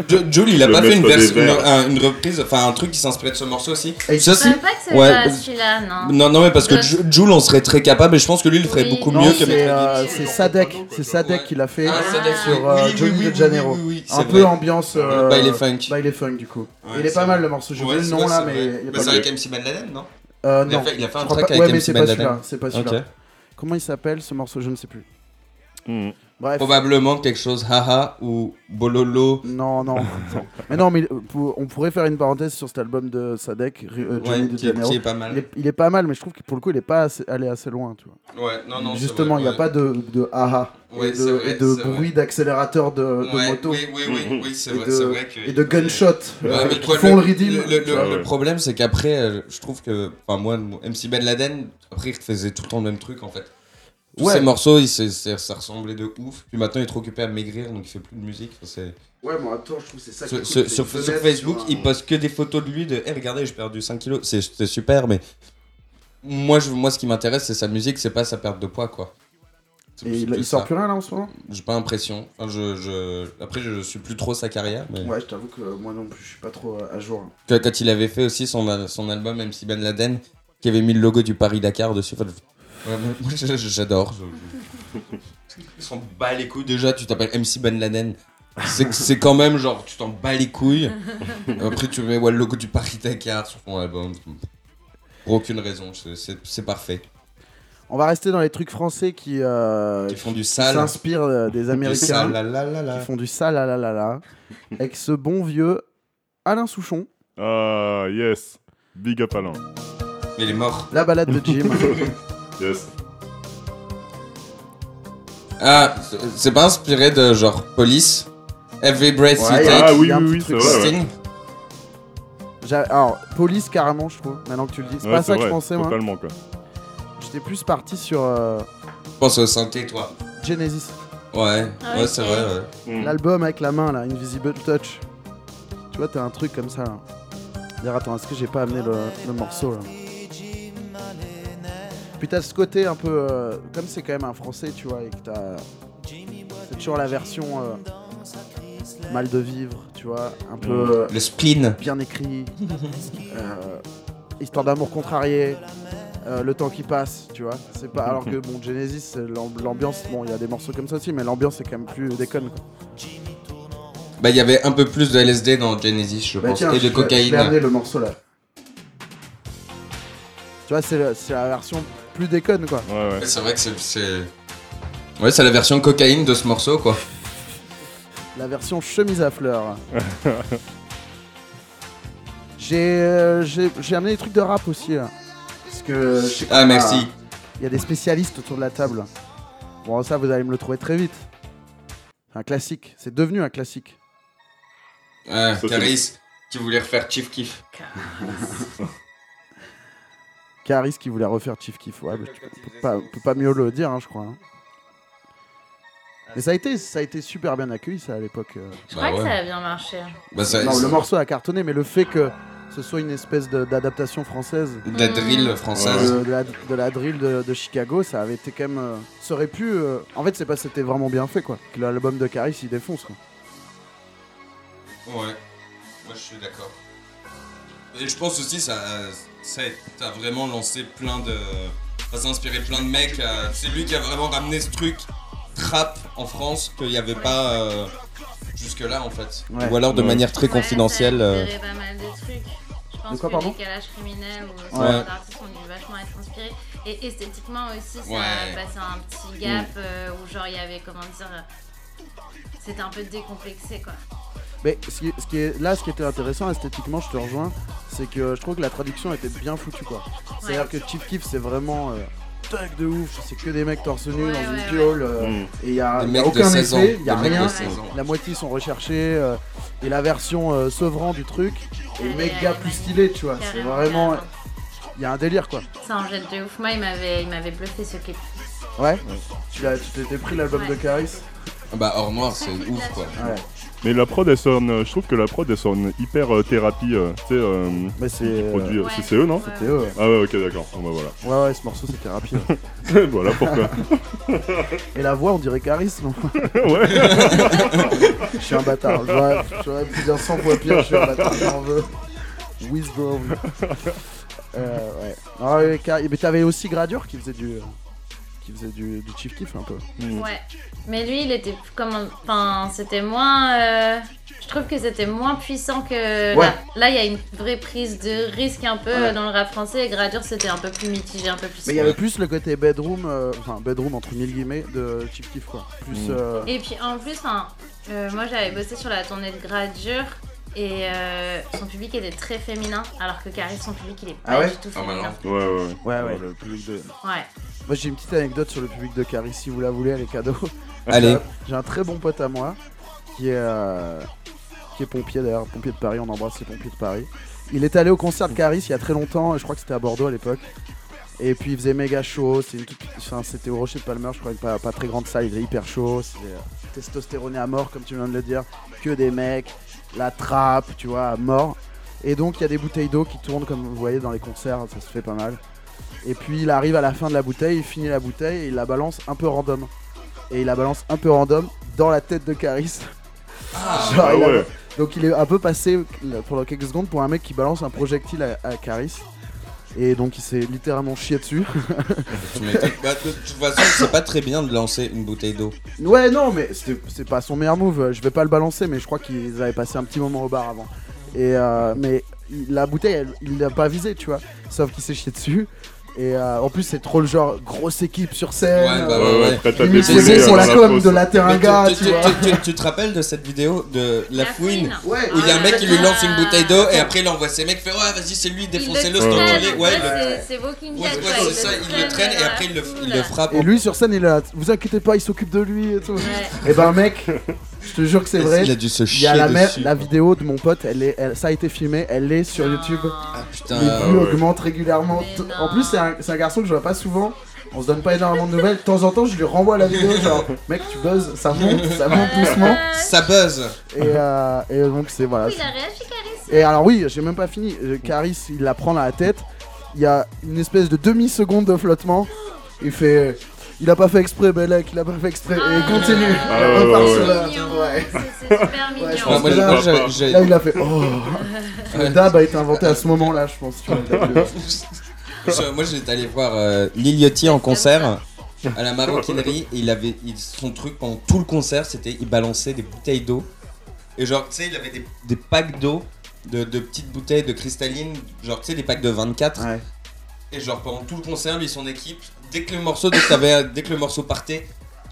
Speaker 4: Jo- Joel, il a
Speaker 5: Le
Speaker 4: pas fait une,
Speaker 5: maître des
Speaker 4: version- une,
Speaker 5: vers.
Speaker 4: un- une reprise, enfin un truc qui s'inspirait de ce morceau aussi.
Speaker 3: Et
Speaker 4: Ça,
Speaker 6: Je savais
Speaker 4: si.
Speaker 6: pas que c'est
Speaker 4: Ouais,
Speaker 6: pas
Speaker 4: euh,
Speaker 6: celui-là, non.
Speaker 4: Non, non, mais parce que
Speaker 6: Je-
Speaker 4: Jo- Joel, on serait très capable et je pense que lui, il ferait
Speaker 6: Oui.
Speaker 4: beaucoup
Speaker 6: Non,
Speaker 4: mieux que
Speaker 3: c'est
Speaker 4: Maître
Speaker 3: euh,
Speaker 4: Gims.
Speaker 3: c'est Sadek, c'est Sadek
Speaker 4: Ouais.
Speaker 3: qui l'a fait
Speaker 4: Ah, Sadek,
Speaker 3: sur
Speaker 4: oui,
Speaker 3: euh,
Speaker 4: oui, oui,
Speaker 3: Johnny
Speaker 4: oui,
Speaker 3: de
Speaker 4: oui,
Speaker 3: Janeiro.
Speaker 4: oui, oui, c'est
Speaker 3: un
Speaker 4: vrai.
Speaker 3: peu ambiance. Euh,
Speaker 4: By les Funk.
Speaker 3: By les Funk, du coup.
Speaker 4: Ouais,
Speaker 3: il est
Speaker 4: c'est
Speaker 3: pas
Speaker 4: vrai.
Speaker 3: mal le morceau. Je
Speaker 4: Ouais,
Speaker 3: le
Speaker 4: c'est
Speaker 3: nom
Speaker 4: vrai,
Speaker 3: là,
Speaker 4: c'est
Speaker 3: mais
Speaker 4: vrai.
Speaker 3: il est
Speaker 4: Bah,
Speaker 3: pas
Speaker 4: c'est
Speaker 3: mal.
Speaker 4: avec MC Van Laden, non
Speaker 3: Euh,
Speaker 4: il a,
Speaker 3: non.
Speaker 4: fait, il a fait
Speaker 3: Je crois
Speaker 4: un track
Speaker 3: pas-
Speaker 4: avec
Speaker 3: Ouais, mais
Speaker 4: MC
Speaker 3: c'est
Speaker 4: Van
Speaker 3: pas
Speaker 4: Laden.
Speaker 3: celui-là. C'est pas
Speaker 4: Ok.
Speaker 3: celui-là. Comment il s'appelle ce morceau Je ne sais plus.
Speaker 5: Hmm.
Speaker 3: Bref.
Speaker 4: Probablement quelque chose haha ou bololo.
Speaker 3: Non, non. mais non, mais euh, pour- on pourrait faire une parenthèse sur cet album de Sadek, Ru- euh, Johnny
Speaker 4: Ouais,
Speaker 3: de
Speaker 4: qui, est-
Speaker 3: Janeiro.
Speaker 4: qui est pas
Speaker 3: Il
Speaker 4: mal.
Speaker 3: est, il est pas mal, mais je trouve que pour le coup, il est pas assez- allé assez loin. Tu vois.
Speaker 4: Ouais, non, non, c'est
Speaker 3: Justement,
Speaker 4: vrai,
Speaker 3: il n'y a
Speaker 4: ouais.
Speaker 3: pas de, de aha
Speaker 4: Ouais,
Speaker 3: et de,
Speaker 4: c'est vrai,
Speaker 3: et de
Speaker 4: c'est
Speaker 3: bruit d'accélérateur de, de
Speaker 4: Ouais,
Speaker 3: moto
Speaker 4: Oui, oui, oui, oui, c'est
Speaker 3: Et
Speaker 4: vrai,
Speaker 3: de-
Speaker 4: c'est vrai que-
Speaker 3: et de gunshot
Speaker 4: Ouais,
Speaker 3: euh,
Speaker 4: mais
Speaker 3: qui
Speaker 4: toi,
Speaker 3: font le, redeem.
Speaker 4: Le, le-
Speaker 3: tu vois.
Speaker 4: le
Speaker 5: ouais.
Speaker 4: problème, c'est qu'après, euh, je trouve que. Enfin, moi, MC Ben Laden, après, il faisait tout le temps le même truc, en fait. Tous
Speaker 3: Ouais.
Speaker 4: ses morceaux, il, s'est- s'est- ça ressemblait de ouf. Puis maintenant, il est trop occupé à maigrir, donc il fait plus de musique. Enfin, c'est-
Speaker 3: Ouais, mais attends, je trouve que c'est ça qui
Speaker 4: sur,
Speaker 3: coûte,
Speaker 4: sur-
Speaker 3: c'est
Speaker 4: sur-
Speaker 3: une
Speaker 4: sur
Speaker 3: fenêtre, hein.
Speaker 4: Facebook,
Speaker 3: sur un-
Speaker 4: il poste que des photos de lui de. Eh, regardez, j'ai perdu 5 kilos. C'est c'est super, mais. Moi, je, moi, ce qui m'intéresse, c'est sa musique, c'est pas sa perte de poids, quoi. C'est-
Speaker 3: Et
Speaker 4: c'est
Speaker 3: il,
Speaker 4: plus
Speaker 3: il sort
Speaker 4: ça.
Speaker 3: plus rien là en ce moment
Speaker 4: J'ai pas l'impression. Enfin, je, je- Après, je suis plus trop sa carrière. Mais...
Speaker 3: Ouais, je t'avoue que euh, moi non plus, je suis pas trop euh, à jour.
Speaker 4: Que- quand il avait fait aussi son, son album MC Ben Laden, qui avait mis le logo du Paris-Dakar dessus. Enfin, je- ouais, moi, moi, je- je- j'adore. je- je- Ils s'en bat les couilles déjà, tu t'appelles MC Ben Laden. C'est que- c'est quand même genre, tu t'en bats les couilles. Après, tu mets ouais, le logo du Paris-Dakar sur ton album. Pour aucune raison, c'est- c'est c'est parfait.
Speaker 3: On va rester dans les trucs français qui, euh,
Speaker 4: Qui font du
Speaker 3: qui
Speaker 4: sale.
Speaker 3: s'inspirent euh, des
Speaker 4: Du
Speaker 3: Américains,
Speaker 4: sale, la, la, la, la.
Speaker 3: qui font du sale, ah là là là, avec ce bon vieux Alain Souchon,
Speaker 5: Ah, yes. Big up Alain.
Speaker 4: Mais il est mort.
Speaker 3: la balade de Jim.
Speaker 5: Yes.
Speaker 4: Ah, c'est- c'est pas inspiré de genre police Every breath you
Speaker 3: Ouais,
Speaker 4: take.
Speaker 5: Ah oui,
Speaker 3: y a un
Speaker 5: oui,
Speaker 3: petit
Speaker 5: oui, c'est
Speaker 3: truc
Speaker 5: vrai. ouais.
Speaker 4: Sting.
Speaker 3: J'a- Alors, police carrément, je trouve, maintenant que tu le dis. C'est
Speaker 5: Ouais,
Speaker 3: pas ça que
Speaker 5: vrai,
Speaker 3: je pensais, moi.
Speaker 5: Totalement, quoi.
Speaker 3: J'étais plus parti sur euh,
Speaker 4: Pense au synthé, toi.
Speaker 3: Genesis,
Speaker 4: Ouais,
Speaker 6: Ah,
Speaker 4: ouais,
Speaker 6: ok.
Speaker 4: c'est vrai, ouais.
Speaker 5: Mm.
Speaker 3: l'album avec la main, là, Invisible Touch. Tu vois, t'as un truc comme ça, là. D'ailleurs, attends, est-ce que j'ai pas amené le, le morceau, là Puis t'as ce côté un peu. euh, comme c'est quand même un français, tu vois, et que t'as. C'est toujours la version. euh, mal de vivre, tu vois, un peu. euh,
Speaker 4: Le spleen.
Speaker 3: bien écrit, euh, histoire d'amour contrarié, euh, le temps qui passe, tu vois. C'est pas alors que bon Genesis, euh, l'amb- l'ambiance, bon il y a des morceaux comme ça aussi, mais l'ambiance est quand même plus déconne. Quoi.
Speaker 4: Bah, il y avait un peu plus de LSD dans Genesis,
Speaker 3: Bah,
Speaker 4: je pense, et de cocaïne.
Speaker 3: le morceau là. Tu vois, c'est le- c'est la version plus déconne quoi.
Speaker 5: Ouais, ouais.
Speaker 4: Ouais, C'est vrai que c'est- c'est. Ouais, c'est la version cocaïne de ce morceau, quoi.
Speaker 3: La version chemise à fleurs. J'ai euh, j'ai- j'ai amené des trucs de rap aussi là. Parce que je sais
Speaker 4: Ah,
Speaker 3: pas,
Speaker 4: merci.
Speaker 3: Il y a des spécialistes autour de la table. Bon, ça, vous allez me le trouver très vite. C'est un classique. C'est devenu un classique. Ah.
Speaker 4: Ouais,
Speaker 5: c'est-
Speaker 4: Ah, Caris, qui voulait refaire Chief Kiff.
Speaker 3: Caris qui voulait refaire Chief Kiff. Ouais, Ah, mais tu peux pas, on peut pas mieux le dire, hein, je crois. hein. Mais ça a, été, ça a été super bien accueilli, ça, à l'époque. euh.
Speaker 6: Je
Speaker 4: Bah
Speaker 6: crois que
Speaker 4: ouais.
Speaker 6: ça a bien marché.
Speaker 4: Bah, ça-
Speaker 3: Non,
Speaker 4: ça-
Speaker 3: le morceau a cartonné, mais le fait que ce soit une espèce de- d'adaptation française
Speaker 4: De la drill française.
Speaker 3: de, de la, de la drill de, de Chicago, ça avait été quand même. euh, ça aurait pu. euh, En fait, c'est pas c'était vraiment bien fait, quoi. Que l'album de Caris, il défonce, quoi.
Speaker 4: Ouais. Moi, je suis d'accord. Et je pense aussi, ça, ça a vraiment lancé plein de. Ça s'est inspiré plein de mecs. euh, C'est lui qui a vraiment ramené ce truc trap en France qu'il n'y avait pas euh, jusque-là, en fait.
Speaker 3: Ouais.
Speaker 4: Ou alors de
Speaker 5: Ouais.
Speaker 4: manière très confidentielle.
Speaker 6: Ouais, ça a
Speaker 4: euh,
Speaker 6: inspiré pas mal de trucs. Je pense
Speaker 3: De quoi,
Speaker 6: que
Speaker 3: pardon
Speaker 6: les décalages criminels ou ce
Speaker 4: Ouais.
Speaker 6: genre d'artistes ont dû vachement être inspirés. Et esthétiquement aussi, ça
Speaker 4: Ouais. Mm.
Speaker 6: a passé un petit gap euh, où genre il y avait, comment dire, euh, c'était un peu décomplexé quoi.
Speaker 3: Mais ce qui, ce qui est, là, ce qui était intéressant esthétiquement, je te rejoins, c'est que je trouve que la traduction était bien foutue, quoi. C'est-à-dire que Chief Keef, c'est vraiment euh, thug de ouf, c'est que des mecs torse nu
Speaker 6: Ouais,
Speaker 3: dans
Speaker 6: ouais, ouais.
Speaker 3: une piole, euh,
Speaker 5: Mm.
Speaker 3: et il y a, y
Speaker 4: Des
Speaker 3: a
Speaker 4: mecs de
Speaker 3: aucun
Speaker 4: 16 ans.
Speaker 3: effet, il y a
Speaker 4: Des mecs de
Speaker 3: rien.
Speaker 4: 16 ans.
Speaker 3: La moitié sont recherchés, euh, et la version euh, Sevran du truc est
Speaker 6: Elle est-
Speaker 3: méga
Speaker 6: elle est
Speaker 3: plus
Speaker 6: magnifique,
Speaker 3: stylée, tu vois. C'est
Speaker 6: carrément,
Speaker 3: vraiment.
Speaker 6: carrément.
Speaker 3: Il y a un délire, quoi.
Speaker 6: Ça en jette de ouf. Moi, il m'avait il m'avait bluffé ce clip.
Speaker 3: Ouais. Tu l'as- tu t'étais pris l'album
Speaker 6: Ouais.
Speaker 3: de Caris
Speaker 4: Ah Bah, hors noir, c'est ouf, quoi.
Speaker 3: Ouais.
Speaker 5: Mais la prod, elle sonne. euh, Je trouve que la prod, elle sonne hyper euh, thérapie. euh, tu sais, euh,
Speaker 3: Mais c'est. euh,
Speaker 5: produit euh,
Speaker 6: Ouais.
Speaker 5: c'est eux, non
Speaker 6: Ouais.
Speaker 3: c'est eux, ouais.
Speaker 5: Ah ouais, ok, d'accord. Bon, bah voilà.
Speaker 3: ouais, ouais, ce morceau c'était rapide.
Speaker 5: voilà pourquoi.
Speaker 3: Et la voix, on dirait Caris, non
Speaker 5: ouais.
Speaker 3: Je suis un bâtard. J'aurais- J'aurais pu dire 100 fois pire, je suis un bâtard nerveux. Wisdom. Euh, ouais. Ah ouais, car- Mais t'avais aussi Gradure qui faisait du. Qui faisait du, du Chief Kiff un peu.
Speaker 6: Ouais. Mais lui, il était plus comment Enfin, c'était moins. euh, Je trouve que c'était moins puissant que.
Speaker 3: Ouais.
Speaker 6: Là, Là, il y a une vraie prise de risque un peu
Speaker 3: Ouais.
Speaker 6: euh, dans le rap français. Et Gradure, c'était un peu plus mitigé, un peu plus.
Speaker 3: Mais il y avait plus le côté bedroom, euh, enfin bedroom entre mille guillemets de Chief Kiff quoi. Plus.
Speaker 5: Mm.
Speaker 3: euh,
Speaker 6: Et puis en plus, enfin, euh, moi j'avais bossé sur la tournée de Gradure et euh, son public était très féminin, alors que Carrie, son public, il est pas
Speaker 3: Ah ouais
Speaker 6: du tout
Speaker 4: Ah bah
Speaker 6: féminin.
Speaker 5: Ouais, ouais, Ah
Speaker 3: Ouais,
Speaker 5: ouais.
Speaker 3: ouais.
Speaker 5: Le public de.
Speaker 6: ouais.
Speaker 3: Moi j'ai une petite anecdote sur le public de Caris si vous la voulez, les cadeaux.
Speaker 4: Allez.
Speaker 3: J'ai un très bon pote à moi qui est, euh, qui est pompier d'ailleurs, pompier de Paris, on embrasse les pompiers de Paris. Il est allé au concert de Caris il y a très longtemps, je crois que c'était à Bordeaux à l'époque. Et puis il faisait méga chaud, c'est une toute- enfin, c'était au Rocher de Palmer, je crois, une pas, pas très grande salle, il faisait hyper chaud, c'était euh, testostéroné à mort comme tu viens de le dire, que des mecs, la trappe, tu vois, à mort. Et donc il y a des bouteilles d'eau qui tournent comme vous voyez dans les concerts, ça se fait pas mal. Et puis il arrive à la fin de la bouteille, il finit la bouteille et il la balance un peu random. Et il la balance un peu random dans la tête de Caris. Genre,
Speaker 5: Ah
Speaker 3: il a-
Speaker 5: ouais.
Speaker 3: Donc il est un peu passé là, pendant quelques secondes pour un mec qui balance un projectile à, à Caris. Et donc il s'est littéralement chié dessus.
Speaker 4: Tu m'étonnes. Bah, de toute façon, c'est pas très bien de lancer une bouteille d'eau.
Speaker 3: Ouais, non, mais c'était- c'est pas son meilleur move. Je vais pas le balancer, mais je crois qu'ils avaient passé un petit moment au bar avant. Et euh, mais il- la bouteille, elle- il l'a pas visée, tu vois. Sauf qu'il s'est chié dessus. Et euh, en plus, c'est trop le genre grosse équipe sur scène.
Speaker 4: Ouais, bah
Speaker 5: Ouais, ouais, prête à
Speaker 3: Limite,
Speaker 4: dépouiller,
Speaker 3: c'est
Speaker 4: euh,
Speaker 3: pour la
Speaker 5: dans
Speaker 3: com
Speaker 5: fosse.
Speaker 3: de la Terringa,
Speaker 4: tu,
Speaker 3: tu
Speaker 4: tu-
Speaker 3: vois.
Speaker 4: tu- tu- tu te rappelles de cette vidéo de La, Fouine,
Speaker 3: Ouais,
Speaker 4: où il y a un mec qui lui lance une bouteille
Speaker 6: d'eau
Speaker 4: d'eau et après il envoie ses mecs faire ouais vas-y c'est lui défoncez-le
Speaker 5: traîne,
Speaker 4: c'est
Speaker 5: ouais,
Speaker 4: enculé. ouais, il le-
Speaker 6: c'est Walking
Speaker 4: ouais,
Speaker 6: Dead.
Speaker 4: ouais, c'est ça il le traîne et après il le, il le frappe
Speaker 3: Et lui sur scène, il a. Vous inquiétez pas, il s'occupe de lui et tout. Et ben, mec, je te jure que c'est vrai.
Speaker 4: il a dû se
Speaker 3: Il
Speaker 4: chier
Speaker 3: y a la, mer-
Speaker 4: dessus
Speaker 3: la vidéo de mon pote, elle est, elle- ça a été filmé, elle est sur YouTube.
Speaker 4: ah
Speaker 3: Les
Speaker 4: putain
Speaker 3: vues
Speaker 5: Euh, ouais.
Speaker 3: augmentent régulièrement.
Speaker 6: Mais non.
Speaker 3: En plus, c'est un, c'est un garçon que je vois pas souvent. On se donne pas énormément de nouvelles. De temps en temps, je lui renvoie la vidéo, genre, mec, tu buzzes, ça monte, ça monte doucement.
Speaker 6: Euh,
Speaker 4: ça buzz
Speaker 3: Et, euh, et donc, c'est voilà.
Speaker 6: Il a réagi Caris.
Speaker 3: Et alors, oui, j'ai même pas fini. Euh, Caris, il la prend dans la tête. Il y a une espèce de demi-seconde de flottement. Il fait. Il a pas fait exprès, Belek, il a pas fait exprès. Et il continue.
Speaker 5: Ah
Speaker 3: Il
Speaker 5: ouais,
Speaker 3: repart
Speaker 5: ouais,
Speaker 3: sur la-
Speaker 6: Mignon,
Speaker 3: ouais.
Speaker 6: c'est- C'est super mignon.
Speaker 3: je
Speaker 4: Ouais,
Speaker 3: pense
Speaker 4: moi,
Speaker 3: que
Speaker 4: j'ai-
Speaker 3: là-
Speaker 4: moi, j'ai- j'ai-
Speaker 3: bah, Là, il a fait. Oh Le dab a été inventé à ce moment-là, je pense. tu vois, le dab.
Speaker 4: Je- moi j'étais allé voir euh, Lil Yachty en concert à la maroquinerie et il avait il- son truc pendant tout le concert c'était il balançait des bouteilles d'eau et genre tu sais il avait des, des packs d'eau de, de petites bouteilles de cristalline genre tu sais des packs de 24
Speaker 3: Ouais.
Speaker 4: et genre pendant tout le concert lui et son équipe dès que le morceau dès que, t'avais- dès que le morceau partait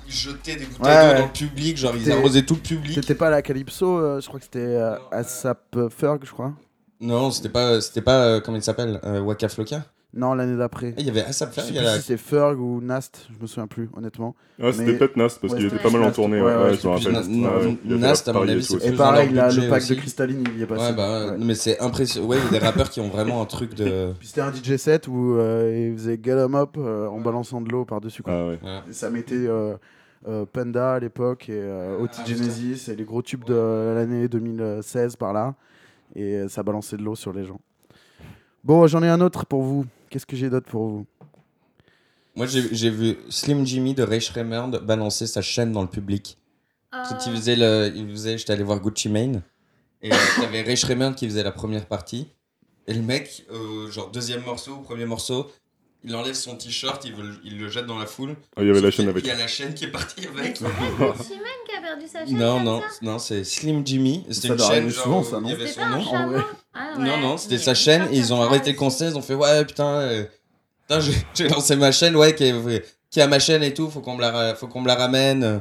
Speaker 4: ils jetaient des bouteilles
Speaker 3: Ouais,
Speaker 4: d'eau
Speaker 3: ouais.
Speaker 4: dans le public genre ils
Speaker 3: C'était-
Speaker 4: arrosaient tout le public
Speaker 3: C'était pas à la Calypso, euh, je crois que c'était euh, Asap Ferg, je crois.
Speaker 4: non c'était pas c'était pas euh, comment il s'appelle euh, Waka Flocka
Speaker 3: Non, l'année d'après.
Speaker 4: Eh, il y avait Asap
Speaker 3: Je
Speaker 4: Ferg
Speaker 3: sais
Speaker 4: il y a
Speaker 3: plus
Speaker 4: la-
Speaker 3: si c'est Ferg ou Nast, je me souviens plus, honnêtement.
Speaker 5: Ah, c'était
Speaker 3: Mais-
Speaker 5: peut-être Nas parce
Speaker 3: Ouais,
Speaker 5: qu'il était
Speaker 3: c'était
Speaker 5: pas mal en
Speaker 3: Nas.
Speaker 5: tournée.
Speaker 3: Ouais,
Speaker 5: Ouais,
Speaker 3: ouais,
Speaker 5: je me rappelle. Ah
Speaker 4: c'était plus Nas.
Speaker 5: Ouais, ouais, il a fait
Speaker 4: Nas,
Speaker 5: la
Speaker 4: à mon
Speaker 5: Paris
Speaker 4: avis,
Speaker 5: et
Speaker 4: c'est
Speaker 5: tout.
Speaker 3: Et
Speaker 4: plus- dans
Speaker 3: pareil,
Speaker 4: leur
Speaker 3: là, le
Speaker 4: budget
Speaker 3: pack
Speaker 4: aussi.
Speaker 3: de cristalline, il y est passé.
Speaker 4: Ouais, bah, ouais.
Speaker 3: Ouais.
Speaker 4: Non, mais c'est impressionnant. Ouais, il y a des rappeurs qui ont vraiment un truc de.
Speaker 3: Puis c'était un DJ set où euh, il faisait Get 'em Up euh, en balançant de l'eau par-dessus. quoi.
Speaker 5: Ah ouais.
Speaker 3: Et Ça mettait euh, euh, Panda à l'époque et euh, OT
Speaker 4: Ah,
Speaker 3: Genesis et les gros tubes de l'année 2016 par là. Et euh, ça balançait de l'eau sur les gens. Bon, j'en ai un autre pour vous. Qu'est-ce que j'ai d'autre pour vous
Speaker 4: Moi, j'ai j'ai vu Slim Jimmy de Ray Shremmerd balancer sa chaîne dans le public.
Speaker 6: Oh,
Speaker 4: Quand il faisait le. Il faisait. J'étais allé voir Gucci Mane. Et euh, t'avais Ray Shremmerd qui faisait la première partie. Et le mec, euh, genre deuxième morceau, premier morceau, il enlève son t-shirt, il, veut le- il le jette dans la foule.
Speaker 5: Ah, il y avait la chaîne
Speaker 4: Il
Speaker 5: avec.
Speaker 4: y a la chaîne qui est partie avec.
Speaker 6: Chimène qui a perdu sa chaîne.
Speaker 4: non,
Speaker 6: comme
Speaker 4: non,
Speaker 6: ça.
Speaker 4: non, c'est Slim Jimmy. C'était
Speaker 3: Ça
Speaker 4: une
Speaker 3: doit
Speaker 4: chaîne.
Speaker 3: arriver
Speaker 4: Genre,
Speaker 3: souvent,
Speaker 4: où
Speaker 3: ça, non
Speaker 4: il y avait
Speaker 6: C'était
Speaker 4: son
Speaker 6: pas un
Speaker 4: nom.
Speaker 3: en
Speaker 6: chameau
Speaker 3: vrai.
Speaker 6: Ah ouais,
Speaker 4: Non, non, c'était
Speaker 6: il y a
Speaker 4: sa
Speaker 6: une
Speaker 4: chaîne.
Speaker 6: sorte
Speaker 4: et ils
Speaker 6: de
Speaker 4: ont arrêté le
Speaker 6: chameau.
Speaker 4: concert. Ils ont fait Ouais, putain, euh, putain j'ai- j'ai lancé ma chaîne. Ouais, qui est, qui est à ma chaîne et tout. Faut qu'on me, la ra- faut qu'on me la ramène.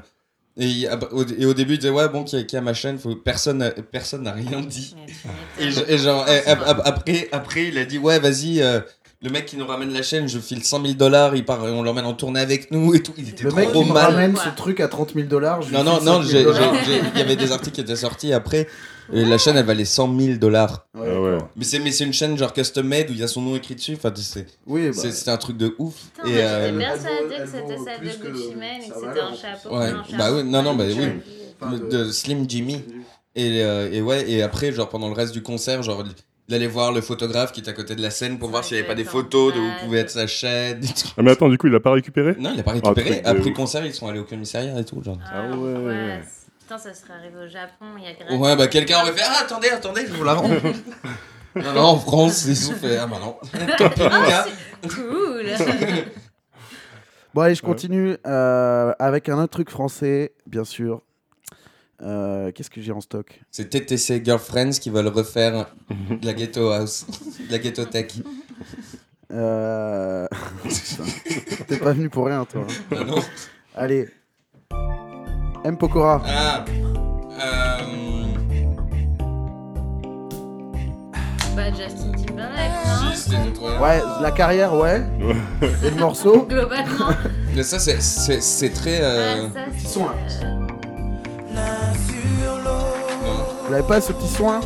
Speaker 4: Et, il- bah, au- et au début, ils disaient Ouais, bon, qui est, qui est à ma chaîne faut, Personne n'a personne n'a rien dit.
Speaker 6: Mais tu m'étonnes.
Speaker 4: Et, je- et genre,
Speaker 6: Ah,
Speaker 4: et ap- ap- après, après, il a dit Ouais, vas-y, euh, le mec qui nous ramène la chaîne, je file 100 000 dollars. Il part, on l'emmène en tournée avec nous et tout. Il était
Speaker 3: Le mec
Speaker 4: trop
Speaker 3: qui me
Speaker 4: mal.
Speaker 3: ramène
Speaker 6: Ouais.
Speaker 3: ce truc à 30 000 dollars.
Speaker 4: Non, non, non, j'ai-
Speaker 6: dollars.
Speaker 4: j'ai- j'ai- il y avait des articles qui étaient sortis après. et la chaîne, elle valait 100 000 dollars.
Speaker 5: Ah ouais.
Speaker 4: Mais c'est mais c'est une chaîne genre custom made où il y a son nom écrit dessus. Enfin, c'est
Speaker 3: Oui, bah,
Speaker 4: c'est- c'est un truc de ouf.
Speaker 6: Putain,
Speaker 4: Et
Speaker 6: mais
Speaker 4: euh,
Speaker 6: j'étais
Speaker 3: bien
Speaker 6: persuadée que
Speaker 3: elles
Speaker 6: c'était
Speaker 3: vaut
Speaker 6: celle
Speaker 3: plus
Speaker 6: de
Speaker 3: que
Speaker 6: Gucci Mane et
Speaker 3: sa
Speaker 6: que c'était
Speaker 3: valeur, en
Speaker 6: un
Speaker 3: fait.
Speaker 6: chapeau.
Speaker 4: Ouais,
Speaker 6: un
Speaker 4: bah
Speaker 6: chapeau.
Speaker 4: oui, non, non, bah oui.
Speaker 3: enfin,
Speaker 4: de, de Slim Jimmy. Et, euh, et ouais, et après, genre pendant le reste du concert, genre il allait voir le photographe qui était à côté de la scène pour voir s'il n'y avait pas des photos de où pouvait être sa chaîne. des trucs.
Speaker 5: Ah, mais attends, du coup, il a pas récupéré
Speaker 4: Non, il a pas
Speaker 5: Ah,
Speaker 4: récupéré.
Speaker 5: truc de
Speaker 4: Après le
Speaker 5: ouf.
Speaker 4: concert, ils sont allés au commissariat et tout. Genre.
Speaker 6: Ah
Speaker 5: Ah ouais.
Speaker 6: ouais. c'est- Putain, ça serait arrivé au Japon. Il y a grave-
Speaker 4: Ouais, bah quelqu'un aurait fait Ah, attendez, attendez, je vous la rends. non, non, en France, ils ont fait Ah, bah non. Tant pis,
Speaker 6: Ah,
Speaker 4: les gars.
Speaker 6: Cool.
Speaker 3: Bon, allez, je continue euh, avec un autre truc français, bien sûr. Euh, Qu'est-ce que j'ai en stock
Speaker 4: C'est TTC Girlfriends qui veulent refaire de la ghetto house, de la ghetto tech.
Speaker 3: euh... putain, T'es pas venu pour rien, toi. hein.
Speaker 4: Ah non.
Speaker 3: Allez. M. Pokora.
Speaker 4: Ah. Euh...
Speaker 6: Bah, Justin Timberlake, non
Speaker 4: juste les autres,
Speaker 3: Ouais,
Speaker 4: ouais.
Speaker 3: la carrière, ouais.
Speaker 5: Ouais.
Speaker 3: Et le morceau
Speaker 6: Globalement,
Speaker 4: Mais ça, c'est- c'est c'est très. euh,
Speaker 6: ouais, ça,
Speaker 3: Petit
Speaker 6: c'est-
Speaker 3: son, là.
Speaker 6: euh,
Speaker 4: non.
Speaker 3: Vous l'avez pas, ce petit soin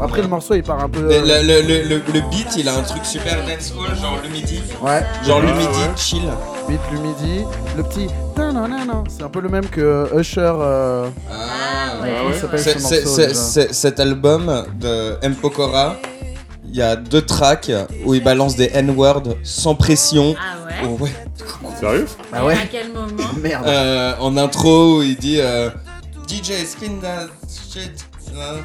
Speaker 3: Après, le morceau, il part un peu...
Speaker 4: Mais Le, le, le, le- le beat, il a un truc super dancehall, genre le midi.
Speaker 3: euh, Ouais,
Speaker 4: Genre le
Speaker 5: Ah,
Speaker 4: midi,
Speaker 5: ouais.
Speaker 4: chill.
Speaker 3: beat le midi. Le petit... tananana, C'est un peu le même que Usher... euh,
Speaker 6: Ah ouais.
Speaker 3: comment il s'appelle
Speaker 4: C'est-
Speaker 3: ce
Speaker 4: c'est-
Speaker 3: morceau,
Speaker 4: c'est-
Speaker 3: déjà
Speaker 4: c'est- Cet album de M. Pokora, il y a deux tracks où il balance des N-words sans pression.
Speaker 6: Ah ouais
Speaker 4: Oh, ouais.
Speaker 5: Sérieux
Speaker 3: Ah ouais
Speaker 6: À quel moment
Speaker 3: Merde.
Speaker 4: Euh, en intro où il dit euh, DJ spin that shit. hein.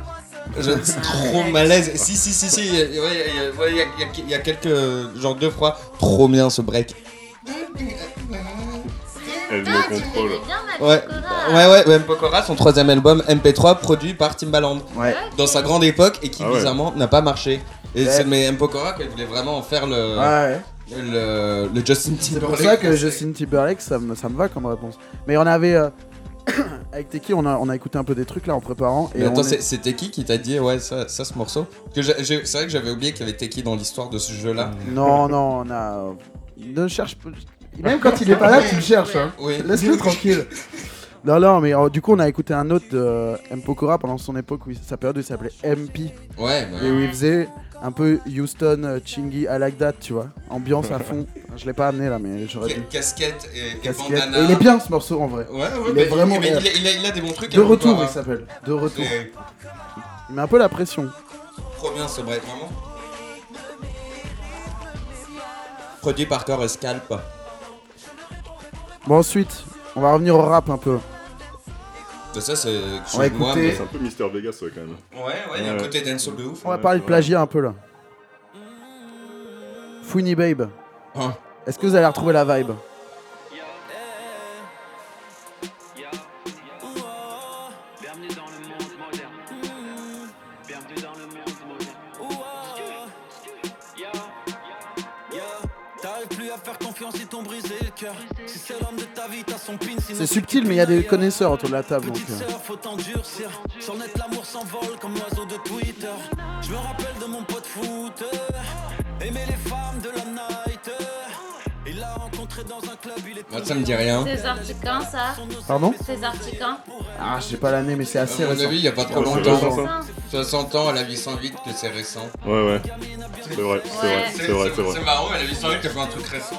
Speaker 4: Je- C'est trop malaise. Si, si, si, si. Il y a- ouais, il y a- ouais, il y a- il y a- il y a quelques. Genre deux fois. Trop bien ce break.
Speaker 5: Elle
Speaker 6: Ah,
Speaker 5: me
Speaker 6: tu
Speaker 5: contrôle.
Speaker 6: l'aimais bien, Matt
Speaker 4: Ouais.
Speaker 6: Pokora.
Speaker 4: Ouais, ouais, ouais, Pokora, son troisième album MP3 produit par Timbaland
Speaker 3: Ouais.
Speaker 6: Ok.
Speaker 4: dans sa grande époque et qui
Speaker 5: Ah ouais.
Speaker 4: bizarrement n'a pas marché. Et
Speaker 3: Ouais.
Speaker 4: c'est mais M. Pokora qui voulait vraiment en faire le.
Speaker 3: Ouais.
Speaker 4: Le, le Justin
Speaker 3: C'est
Speaker 4: Timberlake.
Speaker 3: pour ça que Justin Timberlake, ça me, ça me va comme réponse. Mais on avait. euh, avec Teki, on a, on a écouté un peu des trucs là en préparant. Et
Speaker 4: Mais attends,
Speaker 3: on est-
Speaker 4: c'est- c'était qui qui t'a dit, ouais, ça, ça ce morceau Parce que j'ai- j'ai- C'est vrai que j'avais oublié qu'il y avait Teki dans l'histoire de ce jeu-là.
Speaker 3: Non, non, on a. euh, Ne cherche pas. Même quand il est pas là, tu le cherches. Hein.
Speaker 4: Oui.
Speaker 3: Laisse-le tranquille. Non, non, mais euh, du coup, on a écouté un autre de M. Pokora pendant son époque, où il- sa période où il s'appelait MP.
Speaker 4: Ouais, bah,
Speaker 3: Et où il faisait un peu Houston, euh, Chingy, I like that, tu vois. Ambiance à fond. Je l'ai pas amené là, mais j'aurais
Speaker 4: ca-
Speaker 3: dû.
Speaker 4: casquette et, et
Speaker 3: Casquette.
Speaker 4: bandana.
Speaker 3: Et il est bien ce morceau en vrai.
Speaker 4: Ouais, ouais,
Speaker 3: Il
Speaker 4: bah,
Speaker 3: est vraiment
Speaker 4: mais
Speaker 3: bien.
Speaker 4: il, a, il a- il a des bons trucs.
Speaker 3: De
Speaker 4: hein,
Speaker 3: retour,
Speaker 4: encore,
Speaker 3: il s'appelle. De retour.
Speaker 4: C'est
Speaker 3: Il met un peu la pression.
Speaker 4: trop bien ce break, vraiment. Produit par Core Scalp.
Speaker 3: Bon, ensuite, on va revenir au rap un peu.
Speaker 4: De ça, c'est
Speaker 3: On va
Speaker 4: chez moi.
Speaker 3: écouter.
Speaker 4: mais-
Speaker 5: C'est un peu Mister Vegas, ouais, quand même.
Speaker 4: Ouais, ouais, il y a un
Speaker 5: Ouais.
Speaker 4: côté dancehall de ouf. hein.
Speaker 3: On va parler de
Speaker 5: ouais.
Speaker 3: plagiat un peu là. Fouini Babe.
Speaker 4: Hein.
Speaker 3: Est-ce que vous allez retrouver la vibe
Speaker 7: T'arrives plus à faire confiance, ils t'ont brisé le cœur. Si c'est l'homme de ta vie, t'as son pin. sinon
Speaker 3: C'est subtil, mais il y a des connaisseurs autour de la table donc.
Speaker 7: Petite
Speaker 3: euh.
Speaker 7: sœur, faut t'endurcir. Sur net, l'amour s'envole comme l'oiseau de Twitter. Je me rappelle de mon pote foot. euh, Aimer les femmes de la night. euh, Il l'a rencontré dans un club, il est
Speaker 4: Moi, ça me dit rien.
Speaker 6: C'est sorti quand hein, ça hein.
Speaker 3: Pardon
Speaker 6: C'est sorti quand
Speaker 3: Ah, je sais pas l'année, mais c'est
Speaker 4: À
Speaker 3: assez
Speaker 4: mon
Speaker 3: récent.
Speaker 4: avis, il n'y a pas trop
Speaker 5: Ouais, c'est
Speaker 4: longtemps.
Speaker 5: récent,
Speaker 6: Ça
Speaker 4: 60 ans, elle a 808 que c'est récent.
Speaker 5: Ouais, ouais. C'est vrai, c'est vrai,
Speaker 6: Ouais.
Speaker 5: c'est vrai, c'est vrai.
Speaker 4: marrant, elle a 808 qu'elle fait un truc récent.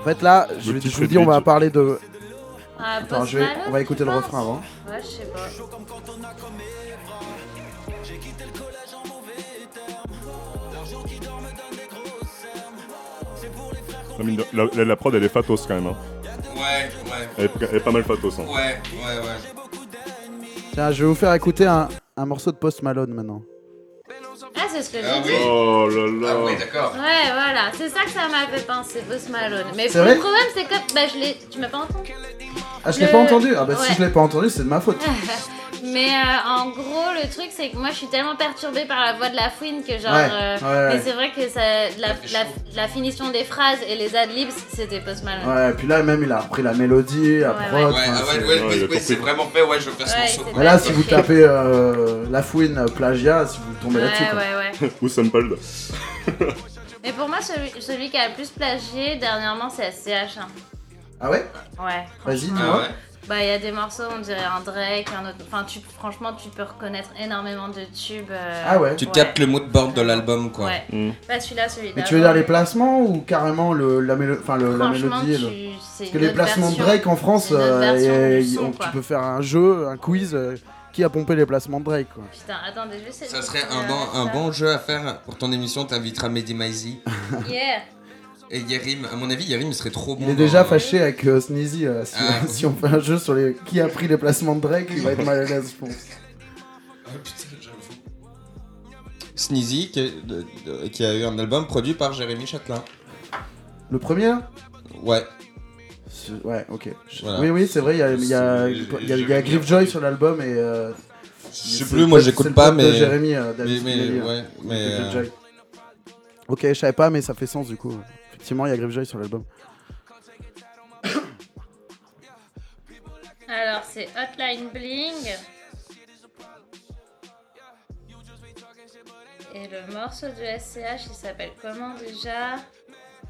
Speaker 3: En fait, là, je,
Speaker 5: Le petit
Speaker 3: je vous dis, on va
Speaker 5: tribute.
Speaker 3: parler de.
Speaker 6: Ah,
Speaker 3: Attends,
Speaker 6: Post
Speaker 3: je vais...
Speaker 6: Malone,
Speaker 3: on va écouter le
Speaker 6: tu
Speaker 3: refrain
Speaker 6: penses
Speaker 3: avant.
Speaker 6: Ouais, je sais pas.
Speaker 5: Ah, mine de- La, la- la prod, elle est fatos quand même. hein.
Speaker 4: Ouais, ouais.
Speaker 5: Elle, est, elle est pas mal fatos. hein.
Speaker 4: Ouais, ouais, ouais.
Speaker 3: Tiens, je vais vous faire écouter un, un morceau de Post Malone maintenant.
Speaker 6: Ah, c'est ce que
Speaker 4: Ah
Speaker 6: j'ai
Speaker 4: oui.
Speaker 6: dit.
Speaker 5: Oh là là.
Speaker 4: Ah oui, d'accord.
Speaker 6: Ouais, voilà, c'est ça que ça m'a fait penser, Post Malone. Mais
Speaker 3: C'est vrai
Speaker 6: le problème, c'est que bah, je l'ai. Tu m'as pas entendu
Speaker 3: Ah, je l'ai
Speaker 6: Le-
Speaker 3: pas entendu Ah, bah si
Speaker 6: Ouais.
Speaker 3: je l'ai pas entendu, c'est de ma faute.
Speaker 6: Mais euh, en gros, le truc, c'est que moi, je suis tellement perturbée par la voix de la fouine que genre.
Speaker 3: Ouais,
Speaker 6: euh,
Speaker 3: ouais, ouais.
Speaker 6: Mais c'est vrai que ça, la,
Speaker 4: fait
Speaker 6: la-
Speaker 4: chaud.
Speaker 6: la finition des phrases et les adlibs, c'était Post Malone.
Speaker 3: Ouais, puis là, même, il a repris la mélodie, la
Speaker 6: Ouais,
Speaker 3: prod.
Speaker 4: Ouais,
Speaker 3: enfin,
Speaker 4: ah
Speaker 3: c'est-
Speaker 4: ouais, ouais,
Speaker 5: ouais, il a
Speaker 4: oui, oui,
Speaker 5: compris.
Speaker 4: c'est vraiment fait, ouais, je veux faire ce
Speaker 6: Ouais,
Speaker 4: morceau.
Speaker 6: c'est
Speaker 4: quoi.
Speaker 3: Mais là, si vous tapez euh, la fouine euh, plagiat, si vous tombez
Speaker 6: Ouais,
Speaker 3: là-dessus. quoi.
Speaker 6: ouais, ouais.
Speaker 5: Ou sampled.
Speaker 6: Mais pour moi, celui, celui qui a le plus plagié dernièrement, c'est SCH. hein.
Speaker 3: Ah ouais
Speaker 6: Ouais.
Speaker 3: Vas-y,
Speaker 6: franchement.
Speaker 4: Ah
Speaker 3: dis-moi.
Speaker 4: ouais.
Speaker 6: Bah, il y a des morceaux, on dirait un Drake, un autre. Enfin, tu, franchement, tu peux reconnaître énormément de tubes. euh,
Speaker 3: Ah ouais
Speaker 4: Tu captes le mood board de l'album, quoi.
Speaker 6: Ouais.
Speaker 5: Mm.
Speaker 6: Bah, celui-là, celui
Speaker 3: Mais
Speaker 6: d'avant. euh,
Speaker 3: tu veux dire les placements ou carrément le, la, mélo- enfin, le- la
Speaker 6: Franchement,
Speaker 3: mélodie et le-
Speaker 6: tu... c'est
Speaker 3: Parce que
Speaker 6: une
Speaker 3: les
Speaker 6: autre
Speaker 3: placements de
Speaker 6: version.
Speaker 3: Drake en France,
Speaker 6: C'est une autre
Speaker 3: euh,
Speaker 6: version
Speaker 3: et-
Speaker 6: du son,
Speaker 3: on-
Speaker 6: quoi.
Speaker 3: tu peux faire un jeu, un quiz, euh, qui a pompé les placements de Drake quoi.
Speaker 6: Putain, attendez, je vais essayer
Speaker 4: Ça
Speaker 6: de-
Speaker 4: serait
Speaker 6: euh,
Speaker 4: un bon, un bon jeu à faire pour ton émission. T'inviteras Mehdi Maizi
Speaker 6: Yeah.
Speaker 4: et Yerim. À mon avis, Yerim, il serait trop bon.
Speaker 3: Il est
Speaker 4: dans-
Speaker 3: déjà fâché avec euh, Sneezy. euh, si,
Speaker 4: Ah.
Speaker 3: si on fait un jeu sur les qui a pris les placements de Drake, il va être mal à l'aise, je pense.
Speaker 4: Ah, putain, j'avoue. Sneezy, qui, est- de- de- qui a eu un album produit par Jérémy Châtelain.
Speaker 3: Le premier là
Speaker 4: Ouais.
Speaker 3: Ce- Ouais, ok. Je-
Speaker 4: Voilà.
Speaker 3: Oui, oui, c'est vrai, il y a, il y a,
Speaker 4: C'est-
Speaker 3: il y a- il y a Griff Joy sur l'album et. euh,
Speaker 4: Je sais
Speaker 3: c'est
Speaker 4: plus,
Speaker 3: le
Speaker 4: moi,
Speaker 3: pote- c'est
Speaker 4: j'écoute
Speaker 3: le
Speaker 4: pas,
Speaker 3: pote de
Speaker 4: mais.
Speaker 3: Jérémy, euh,
Speaker 4: Mais,
Speaker 3: David
Speaker 4: mais,
Speaker 3: Spinelli,
Speaker 4: ouais, mais.
Speaker 3: Griff
Speaker 4: euh,
Speaker 3: Joy. Ok, je savais pas, mais ça fait sens du coup. Effectivement, il y a Griff Joy sur l'album.
Speaker 6: Alors, c'est Hotline Bling. Et le morceau de SCH, il s'appelle comment déjà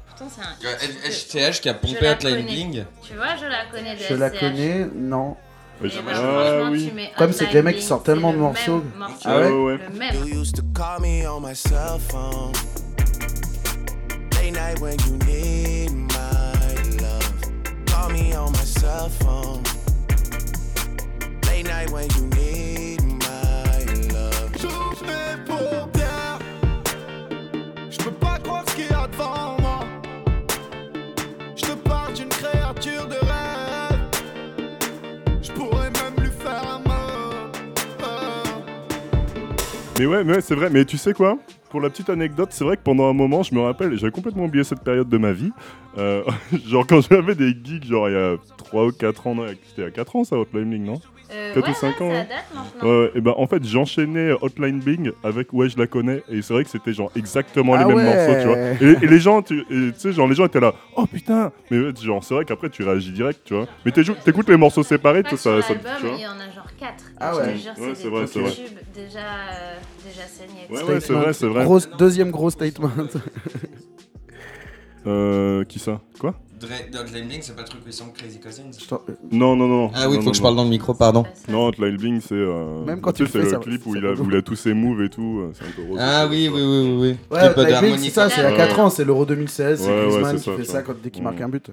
Speaker 6: Pourtant, c'est un.
Speaker 4: euh, L- HTH qui a
Speaker 6: Je
Speaker 4: pompé
Speaker 6: la
Speaker 4: Hotline
Speaker 6: connais.
Speaker 4: Bling.
Speaker 6: Tu vois, je la connais de
Speaker 3: Je la
Speaker 6: SCH.
Speaker 3: connais, non.
Speaker 5: Ouais,
Speaker 6: Et
Speaker 5: j'ai-
Speaker 6: bah,
Speaker 5: ah
Speaker 6: franchement,
Speaker 5: oui.
Speaker 6: tu mets
Speaker 3: Comme c'est que les mecs, ils sortent
Speaker 6: Hotline
Speaker 3: tellement de
Speaker 6: Bling, c'est le
Speaker 3: morceaux.
Speaker 6: même morceau.
Speaker 5: Ah ouais, ouais.
Speaker 6: Le même.
Speaker 10: You used to call me on my cell phone. Late night when you need my love. Call me on my cell phone. Late night when you need my love.
Speaker 9: Je vais pour terre. Je peux pas croire ce qu'il y a devant moi. Je te parle d'une créature de rêve. Je pourrais même lui faire un mot.
Speaker 5: Mais ouais, mais ouais, c'est vrai. Mais tu sais quoi Pour la petite anecdote, c'est vrai que pendant un moment, je me rappelle, j'avais complètement oublié cette période de ma vie. Euh, genre quand j'avais des geeks, genre il y a 3 ou 4 ans, non, c'était à 4 ans ça, Hotline Bling, non
Speaker 6: Euh,
Speaker 5: Quatre
Speaker 6: ouais,
Speaker 5: ou cinq
Speaker 6: ouais,
Speaker 5: ans,
Speaker 6: Ça
Speaker 5: hein.
Speaker 6: date maintenant.
Speaker 5: Ouais, ouais, et ben en fait j'enchaînais euh, Hotline Bing avec Ouais je la connais et c'est vrai que c'était genre exactement
Speaker 3: Ah
Speaker 5: les mêmes
Speaker 3: ouais.
Speaker 5: morceaux tu vois et, et les gens tu et tu sais genre les gens étaient là oh putain mais ouais, genre c'est vrai qu'après tu réagis direct tu vois mais t'éjou- t'écoutes les morceaux séparés
Speaker 6: Pas
Speaker 5: tout
Speaker 6: que
Speaker 5: ça,
Speaker 6: sur
Speaker 5: ça
Speaker 6: l'album,
Speaker 5: tu vois
Speaker 6: il y en a genre 4.
Speaker 3: Ah
Speaker 6: je
Speaker 3: ouais.
Speaker 6: te jure,
Speaker 5: Ouais,
Speaker 6: c'est
Speaker 5: c'est
Speaker 6: des
Speaker 5: vrai,
Speaker 6: petits
Speaker 5: c'est vrai.
Speaker 6: tubes déjà, euh, déjà saignés.
Speaker 5: Ouais, ouais, c'est vrai, c'est vrai.
Speaker 3: Grosse- deuxième gros statement.
Speaker 5: euh, qui ça quoi
Speaker 4: Dre- Dre- Hotline Bling, c'est pas le truc où ils sont Crazy Cousins
Speaker 3: Je t'en-
Speaker 5: non non non
Speaker 4: Ah oui,
Speaker 5: non,
Speaker 4: faut
Speaker 5: non,
Speaker 4: que je
Speaker 5: non.
Speaker 4: parle dans le micro, pardon.
Speaker 6: Euh,
Speaker 5: non Hotline Bing c'est euh,
Speaker 3: Même quand
Speaker 5: tu
Speaker 3: tu
Speaker 5: sais, c'est
Speaker 3: le fais,
Speaker 5: le
Speaker 3: ça-
Speaker 5: clip où
Speaker 3: ça
Speaker 5: il a,
Speaker 3: fait
Speaker 5: où il a tous ses moves et tout euh, c'est un peu gros,
Speaker 4: Ah
Speaker 5: c'est-
Speaker 4: oui, oui, oui, oui. oui.
Speaker 3: Ouais,
Speaker 4: Clip
Speaker 3: Live Aid,
Speaker 4: d'harmonica.
Speaker 3: c'est ça, c'est à
Speaker 6: Ouais.
Speaker 3: 4 ans, c'est l'Euro 2016, c'est
Speaker 5: Ouais, ouais,
Speaker 3: Griezmann
Speaker 5: c'est
Speaker 3: qui
Speaker 5: ça, Mm.
Speaker 3: fait
Speaker 5: tu
Speaker 3: ça
Speaker 5: vois.
Speaker 3: quand, dès qu'il
Speaker 5: Ouais.
Speaker 3: marque un but.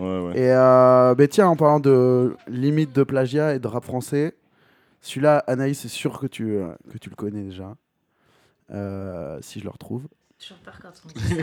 Speaker 5: ouais ouais
Speaker 3: Et euh, ben tiens, en parlant de limite de plagiat et de rap français, celui-là, Anaïs, c'est sûr que tu, euh, que tu le connais déjà. Euh, si je le retrouve.
Speaker 6: Toujours peur quand on dit ça.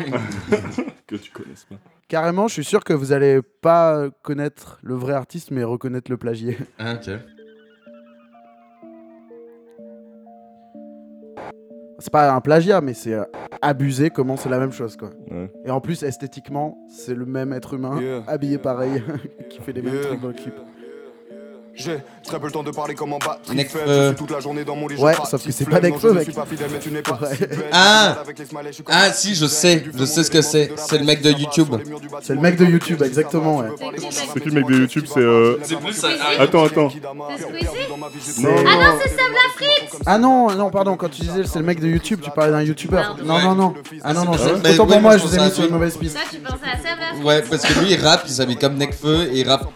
Speaker 5: que tu connaisses pas
Speaker 3: Carrément, je suis sûr que vous allez pas connaître le vrai artiste, mais reconnaître le plagié.
Speaker 4: Ah, ok.
Speaker 3: C'est pas un plagiat, mais c'est euh, abusé comment c'est la même chose, quoi.
Speaker 5: Ouais.
Speaker 3: Et en plus, esthétiquement, c'est le même être humain,
Speaker 10: Yeah.
Speaker 3: habillé pareil, qui fait les mêmes
Speaker 10: Yeah.
Speaker 3: trucs dans le clip.
Speaker 10: J'ai très peu le temps de parler comme en bas.
Speaker 4: Nekfeu.
Speaker 10: Je suis toute la journée dans mon lit. je
Speaker 3: Ouais,
Speaker 10: pratique
Speaker 3: sauf que c'est
Speaker 10: flemme.
Speaker 3: pas
Speaker 10: Non,
Speaker 3: Nekfeu,
Speaker 10: je ne
Speaker 3: mec.
Speaker 10: suis pas fidèle, mais tu n'es pas
Speaker 3: Ouais.
Speaker 10: si belle.
Speaker 4: Ah.
Speaker 10: Avec les smileys, je suis
Speaker 4: Ah, si, je sais, je sais ce que c'est. C'est le mec de YouTube.
Speaker 3: C'est le mec de YouTube, exactement, ouais.
Speaker 5: C'est qui le mec de YouTube, c'est, euh,
Speaker 4: C'est plus
Speaker 5: Attends, attends.
Speaker 6: C'est Squeezie
Speaker 5: Non,
Speaker 3: Ah
Speaker 10: non, c'est Sam l'Afrique
Speaker 3: Ah non, non, pardon, quand tu disais c'est le mec de YouTube, tu parlais d'un youtubeur.
Speaker 6: Pardon.
Speaker 3: Non, non, non. Ah non, non,
Speaker 4: Ouais.
Speaker 3: c'est-
Speaker 4: Mais
Speaker 3: autant pour
Speaker 4: oui, moi,
Speaker 3: moi,
Speaker 4: je
Speaker 3: je vous ai
Speaker 4: pense
Speaker 3: mis
Speaker 4: à
Speaker 3: sur une
Speaker 4: ça.
Speaker 3: mauvaise piste.
Speaker 6: Toi, tu pensais à ça, Blaf
Speaker 4: Ouais, parce que lui, il rappe, il s'habille comme Nekfeu et il rappe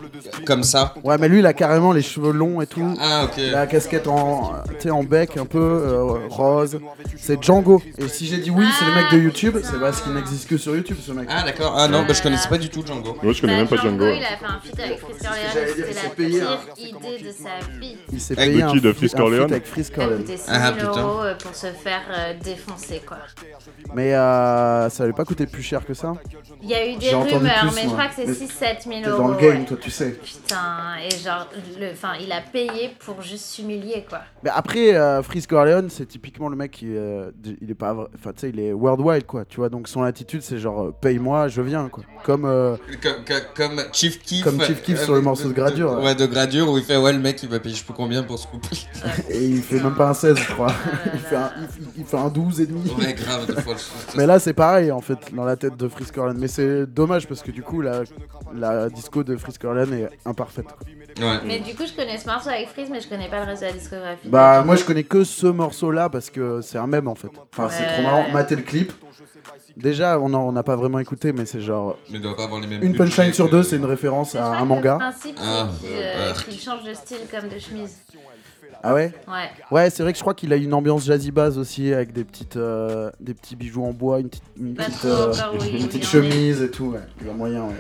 Speaker 4: comme ça.
Speaker 3: Ouais, mais lui, il a carrément les cheveux longs et tout.
Speaker 4: Ah, ok.
Speaker 3: La casquette en, tu sais, en bec, un peu euh, rose. C'est Django. Et si j'ai dit oui, c'est le mec de YouTube, c'est parce qu'il n'existe que sur YouTube, ce mec.
Speaker 4: Ah, d'accord. Ah non, bah, je connaissais pas du tout Django.
Speaker 5: moi je connais même pas Django ouais.
Speaker 6: Bah, Il a fait un feat avec Chris
Speaker 3: j'allais
Speaker 6: Corleone.
Speaker 3: dire, il
Speaker 6: C'était la
Speaker 3: s'est payé, hein.
Speaker 6: pire idée de sa vie.
Speaker 3: Il s'est
Speaker 4: Avec
Speaker 3: payé
Speaker 5: de
Speaker 3: un,
Speaker 5: qui, de
Speaker 3: feat-
Speaker 5: Frisk
Speaker 3: un feat
Speaker 5: Orleans
Speaker 3: avec Frisk
Speaker 6: Il a
Speaker 3: Orleans.
Speaker 6: coûté 6
Speaker 4: Ah,
Speaker 6: 000
Speaker 4: putain.
Speaker 6: euros euh, pour se faire euh, défoncer, quoi.
Speaker 3: Mais euh, ça allait pas coûter plus cher que ça.
Speaker 6: Il y a eu des
Speaker 3: J'ai entendu
Speaker 6: rumeurs,
Speaker 3: plus,
Speaker 6: mais je
Speaker 3: moi.
Speaker 6: crois que c'est
Speaker 3: Mais
Speaker 6: 6-7
Speaker 3: T'es
Speaker 6: 000 euros.
Speaker 3: dans le game,
Speaker 6: ouais.
Speaker 3: toi, tu sais.
Speaker 6: Putain, et genre, le, enfin, il a payé pour juste s'humilier, quoi.
Speaker 1: Mm.
Speaker 3: Mais après, euh, Frisk Orleans, c'est typiquement le mec qui, euh, d- il est pas, vra- enfin, tu sais, il est worldwide, quoi. Tu vois, donc son attitude, c'est genre, euh, paye-moi, je viens, quoi. Comme, euh,
Speaker 4: Comme, comme- comme Chief Keef.
Speaker 3: Comme Chief Keef
Speaker 4: euh,
Speaker 3: sur le morceau de Gradure, là.
Speaker 4: Ouais, de Gradure où il fait Ouais, le mec, il va payer je sais plus combien pour se couper.
Speaker 3: et il fait même pas un 16, je crois.
Speaker 6: là
Speaker 3: il, fait un, il, il- il fait un 12 et demi.
Speaker 4: Ouais, grave, des fois, je-
Speaker 3: Mais là, c'est pareil, en fait, dans la tête de Frisk Orleans. Mais c'est dommage parce que du coup, la, la disco de Frisk Orleans est imparfaite. quoi.
Speaker 4: Ouais.
Speaker 6: Mais du coup, je connais ce morceau avec Freeze, mais je connais pas le reste de la discographie.
Speaker 3: Bah, moi, je connais que ce morceau-là parce que c'est un mème, en fait. Enfin, c'est trop marrant. Mater le clip. Déjà, on en- on n'a pas vraiment écouté, mais c'est genre
Speaker 4: Mais il doit pas avoir les mêmes.
Speaker 3: Une
Speaker 4: budgets
Speaker 3: punchline sur
Speaker 4: que-
Speaker 3: deux, c'est une référence
Speaker 6: Je
Speaker 3: à
Speaker 6: crois
Speaker 3: un
Speaker 6: que
Speaker 3: manga.
Speaker 6: Le principe, c'est
Speaker 4: Ah,
Speaker 6: qu'il euh,
Speaker 4: ouais.
Speaker 6: qu'il change de style comme de chemise.
Speaker 3: Ah ouais
Speaker 6: Ouais.
Speaker 3: Ouais, c'est vrai que je crois qu'il a une ambiance jazzy bass aussi, avec des, petites, euh, des petits bijoux en bois, une petite, une
Speaker 6: Pas
Speaker 3: petite,
Speaker 6: trop
Speaker 3: euh,
Speaker 6: encore, oui.
Speaker 3: une
Speaker 6: oui,
Speaker 3: petite
Speaker 6: on est-
Speaker 3: chemise et tout. Ouais, il y a moyen, ouais.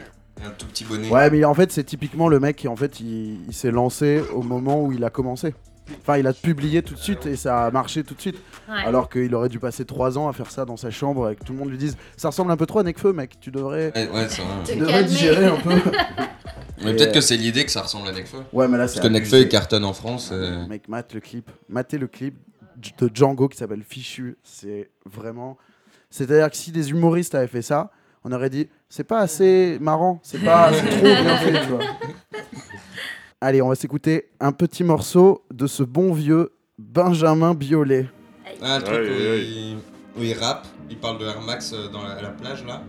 Speaker 4: Un tout petit bonnet.
Speaker 3: Ouais, mais en fait, c'est typiquement le mec qui en fait, il, il s'est lancé au moment où il a commencé. Enfin, il a publié tout de suite et ça a marché tout de suite.
Speaker 6: Ouais.
Speaker 3: Alors qu'il aurait dû passer 3 ans à faire ça dans sa chambre et que tout le monde lui dise Ça ressemble un peu trop à Nekfeu, mec, tu devrais,
Speaker 4: Ouais, ouais, c'est vrai.
Speaker 6: Te
Speaker 3: tu devrais
Speaker 6: calmer.
Speaker 3: digérer un peu.
Speaker 4: Mais peut-être que c'est l'idée que ça ressemble à Nekfeu.
Speaker 3: ouais, mais là, c'est.
Speaker 4: Parce que Nekfeu,
Speaker 3: abusé.
Speaker 4: il cartonne en France. euh,
Speaker 3: Mec, mate le clip. Matez le clip de Django qui s'appelle Fichu. C'est vraiment. C'est-à-dire que si des humoristes avaient fait ça, on aurait dit c'est pas assez marrant, c'est pas c'est trop bien fait, tu vois. Allez, on va s'écouter un petit morceau de ce bon vieux Benjamin Biolay.
Speaker 4: Ah, le truc
Speaker 5: Aïe,
Speaker 4: où,
Speaker 5: aïe, aïe.
Speaker 4: Il... où il rappe, il parle de Air Max euh, dans la, à la plage là.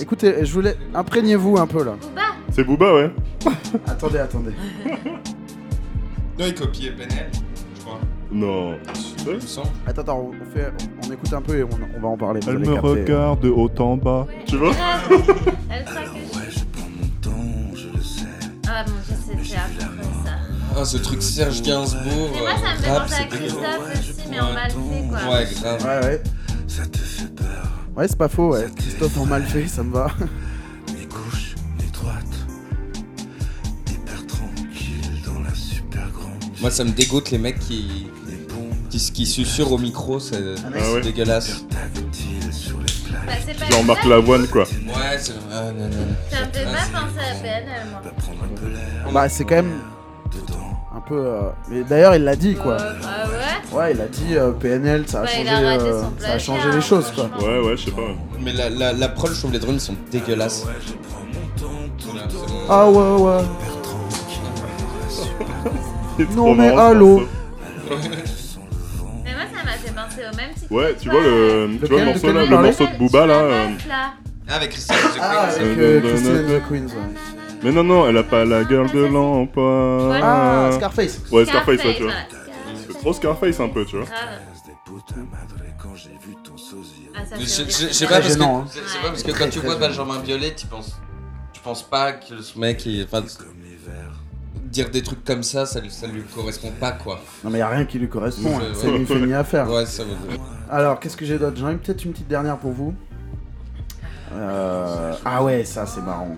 Speaker 3: Écoutez, je voulais. Imprégnez-vous un peu là.
Speaker 6: Booba,
Speaker 5: c'est Booba ouais
Speaker 3: Attendez, attendez.
Speaker 4: Non, il copiait Penel, je crois.
Speaker 5: non
Speaker 4: Il me semble.
Speaker 3: Attends, attends, on, fait... on écoute un peu et on, on va en parler. vous
Speaker 5: elle
Speaker 3: allez
Speaker 5: me
Speaker 3: capter.
Speaker 5: regarde de haut en bas tu vois
Speaker 6: grave. euh, Elle croit que je-
Speaker 1: Oh. Ah Ouais, je prends mon temps, je le sais.
Speaker 6: Ah mon dieu, c'est c'est affreux ça.
Speaker 4: Ah, ce truc Serge Gainsbourg.
Speaker 6: Mais moi,
Speaker 1: Ah,
Speaker 6: ça
Speaker 4: euh,
Speaker 6: me fait
Speaker 4: rap,
Speaker 6: penser à
Speaker 4: c'est dégueulasse.
Speaker 6: Christophe aussi, mais en mal fait, quoi.
Speaker 4: Ouais, grave.
Speaker 3: Ouais, ouais.
Speaker 1: Ça te fait peur.
Speaker 3: Ouais, c'est pas faux, ouais. Christophe en mal fait, ça me va.
Speaker 1: Mes couches étroites. Hyper tranquille dans la super grande.
Speaker 4: Moi, ça me dégoûte les mecs qui,
Speaker 1: Des bombes
Speaker 4: qui, qui susurrent au micro, c'est
Speaker 3: Ah
Speaker 4: c'est
Speaker 5: ouais.
Speaker 4: dégueulasse.
Speaker 1: tactiles sur les
Speaker 6: Bah,
Speaker 1: plages.
Speaker 6: c'est pas
Speaker 5: genre Marc
Speaker 6: exact,
Speaker 5: Lavoine quoi
Speaker 4: Ouais, c'est. Ah, non, non.
Speaker 6: Ça me fait
Speaker 4: Ah, c'est-
Speaker 6: pas penser à PNL, moi.
Speaker 1: Va prendre un peu l'air
Speaker 3: Bah, c'est quand même
Speaker 1: dedans.
Speaker 3: un peu. euh, Mais d'ailleurs, il l'a dit quoi.
Speaker 6: Euh, Ah ouais
Speaker 3: Ouais, il a dit euh, PNL, ça a
Speaker 6: Bah,
Speaker 3: changé,
Speaker 6: il a raté
Speaker 3: euh,
Speaker 6: son
Speaker 3: ça a
Speaker 6: plagiat,
Speaker 3: changé les choses quoi.
Speaker 6: franchement.
Speaker 5: ouais ouais je sais pas
Speaker 4: Mais la, la, la prod, je trouve les drones sont dégueulasses.
Speaker 1: Ouais, je prends mon temps tout
Speaker 4: Ouais,
Speaker 1: le temps.
Speaker 4: absolument.
Speaker 3: Ah ouais ouais.
Speaker 1: Hyper tranquille dans la super
Speaker 5: Il est
Speaker 3: Non,
Speaker 5: trop
Speaker 3: mais
Speaker 5: marrant, ce
Speaker 3: allô.
Speaker 5: morceau.
Speaker 1: Sans le vent,
Speaker 6: Mais moi, ça m'a fait penser au même titre.
Speaker 5: Ouais, tu vois le, tu vois
Speaker 3: Lequel
Speaker 5: le morceau là,
Speaker 3: Lequel
Speaker 5: le morceau de Booba là. euh,
Speaker 4: Ah, avec Christian The Queen.
Speaker 3: Ah,
Speaker 5: Euh,
Speaker 3: avec euh,
Speaker 5: non, non,
Speaker 3: Christine and
Speaker 5: non.
Speaker 3: the Queens. ouais.
Speaker 5: Mais non non, elle a pas la gueule de l'emploi.
Speaker 3: Ah, Scarface.
Speaker 5: Ouais, Scarface, ouais, tu vois. C'est trop Scarface un peu, tu vois.
Speaker 1: As de puta madre, quand j'ai vu ton sosie.
Speaker 6: Ah,
Speaker 4: Je je- je- je sais
Speaker 3: Très
Speaker 4: pas, parce que,
Speaker 3: gênant, hein.
Speaker 4: je- je sais pas parce que
Speaker 3: Très,
Speaker 4: quand tu
Speaker 3: très
Speaker 4: vois
Speaker 3: gênant.
Speaker 4: Benjamin Biolay, tu penses, tu penses pas que ce mec, il, enfin,
Speaker 1: Comme l'hiver.
Speaker 4: dire des trucs comme ça, ça lui, ça lui correspond pas quoi.
Speaker 3: Non, mais y a rien qui lui correspond.
Speaker 4: Ouais,
Speaker 3: hein. C'est
Speaker 4: ouais.
Speaker 3: ni fait ni à faire.
Speaker 4: Ouais, ça veut dire.
Speaker 3: Alors, qu'est-ce que j'ai d'autre J'en ai peut-être une petite dernière pour vous. Euh, Ah ouais, ça c'est marrant.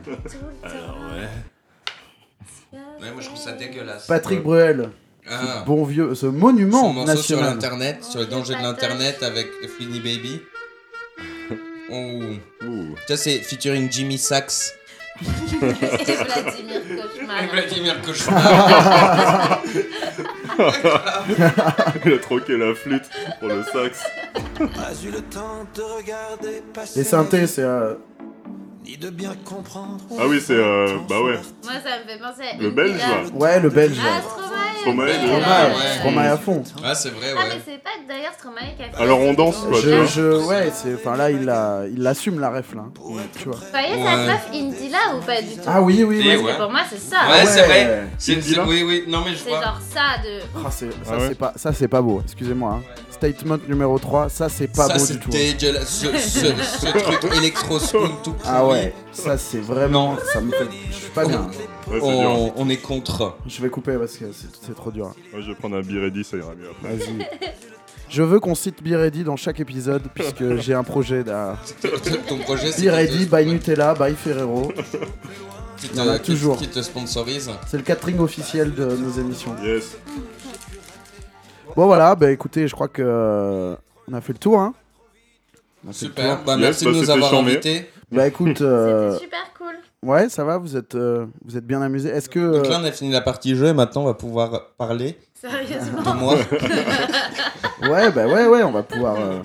Speaker 4: Ouais, moi je trouve ça dégueulasse.
Speaker 3: Patrick Bruel,
Speaker 4: Ah.
Speaker 3: ce bon vieux, ce
Speaker 4: Son
Speaker 3: monument
Speaker 4: morceau sur
Speaker 3: national.
Speaker 4: l'internet, sur les dangers de l'internet avec Flinny Baby. Oh.
Speaker 5: Ouh.
Speaker 4: Ça c'est featuring Jimmy Sachs
Speaker 6: Et Vladimir Cauchemar.
Speaker 4: et Vladimir Cauchemar.
Speaker 5: Il a troqué la flûte pour le sax.
Speaker 10: Pas eu le temps de regarder passer.
Speaker 3: Les synthés, c'est. euh,
Speaker 10: Ni de bien comprendre.
Speaker 5: Ah oui, c'est, euh, bah ouais.
Speaker 6: Moi, ça me fait penser à.
Speaker 5: Le belge là.
Speaker 3: Ouais, le belge.
Speaker 6: Ah,
Speaker 5: Stromae,
Speaker 6: Stromae oui,
Speaker 5: le-
Speaker 6: ah,
Speaker 3: Stromae,
Speaker 6: ouais.
Speaker 4: ouais.
Speaker 3: Stromae à fond.
Speaker 4: Ah c'est vrai
Speaker 6: Ah, mais
Speaker 4: ouais.
Speaker 6: c'est pas d'ailleurs Stromae qui a fait.
Speaker 5: Alors, on danse, quoi, Ouais, tu
Speaker 3: Je,
Speaker 5: vois.
Speaker 3: je, ouais, c'est, enfin là, il a, il assume la ref là. hein, Tu vois.
Speaker 6: Fayez sa
Speaker 4: Ouais.
Speaker 6: meuf Indila ou pas du tout
Speaker 3: Ah oui, oui,
Speaker 4: Et
Speaker 3: oui.
Speaker 4: ouais.
Speaker 6: Pour moi, c'est ça.
Speaker 4: Ouais, c'est
Speaker 3: ouais.
Speaker 4: vrai. C'est,
Speaker 5: Cindy,
Speaker 4: c'est-
Speaker 5: là
Speaker 4: oui, oui, non mais je
Speaker 6: C'est
Speaker 4: vois.
Speaker 6: genre ça de.
Speaker 3: Ah, c'est- ça
Speaker 5: Ah ouais.
Speaker 3: c'est pas, ça c'est pas beau. Excusez-moi. hein. Statement numéro 3, ça c'est pas
Speaker 4: ça
Speaker 3: beau du tout. hein.
Speaker 4: c'était dégueulasse. Ce, ce- ce truc électro spoon tout pourri.
Speaker 3: Ah ouais, ça c'est vraiment, ça me fait, je suis pas bien. hein.
Speaker 5: Ouais, c'est dur.
Speaker 4: On, on est contre.
Speaker 3: Je vais couper parce que c'est, c'est trop dur. hein.
Speaker 5: Moi, je vais prendre un Biredi, ça ira mieux après.
Speaker 3: Vas-y. Je veux qu'on cite Be Ready dans chaque épisode puisque j'ai un projet derrière.
Speaker 4: Ton projet c'est
Speaker 3: Be Ready
Speaker 4: qui te-
Speaker 3: by Nutella, by Ferrero.
Speaker 4: qui te-
Speaker 3: Il y en a
Speaker 4: qui-
Speaker 3: toujours.
Speaker 4: Qui te sponsorise.
Speaker 3: C'est le catering officiel de nos émissions.
Speaker 5: Yes.
Speaker 3: Bon voilà, bah écoutez, je crois que euh, on a fait le tour. Hein. On a fait le
Speaker 4: Super.
Speaker 3: tour.
Speaker 4: Bah,
Speaker 5: Yes,
Speaker 4: merci
Speaker 5: bah,
Speaker 4: de nous
Speaker 5: c'était
Speaker 4: avoir
Speaker 5: charmé.
Speaker 4: invités.
Speaker 3: Bah écoute, euh,
Speaker 6: C'était super cool.
Speaker 3: ouais, ça va, vous êtes, euh, vous êtes bien amusés. Est-ce que
Speaker 4: Donc là,
Speaker 3: euh,
Speaker 4: on a fini la partie jeu et maintenant on va pouvoir parler de
Speaker 6: Sérieusement.
Speaker 4: moi.
Speaker 3: ouais, bah ouais, ouais, on va pouvoir, euh,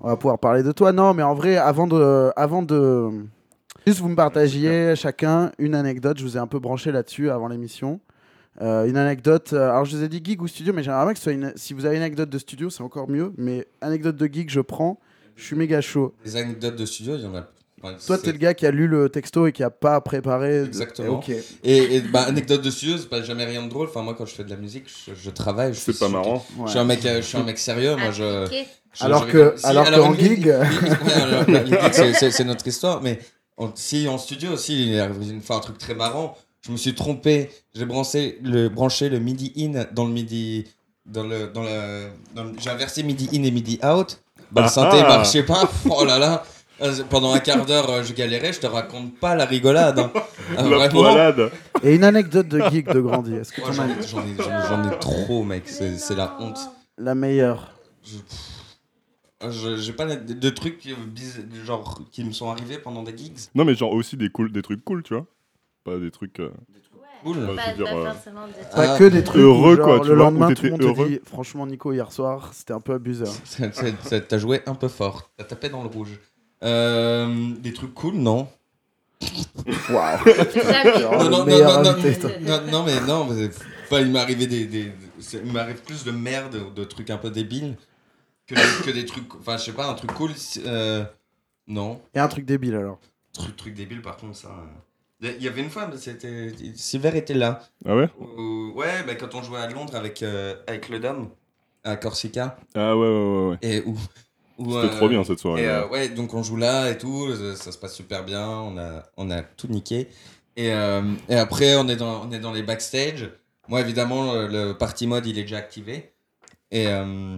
Speaker 3: on va pouvoir parler de toi. Non, mais en vrai, avant de, avant de, juste vous me partagiez chacun une anecdote. Je vous ai un peu branché là-dessus avant l'émission. Euh, une anecdote. euh, alors je vous ai dit gig ou studio, mais j'aimerais bien que ce soit une. Si vous avez une anecdote de studio, c'est encore mieux. Mais anecdote de gig, je prends. Je suis méga chaud.
Speaker 4: Les anecdotes de studio, il y en a. ouais,
Speaker 3: Toi,
Speaker 4: c'est-
Speaker 3: t'es le gars qui a lu le texto et qui a pas préparé. de-
Speaker 4: Exactement.
Speaker 3: Ok.
Speaker 4: Et, et, bah, anecdote de studio, c'est pas jamais rien de drôle. Enfin, moi, quand je fais de la musique, je, je travaille. je
Speaker 5: C'est
Speaker 4: suis-
Speaker 5: pas marrant.
Speaker 3: Ouais.
Speaker 4: Je suis un mec, euh, je suis un mec sérieux. Moi, je.
Speaker 6: Appliqué.
Speaker 4: je-
Speaker 3: Alors
Speaker 4: je-
Speaker 3: que-
Speaker 4: si,
Speaker 3: alors que en
Speaker 4: oui, oui,
Speaker 3: gig-
Speaker 4: oui, ouais, alors, la- la gig, c'est- c'est c'est notre histoire. Mais en- si en studio aussi, il est arrivé une fois un truc très marrant. Je me suis trompé. J'ai branché le branché le midi in dans le midi dans le dans le, dans le- j'ai inversé midi in et midi out. Bah, le
Speaker 5: Ah
Speaker 4: synthé
Speaker 5: ah.
Speaker 4: marchait pas. Oh là là. Euh, Pendant un quart d'heure, euh, je galérais. Je te raconte pas la rigolade. hein. Ah,
Speaker 5: La
Speaker 4: vraiment.
Speaker 5: poilade.
Speaker 3: Et une anecdote de geek de Grandi. Est-ce que
Speaker 4: Moi,
Speaker 3: t'en
Speaker 4: j'en
Speaker 3: as
Speaker 4: ai, j'en ai- j'en- j'en ai trop, mec. C'est c'est la honte. Euh,
Speaker 3: la meilleure
Speaker 4: Je- J'ai pas la- de, de trucs qui- biz- genre, qui me sont arrivés pendant des gigs.
Speaker 5: Non, mais genre aussi des, cool, des trucs cool, tu vois. Pas des trucs. euh,
Speaker 4: Cool.
Speaker 5: Ouais.
Speaker 6: Pas,
Speaker 5: dire,
Speaker 6: pas
Speaker 5: euh,
Speaker 6: forcément des trucs.
Speaker 3: Pas
Speaker 4: Ah,
Speaker 3: que des trucs
Speaker 5: heureux,
Speaker 3: où, genre,
Speaker 5: quoi, tu
Speaker 3: le
Speaker 5: vois,
Speaker 3: lendemain,
Speaker 5: où
Speaker 3: tout le monde
Speaker 5: t'étais
Speaker 3: te dit Franchement, Nico, hier soir, c'était un peu hein. abuseur.
Speaker 4: Ça- ça- ça- T'as joué un peu fort. T'as tapé dans le rouge. Euh, des trucs cool, non
Speaker 3: Waouh
Speaker 6: Jamais.
Speaker 3: Oh,
Speaker 4: non,
Speaker 3: le
Speaker 4: non,
Speaker 3: meilleur
Speaker 4: non, non,
Speaker 3: invité,
Speaker 4: non, non, non, mais non, mais- enfin, il m'est arrivé des, des- c'est- il m'arrive plus de merde, de trucs un peu débiles que, des- que des trucs, enfin, je sais pas, un truc cool, c'est- euh, non,
Speaker 3: Et un truc débile alors.
Speaker 4: truc, truc débile, par contre, ça. euh. Il y avait une fois, mais c'était, Silver était là.
Speaker 5: Ah ouais
Speaker 4: Ou- Ouais, bah, quand on jouait à Londres avec, euh, avec le Dom, à Corsica,
Speaker 5: Ah ouais, ouais, ouais. ouais.
Speaker 4: et où. où,
Speaker 5: C'était
Speaker 4: euh,
Speaker 5: trop bien cette soirée.
Speaker 4: Et, euh,
Speaker 5: ouais.
Speaker 4: ouais, donc on joue là et tout, ça, ça se passe super bien, on a, on a tout niqué. Et, euh, et après, on est, dans, on est dans les backstage. Moi, évidemment, le, le party mode, il est déjà activé. Et, euh,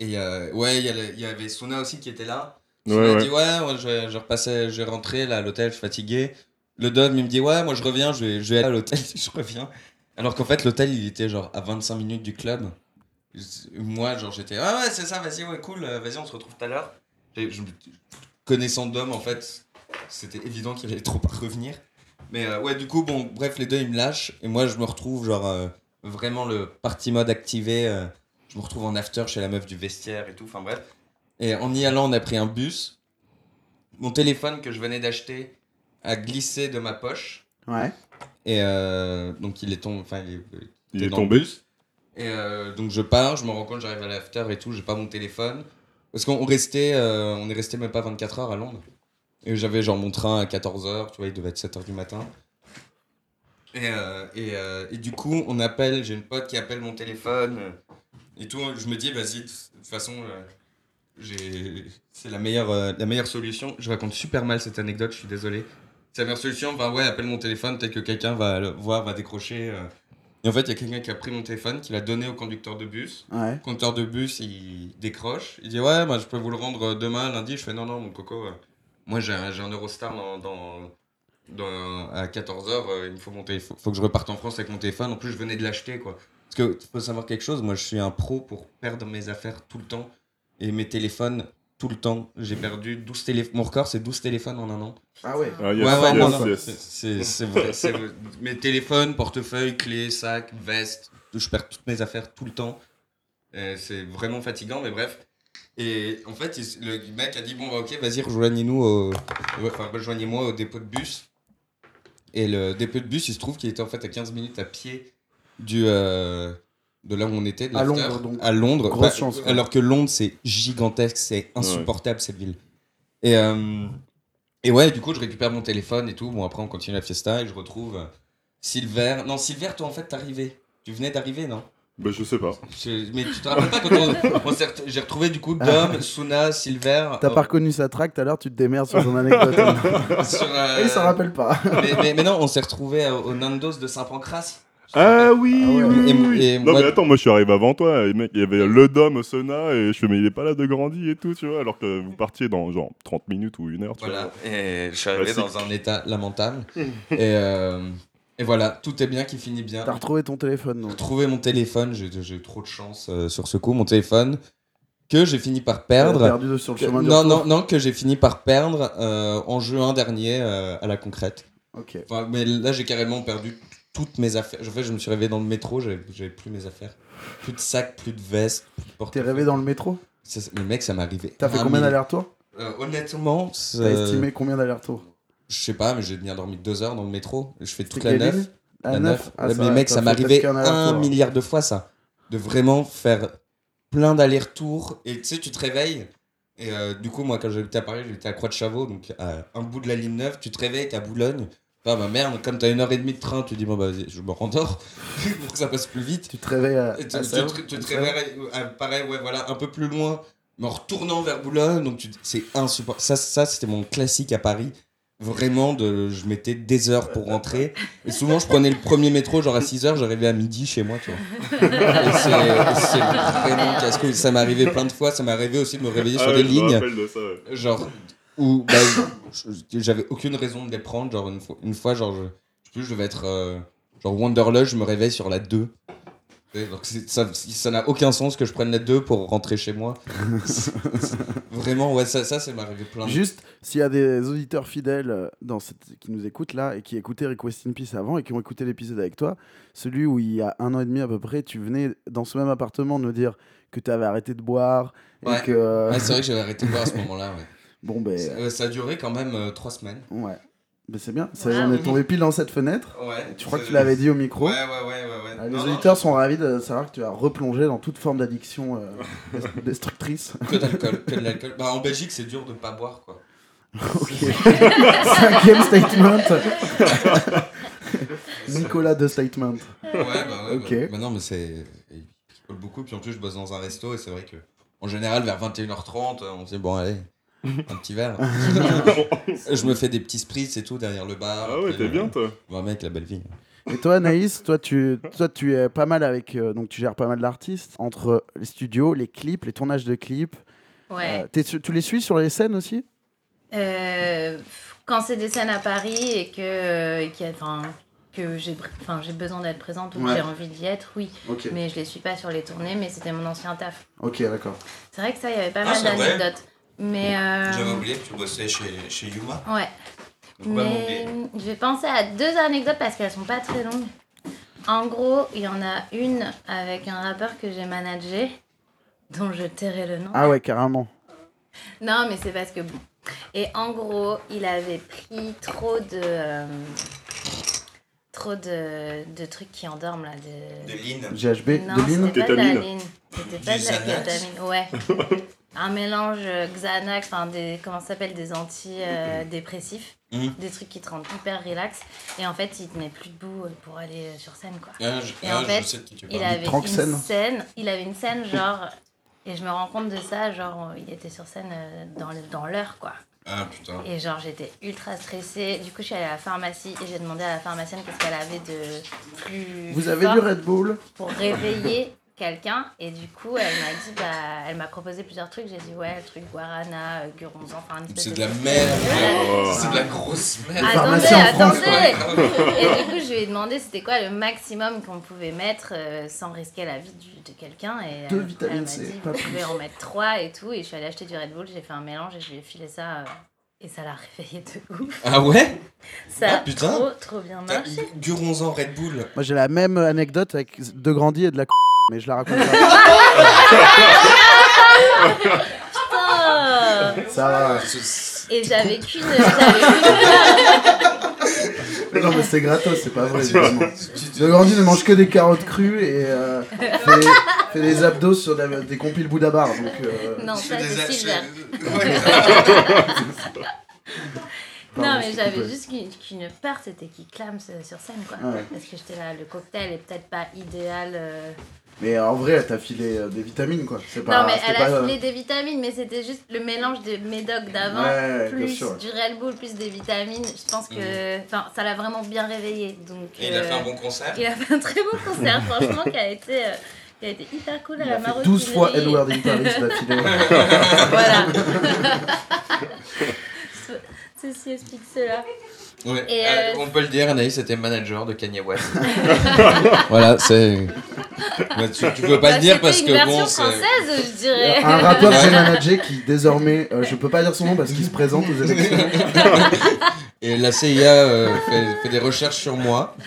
Speaker 4: et euh, ouais, il y, a le- il y avait Suna aussi qui était là. Il
Speaker 5: Ouais,
Speaker 4: m'a
Speaker 5: ouais.
Speaker 4: dit ouais, moi je, je repassais, je rentrais là à l'hôtel, je suis fatigué. Le dom il me dit ouais, moi je reviens, je vais, je vais aller à l'hôtel, je reviens. Alors qu'en fait l'hôtel il était genre à 25 minutes du club. Je- Moi genre j'étais ah ouais c'est ça, vas-y ouais cool, euh, vas-y on se retrouve tout à l'heure. Et je- Connaissant Dom en fait, c'était évident qu'il allait trop pas revenir. Mais euh, ouais du coup bon bref les deux ils me lâchent et moi je me retrouve genre euh, vraiment le party mode activé. euh, je me retrouve en after chez la meuf du vestiaire et tout, enfin bref. Et en y allant, on a pris un bus. Mon téléphone que je venais d'acheter a glissé de ma poche.
Speaker 3: Ouais.
Speaker 4: Et euh, donc il est tombé, enfin il est-
Speaker 5: Il
Speaker 4: T'es
Speaker 5: est
Speaker 4: dans le
Speaker 5: tombé.
Speaker 4: bus. Et euh, donc je pars, je me rends compte, j'arrive à l'after et tout, j'ai pas mon téléphone. Parce qu'on restait, euh, on est resté même pas 24 heures à Londres. Et j'avais genre mon train à 14h, tu vois, il devait être 7h du matin. Et, euh, et, euh, et du coup, on appelle, j'ai une pote qui appelle mon téléphone euh, et tout. Je me dis, vas-y, de toute façon, euh, j'ai- c'est la meilleure, euh, la meilleure solution. Je raconte super mal cette anecdote, je suis désolé. C'est la meilleure solution, bah ouais, appelle mon téléphone, peut-être que quelqu'un va le voir, va décrocher. euh. Et en fait, il y a quelqu'un qui a pris mon téléphone, qui l'a donné au conducteur de bus.
Speaker 3: Ouais.
Speaker 4: Le conducteur de bus, il décroche. Il dit, ouais, bah, je peux vous le rendre euh, demain, lundi. Je fais, non, non, mon coco, euh, moi j'ai un, j'ai un Eurostar dans, dans- dans- à 14h, il me faut mon téléphone. Faut que je reparte en France avec mon téléphone. En plus, je venais de l'acheter, quoi. Parce que tu peux savoir quelque chose, moi je suis un pro pour perdre mes affaires tout le temps et mes téléphones tout le temps. J'ai perdu 12 téléphones. Mon record, c'est 12 téléphones en un an.
Speaker 3: Ah ouais.
Speaker 5: Ah,
Speaker 4: Ouais, ouais, non,
Speaker 5: yes,
Speaker 4: non,
Speaker 5: yes,
Speaker 4: c'est-
Speaker 5: yes.
Speaker 4: c'est- c'est vrai, c'est vrai. Mes téléphones, portefeuille, clés, sac, veste, je perds toutes mes affaires tout le temps. Euh, C'est vraiment fatigant, mais bref. Et en fait, il- le mec a dit Bon, bah, ok, vas-y, rejoignez-nous, au... ouais, enfin, rejoignez-moi au dépôt de bus. Et le dépôt de bus, il se trouve qu'il était en fait à 15 minutes à pied du, euh, de là où on était, de
Speaker 3: À
Speaker 4: l'after.
Speaker 3: Londres, donc.
Speaker 4: À Londres.
Speaker 3: Grosse chance, quoi.
Speaker 4: Alors que Londres, c'est gigantesque, c'est insupportable cette ville. Et, euh, et ouais, du coup, je récupère mon téléphone et tout. Bon, après, on continue la fiesta et je retrouve euh, Silver. Non, Silver, toi, en fait, t'es arrivé. Tu venais d'arriver, non
Speaker 5: Bah, je sais pas.
Speaker 4: Je- Mais tu te rappelles pas quand on, on s'est ret- j'ai retrouvé du coup Dom, Suna, Silver.
Speaker 3: T'as
Speaker 4: euh,
Speaker 3: pas reconnu sa track tout à l'heure, tu te démerdes sur ton anecdote.
Speaker 4: sur, euh,
Speaker 3: Et ça rappelle pas.
Speaker 4: mais, mais- mais non, on s'est retrouvé euh, au Nandos de Saint-Pancras.
Speaker 5: Ah oui,
Speaker 3: Ah ouais.
Speaker 5: oui,
Speaker 4: Et-
Speaker 5: oui.
Speaker 4: et
Speaker 5: Non
Speaker 4: moi-
Speaker 5: mais attends, moi je suis arrivé avant toi, et mec, il y avait le dôme au Sona, et je fais mais il est pas là de Grandi et tout, tu vois, alors que vous partiez dans genre 30 minutes ou une heure, tu
Speaker 4: Voilà,
Speaker 5: vois.
Speaker 4: et je suis arrivé
Speaker 5: Classique.
Speaker 4: dans un état lamentable. et, euh, et voilà, tout est bien qui finit bien.
Speaker 3: T'as retrouvé ton téléphone, non
Speaker 4: J'ai trouvé mon téléphone, j'ai j'ai eu trop de chance euh, sur ce coup, mon téléphone, que j'ai fini par perdre.
Speaker 3: T'as Perdu sur le
Speaker 4: Que-
Speaker 3: chemin du
Speaker 4: non,
Speaker 3: retour.
Speaker 4: non, non, que j'ai fini par perdre euh, en juin dernier euh, à la concrète.
Speaker 3: Ok.
Speaker 4: Enfin, mais là, j'ai carrément perdu toutes mes affaires. En fait, je me suis réveillé dans le métro, j'avais j'avais plus mes affaires. Plus de sac, plus de veste, plus de
Speaker 3: T'es
Speaker 4: portefeuille.
Speaker 3: rêvé dans le métro
Speaker 4: Ça, c'est- Mais mec, ça m'est arrivé.
Speaker 3: T'as fait
Speaker 4: un
Speaker 3: combien
Speaker 4: million-
Speaker 3: d'allers-retours
Speaker 4: Euh, Honnêtement,
Speaker 3: T'as
Speaker 4: c'est-
Speaker 3: estimé combien d'allers-retours
Speaker 4: je sais pas, mais j'ai bien dormi deux heures dans le métro. Je fais toute
Speaker 3: C'était
Speaker 4: la
Speaker 3: quelle
Speaker 4: neuf.
Speaker 3: ligne
Speaker 4: La neuf.
Speaker 3: Ah,
Speaker 4: Ouais,
Speaker 3: c'est
Speaker 4: mais
Speaker 3: vrai,
Speaker 4: mec,
Speaker 3: t'as
Speaker 4: ça
Speaker 3: fait
Speaker 4: m'est arrivé
Speaker 3: peut-être qu'un
Speaker 4: un
Speaker 3: aller-retour.
Speaker 4: milliard de fois ça. De vraiment faire plein d'allers-retours. Et tu sais, tu te réveilles. Et euh, du coup, moi, quand j'habitais à Paris, j'habitais à Croix-de-Chavaux, donc à un bout de la ligne 9. Tu te réveilles, t'es à Boulogne. Enfin, bah merde, comme t'as une heure et demie de train, tu dis, bon, bah, vas-y, je me rendors pour que ça passe plus vite.
Speaker 3: Tu te réveilles à.
Speaker 4: Et tu,
Speaker 3: à
Speaker 4: tu-
Speaker 3: Sèvres,
Speaker 4: tu- tu
Speaker 3: à
Speaker 4: te
Speaker 3: Sèvres.
Speaker 4: réveilles, euh, à- pareil, ouais, voilà, un peu plus loin, mais en retournant vers Boulogne, donc tu- c'est insupportable. Ça, ça c'était mon classique à Paris. Vraiment, de, je mettais des heures pour rentrer. Et souvent, je prenais le premier métro, genre à 6 heures, j'arrivais à midi chez moi, tu vois. Et c'est et c'est vraiment casse-couille. Ça m'est arrivé plein de fois. Ça m'est arrivé aussi de me réveiller
Speaker 5: Ah
Speaker 4: sur
Speaker 5: ouais,
Speaker 4: des
Speaker 5: je me
Speaker 4: lignes
Speaker 5: rappelle de ça, ouais.
Speaker 4: genre où bah, je- j'avais aucune raison de les prendre genre une fois, une fois genre je, je sais plus, je devais être euh, genre Wanderlust je me réveille sur la 2 Et donc c'est- ça ça n'a aucun sens que je prenne la 2 pour rentrer chez moi C'est- c'est- vraiment ouais ça ça c'est m'arrivé plein de
Speaker 3: Juste, s'il y a des auditeurs fidèles euh, dans cette... qui nous écoutent là et qui écoutaient Request in Peace avant et qui ont écouté l'épisode avec toi, celui où il y a un an et demi à peu près, tu venais dans ce même appartement nous dire que tu avais arrêté de boire et
Speaker 4: Ouais.
Speaker 3: que. euh,
Speaker 4: Ouais, Ah, c'est vrai que j'avais arrêté de boire à ce moment là ouais.
Speaker 3: Bon, ben.
Speaker 4: C'est- euh, ça a duré quand même 3 semaines
Speaker 3: Ouais. Ben, c'est bien. Ça,
Speaker 6: Ouais,
Speaker 3: on est
Speaker 4: oui.
Speaker 3: tombé pile dans cette fenêtre.
Speaker 4: ouais
Speaker 3: Tu crois que
Speaker 4: C'est-
Speaker 3: tu l'avais dit au micro
Speaker 4: ouais ouais ouais ouais, ouais.
Speaker 3: Ah, Les
Speaker 4: Non, non,
Speaker 3: auditeurs sont ravis de savoir que tu as replongé dans toute forme d'addiction euh, dest- destructrice.
Speaker 4: que d'alcool que de l'alcool bah en Belgique c'est dur de pas boire quoi
Speaker 3: ok. Cinquième statement. Nicolas de statement.
Speaker 4: Ouais, bah ouais.
Speaker 3: Ok.
Speaker 4: bah- bah non, mais c'est. Il colle beaucoup, puis en plus, je bosse dans un resto, et c'est vrai que. En général, vers 21h30, euh, on se dit, bon, allez, un petit verre. je me fais des petits spritz et tout derrière le bar.
Speaker 5: Ah ouais,
Speaker 4: Après,
Speaker 5: t'es bien toi.
Speaker 4: Bah, mec, la belle vie.
Speaker 3: Et toi, Anaïs, toi tu, toi, tu es pas mal avec. euh, donc, tu gères pas mal d'artistes entre les studios, les clips, les tournages de clips.
Speaker 6: Ouais.
Speaker 3: Euh, t'es su- tu les suis sur les scènes aussi
Speaker 6: Euh, quand c'est des scènes à Paris et que, euh, qu'il y a- enfin, que j'ai enfin, j'ai besoin d'être présente ou que
Speaker 3: Ouais.
Speaker 6: j'ai envie d'y être, oui.
Speaker 3: Ok.
Speaker 6: Mais je les suis pas sur les tournées, mais c'était mon ancien taf.
Speaker 3: Ok, d'accord.
Speaker 6: C'est vrai que ça, il y avait pas
Speaker 4: Ah,
Speaker 6: mal
Speaker 4: c'est vrai
Speaker 6: d'anecdotes. Mais. euh,
Speaker 4: J'avais oublié que tu bossais chez, chez Yuma.
Speaker 6: Ouais.
Speaker 4: Donc, pas
Speaker 6: Mais je vais penser à deux anecdotes parce qu'elles sont pas très longues. En gros, il y en a une avec un rappeur que j'ai managé, dont je tairai le nom.
Speaker 3: Ah ouais, carrément.
Speaker 6: Non, mais c'est parce que bon. Et en gros, il avait pris trop de. euh, trop de, de trucs qui endorment là. De...
Speaker 4: De Lynn.
Speaker 3: GHB,
Speaker 6: Non,
Speaker 3: de l'île
Speaker 6: c'était pas de la
Speaker 5: Kétamine.
Speaker 6: ligne. C'était pas
Speaker 4: Du
Speaker 6: de la
Speaker 4: Xanax.
Speaker 6: kétamine. Ouais. Un mélange euh, Xanax, enfin des comment ça s'appelle des anti-dépressifs,
Speaker 4: Mhm.
Speaker 6: des trucs qui te rendent hyper relax. Et en fait, il tenait plus debout euh, pour aller euh, sur scène quoi.
Speaker 4: Ah, je,
Speaker 6: Et
Speaker 4: ah,
Speaker 6: en
Speaker 4: je
Speaker 6: fait,
Speaker 4: sais de qui tu
Speaker 6: Il
Speaker 4: parles.
Speaker 6: avait une
Speaker 3: tranque scène.
Speaker 6: scène. il avait une scène genre et je me rends compte de ça, genre euh, il était sur scène euh, dans le- dans l'heure quoi.
Speaker 4: Ah putain.
Speaker 6: Et genre j'étais ultra stressée. Du coup, je suis allée à la pharmacie et j'ai demandé à la pharmacienne qu'est-ce qu'elle avait de plus
Speaker 3: Vous avez
Speaker 6: fort
Speaker 3: du Red Bull
Speaker 6: pour réveiller quelqu'un et du coup elle m'a dit bah elle m'a proposé plusieurs trucs j'ai dit ouais le truc guarana euh, guronzan enfin une espèce
Speaker 4: C'est de la merde.
Speaker 5: Oh.
Speaker 4: C'est de la grosse merde.
Speaker 6: attendez
Speaker 3: pharmacie en France,
Speaker 6: attendez et du coup je lui ai demandé c'était quoi le maximum qu'on pouvait mettre euh, sans risquer la vie du- de quelqu'un et
Speaker 3: Deux
Speaker 6: elle-
Speaker 3: vitamines
Speaker 6: elle m'a
Speaker 3: C,
Speaker 6: dit
Speaker 3: pas
Speaker 6: vous
Speaker 3: plus.
Speaker 6: pouvez en mettre trois et tout et je suis allée acheter du Red Bull j'ai fait un mélange et je lui ai filé ça euh, et ça l'a réveillé de ouf
Speaker 4: Ah ouais
Speaker 6: ça
Speaker 4: Ah,
Speaker 6: a
Speaker 4: putain.
Speaker 6: trop trop bien
Speaker 4: T'as-
Speaker 6: marché
Speaker 4: Guronzan Red Bull.
Speaker 3: Moi j'ai la même anecdote avec De Grandi et de la c***, mais je la raconte pas.
Speaker 6: Oh
Speaker 3: Ça va.
Speaker 4: Ce-
Speaker 6: et j'avais qu'une j'avais
Speaker 3: Non mais c'est gratos, c'est pas vrai.
Speaker 4: Tu-
Speaker 3: évidemment.
Speaker 4: tu- tu-
Speaker 3: De Grandi ne mange que des carottes crues et euh, fait, fait des abdos sur la- des compiles Bouddha Bar. Donc, euh,
Speaker 6: qu'une- non
Speaker 4: tu-
Speaker 6: ça
Speaker 4: des-
Speaker 6: c'est Silver
Speaker 4: Ouais.
Speaker 3: pardon,
Speaker 6: non, mais
Speaker 3: je
Speaker 6: j'avais
Speaker 3: coupais.
Speaker 6: juste qu'une qu'une peur, c'était qu'il clame sur sur scène, quoi.
Speaker 3: Ah Ouais.
Speaker 6: Parce que j'étais là, le cocktail est peut-être pas idéal. euh.
Speaker 3: Mais en vrai, elle t'a filé euh, des vitamines quoi. C'est pas,
Speaker 6: non, mais
Speaker 3: c'était
Speaker 6: elle
Speaker 3: pas,
Speaker 6: a
Speaker 3: euh,
Speaker 6: filé des vitamines, mais c'était juste le mélange des médocs d'avant,
Speaker 3: Ouais, bien
Speaker 6: plus
Speaker 3: sûr.
Speaker 6: du Red Bull, plus des vitamines. Je pense que enfin, ça l'a vraiment bien réveillé. Donc,
Speaker 4: Mhm. Et il a
Speaker 6: euh,
Speaker 4: fait un bon concert.
Speaker 6: il a fait un très beau concert, franchement, qui a été. euh, qui a été hyper cool à
Speaker 3: Il
Speaker 6: la
Speaker 3: a fait
Speaker 6: Maro
Speaker 3: 12 fois
Speaker 6: Tuileries.
Speaker 3: Edward in Paris d'affilée.
Speaker 6: Voilà. Ce- Ceci explique cela.
Speaker 4: Ouais.
Speaker 6: Et,
Speaker 4: Euh,
Speaker 6: euh,
Speaker 4: on peut le dire, Anaïs était manager de Kanye West. voilà, c'est. Bah, tu, tu peux pas
Speaker 6: Bah,
Speaker 4: le dire
Speaker 6: c'était
Speaker 4: parce
Speaker 6: une
Speaker 4: que
Speaker 6: version
Speaker 4: bon, c'est.
Speaker 6: française, je dirais.
Speaker 3: Un rappeur que j'ai managé qui désormais, euh, je peux pas dire son nom parce qu'il se présente aux élections.
Speaker 4: Et la CIA euh, fait, fait des recherches sur moi.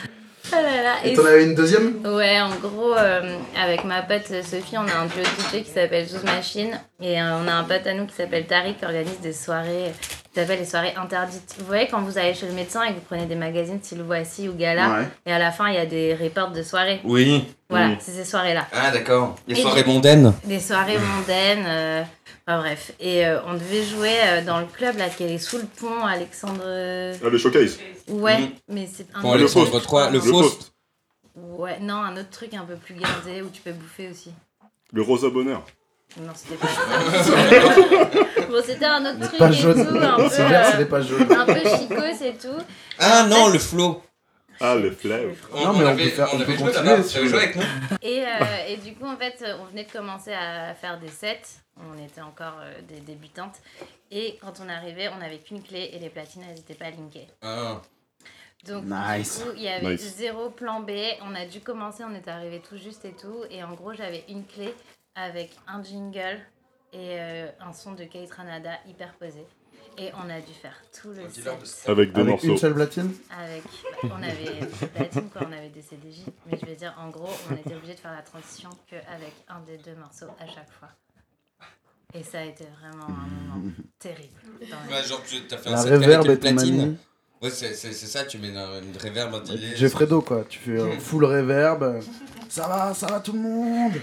Speaker 6: Oh là là,
Speaker 3: Et
Speaker 6: et
Speaker 3: t'en avais une deuxième
Speaker 6: Ouais, en gros, euh, avec ma pote euh, Sophie, on a un duo de DJ qui s'appelle Zouz Machine. Et euh, on a un pote à nous qui s'appelle Tariq qui organise des soirées, qui s'appelle les soirées interdites. Vous voyez, quand vous allez chez le médecin et que vous prenez des magazines, si le voici ou Gala,
Speaker 3: Ouais.
Speaker 6: et à la fin, il y a des reports de soirées.
Speaker 4: Oui.
Speaker 6: Voilà,
Speaker 5: Mm.
Speaker 6: c'est ces soirées-là.
Speaker 4: Ah, d'accord. Les
Speaker 6: Et-
Speaker 4: soirées mondaines.
Speaker 6: Des soirées mondaines, euh, enfin bref. Et euh, on devait jouer euh, dans le club là qui est sous le pont, Alexandre. euh,
Speaker 5: Ah, le showcase.
Speaker 6: Ouais,
Speaker 4: Mhm.
Speaker 6: mais c'est un
Speaker 4: Bon,
Speaker 6: autre
Speaker 4: Alexandre
Speaker 6: truc,
Speaker 4: III, le
Speaker 5: Le
Speaker 6: pardon.
Speaker 4: Faust.
Speaker 5: Faust.
Speaker 6: Ouais, non, un autre truc un peu plus gardé où tu peux bouffer aussi.
Speaker 5: Le Rosa Bonheur.
Speaker 6: Non, c'était pas Bon, c'était un autre truc
Speaker 3: Pas
Speaker 6: et
Speaker 3: jaune.
Speaker 6: tout, un peu,
Speaker 3: C'est vert, c'est
Speaker 6: euh,
Speaker 3: les pages jaunes.
Speaker 6: un peu chicos et tout.
Speaker 4: Ah
Speaker 6: Bah,
Speaker 4: non, le Flow.
Speaker 5: Ah, le fleuve.
Speaker 3: Non, mais on
Speaker 4: avait-
Speaker 3: peut faire- on
Speaker 4: avait
Speaker 3: peut
Speaker 4: joué
Speaker 3: continuer,
Speaker 4: là-bas.
Speaker 3: si
Speaker 4: Tu veux
Speaker 3: vous
Speaker 4: jouer
Speaker 3: voulez.
Speaker 4: avec nous
Speaker 6: Et, euh, et du coup, en fait, on venait de commencer à faire des sets. On était encore euh, des débutantes. Et quand on arrivait, on n'avait qu'une clé et les platines, elles n'étaient pas linkées.
Speaker 4: Ah.
Speaker 6: Donc,
Speaker 3: Nice.
Speaker 6: du coup, il y avait
Speaker 5: Nice.
Speaker 6: zéro plan B. On a dû commencer, on était arrivé tout juste et tout. Et en gros, j'avais une clé avec un jingle et euh, un son de Kate Ranada hyper posé. Et on a dû faire tout le
Speaker 4: Un dealer de
Speaker 6: set.
Speaker 5: Avec deux
Speaker 3: Avec une
Speaker 5: morceaux.
Speaker 3: seule platine
Speaker 6: avec bah, on avait des platines quoi on avait des CDJ mais je veux dire en gros on était obligé de faire la transition qu'avec un des deux morceaux à chaque fois et ça a été vraiment un moment terrible dans ma
Speaker 4: Ouais,
Speaker 6: vie.
Speaker 4: genre, tu t'as fait
Speaker 3: La
Speaker 4: un set Ah, avec
Speaker 3: reverb
Speaker 4: une
Speaker 3: est ton
Speaker 4: platine.
Speaker 3: ami.
Speaker 4: Ouais, c'est c'est- c'est ça, tu mets une, une reverb ventilée.
Speaker 3: Jeffredo quoi, tu fais euh, full reverb. Ça va, ça va tout le monde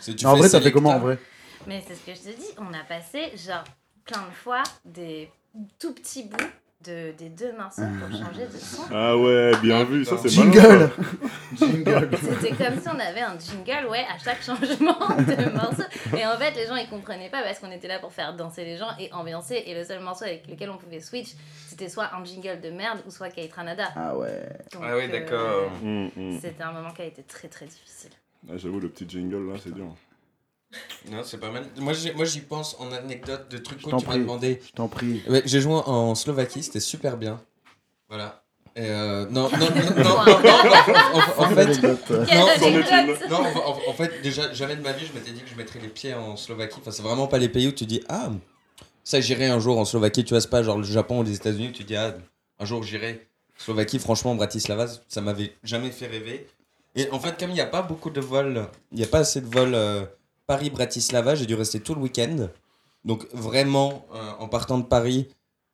Speaker 4: C'est- tu
Speaker 3: Non, En
Speaker 4: fais
Speaker 3: vrai, t'as fait
Speaker 4: Selecta.
Speaker 3: comment en vrai
Speaker 6: mais c'est ce que je te dis on a passé genre plein de fois des tout petits bouts de, des deux morceaux pour changer de son
Speaker 5: Ah ouais, bien vu, ça c'est malin.
Speaker 3: Jingle Jingle
Speaker 6: C'était comme si on avait un jingle, ouais, à chaque changement de morceau. Et en fait, les gens, ils comprenaient pas parce qu'on était là pour faire danser les gens et ambiancer. Et le seul morceau avec lequel on pouvait switch, c'était soit un jingle de merde ou soit Kate Ranada.
Speaker 3: Ah ouais.
Speaker 6: Donc,
Speaker 4: Ah oui,
Speaker 6: euh,
Speaker 4: d'accord.
Speaker 5: quoi. Hum, hum.
Speaker 6: C'était un moment qui a été très très difficile.
Speaker 5: Ah, J'avoue, le petit jingle là, c'est dur.
Speaker 4: Non, c'est pas mal. Moi, j'ai- moi, j'y pense en anecdote de trucs
Speaker 3: Je
Speaker 4: que
Speaker 3: t'en
Speaker 4: tu m'as
Speaker 3: prie.
Speaker 4: demandé.
Speaker 3: Je t'en prie.
Speaker 4: Ouais, j'ai joué en Slovaquie, c'était super bien. Voilà. Et euh, non, non, non, non, non,
Speaker 6: Point.
Speaker 4: non, en- en- en
Speaker 3: Fin
Speaker 4: fait,
Speaker 3: d'anecdote.
Speaker 6: Quelle
Speaker 4: Non,
Speaker 5: c'en est une.
Speaker 6: anecdote
Speaker 4: Bah, non, en, en- en fait, déjà, jamais de ma vie, je m'étais dit que je mettrais les pieds en Slovaquie. Enfin, c'est vraiment pas les pays où tu dis, ah, ça, j'irai un jour en Slovaquie. Tu vois, c'est pas genre le Japon ou les États-Unis où tu dis, ah, un jour j'irai. Slovaquie, franchement, Bratislava, ça m'avait jamais fait rêver. Et en fait, comme il n'y a pas beaucoup de vols, il n'y a pas assez de vols euh, Paris-Bratislava, j'ai dû rester tout le week-end. Donc, vraiment, euh, en partant de Paris,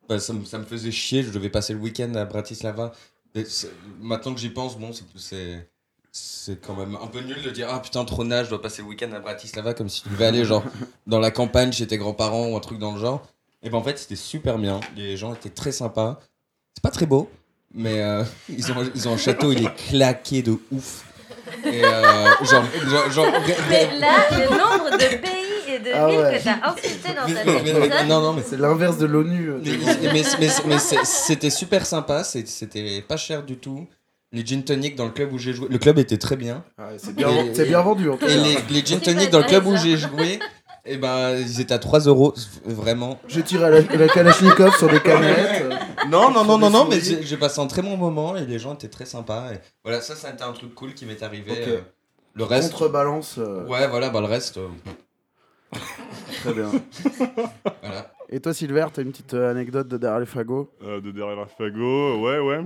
Speaker 4: bah, ça, me, ça me faisait chier. Je devais passer le week-end à Bratislava. Et c'est- Maintenant que j'y pense, bon, c'est- c'est. C'est quand même un peu nul de dire Ah putain, trop nage, je dois passer le week-end à Bratislava comme si tu devais aller genre dans la campagne chez tes grands-parents ou un truc dans le genre. Et ben en fait, c'était super bien. Les gens étaient très sympas. C'est pas très beau, mais euh, ils, ont, ils ont un château, il est claqué de ouf. Et euh, genre, genre, genre,
Speaker 6: Mais là, le nombre de pays et de
Speaker 3: Ah
Speaker 6: villes
Speaker 3: ouais.
Speaker 6: que t'as insulté dans ta
Speaker 4: Mais- mais- mais-
Speaker 6: épisode.
Speaker 4: non, non, mais
Speaker 3: C'est l'inverse de l'ONU.
Speaker 4: mais, mais- mais- mais c'est- c'était super sympa, c'est- c'était pas cher du tout. Les gin tonic dans le club où j'ai joué, le club était très bien.
Speaker 3: c'est
Speaker 4: bien-
Speaker 3: bien,
Speaker 4: Et- c'est bien
Speaker 3: vendu en tout
Speaker 4: Et les, les gin tonic dans le club où j'ai joué, et ben ils étaient à 3 euros, vraiment.
Speaker 3: J'ai tiré à la, la Kalachnikov sur des canettes. euh,
Speaker 4: Non, non, non, non, non, mais
Speaker 3: Sur
Speaker 4: j'ai j'ai passé un très bon moment et les gens étaient très sympas. Et voilà, ça, c'était un truc cool qui m'est arrivé.
Speaker 3: Ok.
Speaker 4: euh, le reste.
Speaker 3: Contrebalance. euh,
Speaker 4: Ouais, voilà, bah le reste. euh,
Speaker 3: Très bien.
Speaker 4: voilà.
Speaker 3: Et toi, Silver, t'as une petite euh, anecdote de derrière les fagots
Speaker 5: Euh, de derrière la fagot, ouais, ouais.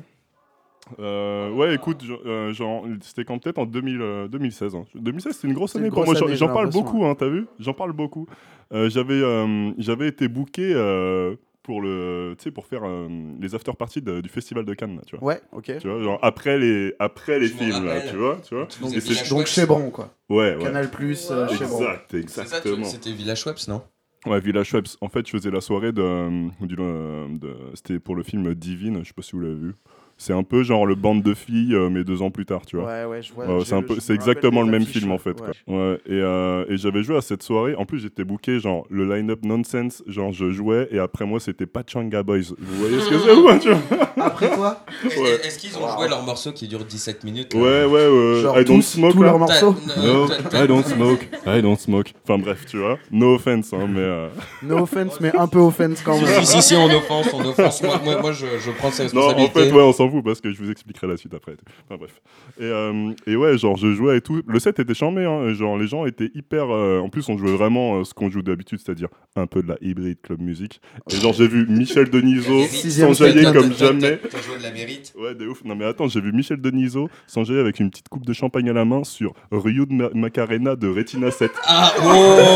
Speaker 5: Euh, ouais, écoute, je- euh, genre, c'était quand peut-être en 2000, euh, 2016. hein. 2016, c'est une grosse
Speaker 3: C'est une
Speaker 5: année pour
Speaker 3: grosse
Speaker 5: moi. J'en-
Speaker 3: année,
Speaker 5: J'en
Speaker 3: j'ai
Speaker 5: parle
Speaker 3: l'impression,
Speaker 5: beaucoup, hein, t'as vu J'en parle beaucoup. Euh, J'avais, euh, j'avais été booké euh, pour le, tu sais, pour faire euh, les after parties de- du festival de Cannes, là, tu vois.
Speaker 3: Ouais, ok.
Speaker 5: Tu vois, genre après les, après les
Speaker 4: Je m'en
Speaker 5: films, là,
Speaker 4: rappelle.
Speaker 5: tu vois, tu vois.
Speaker 4: Donc,
Speaker 5: Et c'est-
Speaker 4: Village
Speaker 3: Donc
Speaker 4: Webs.
Speaker 3: chez Bron, quoi.
Speaker 5: Ouais, ouais.
Speaker 3: Canal Plus, euh, chez Bron.
Speaker 5: Exact,
Speaker 4: C'est ça, tu-
Speaker 5: exactement.
Speaker 4: C'était Villa Schweppes, non
Speaker 5: Ouais, Village Schweppes. En fait, je faisais la soirée de. du- euh, de- C'était pour le film Divine, je sais pas si vous l'avez vu. C'est un peu genre le bande de filles, euh, mais deux ans plus tard, tu vois.
Speaker 3: Ouais, ouais, je vois.
Speaker 5: Euh,
Speaker 3: j'ai
Speaker 5: c'est un
Speaker 3: le-
Speaker 5: peu,
Speaker 3: je
Speaker 5: c'est
Speaker 3: me rappelle
Speaker 5: exactement
Speaker 3: des
Speaker 5: le même
Speaker 3: affiches,
Speaker 5: film en
Speaker 3: ouais.
Speaker 5: fait. quoi.
Speaker 3: Ouais.
Speaker 5: Ouais, et euh, et j'avais joué à cette soirée. En plus, j'étais booké genre le line-up nonsense, genre je jouais et après moi c'était Pachanga Boys. Vous voyez ce que c'est ou pas tu vois
Speaker 3: Après quoi
Speaker 4: Est-
Speaker 5: Ouais.
Speaker 4: Est-ce qu'ils ont joué leur morceau qui dure 17 minutes là
Speaker 5: Ouais, ouais, ouais.
Speaker 3: Genre
Speaker 5: I don't
Speaker 3: tous,
Speaker 5: Euh, smoke.
Speaker 3: tous
Speaker 5: là.
Speaker 3: leurs morceaux
Speaker 4: T'as-
Speaker 5: No,
Speaker 4: t'as- t'as-
Speaker 5: I don't smoke. I don't smoke. Enfin bref, tu vois. No offense, hein, mais. euh,
Speaker 3: No offense, mais un peu offense quand
Speaker 4: Si,
Speaker 3: même.
Speaker 4: si, si, si, on offense, on offense. Moi, moi, moi, je, je prends ses
Speaker 5: Non, en
Speaker 4: responsabilités.
Speaker 5: fait, ouais, on s'en fout parce que je vous expliquerai la suite après. Enfin bref. Et, euh, et ouais, genre, je jouais et tout. Le set était chambé, hein. Genre, les gens étaient hyper. euh, en plus, on jouait vraiment euh, ce qu'on joue d'habitude, c'est-à-dire un peu de la hybride club musique. Et genre, j'ai vu Michel Denisot
Speaker 3: Sixième
Speaker 5: s'enjailler
Speaker 3: set.
Speaker 5: comme jamais.
Speaker 4: T'as joué de la mérite.
Speaker 5: Ouais, de ouf. Non, mais attends, j'ai vu Michel Denisot s'enjailler avec une petite coupe de champagne à la main sur Ryu de Ma- Macarena de Retina 7.
Speaker 4: Ah,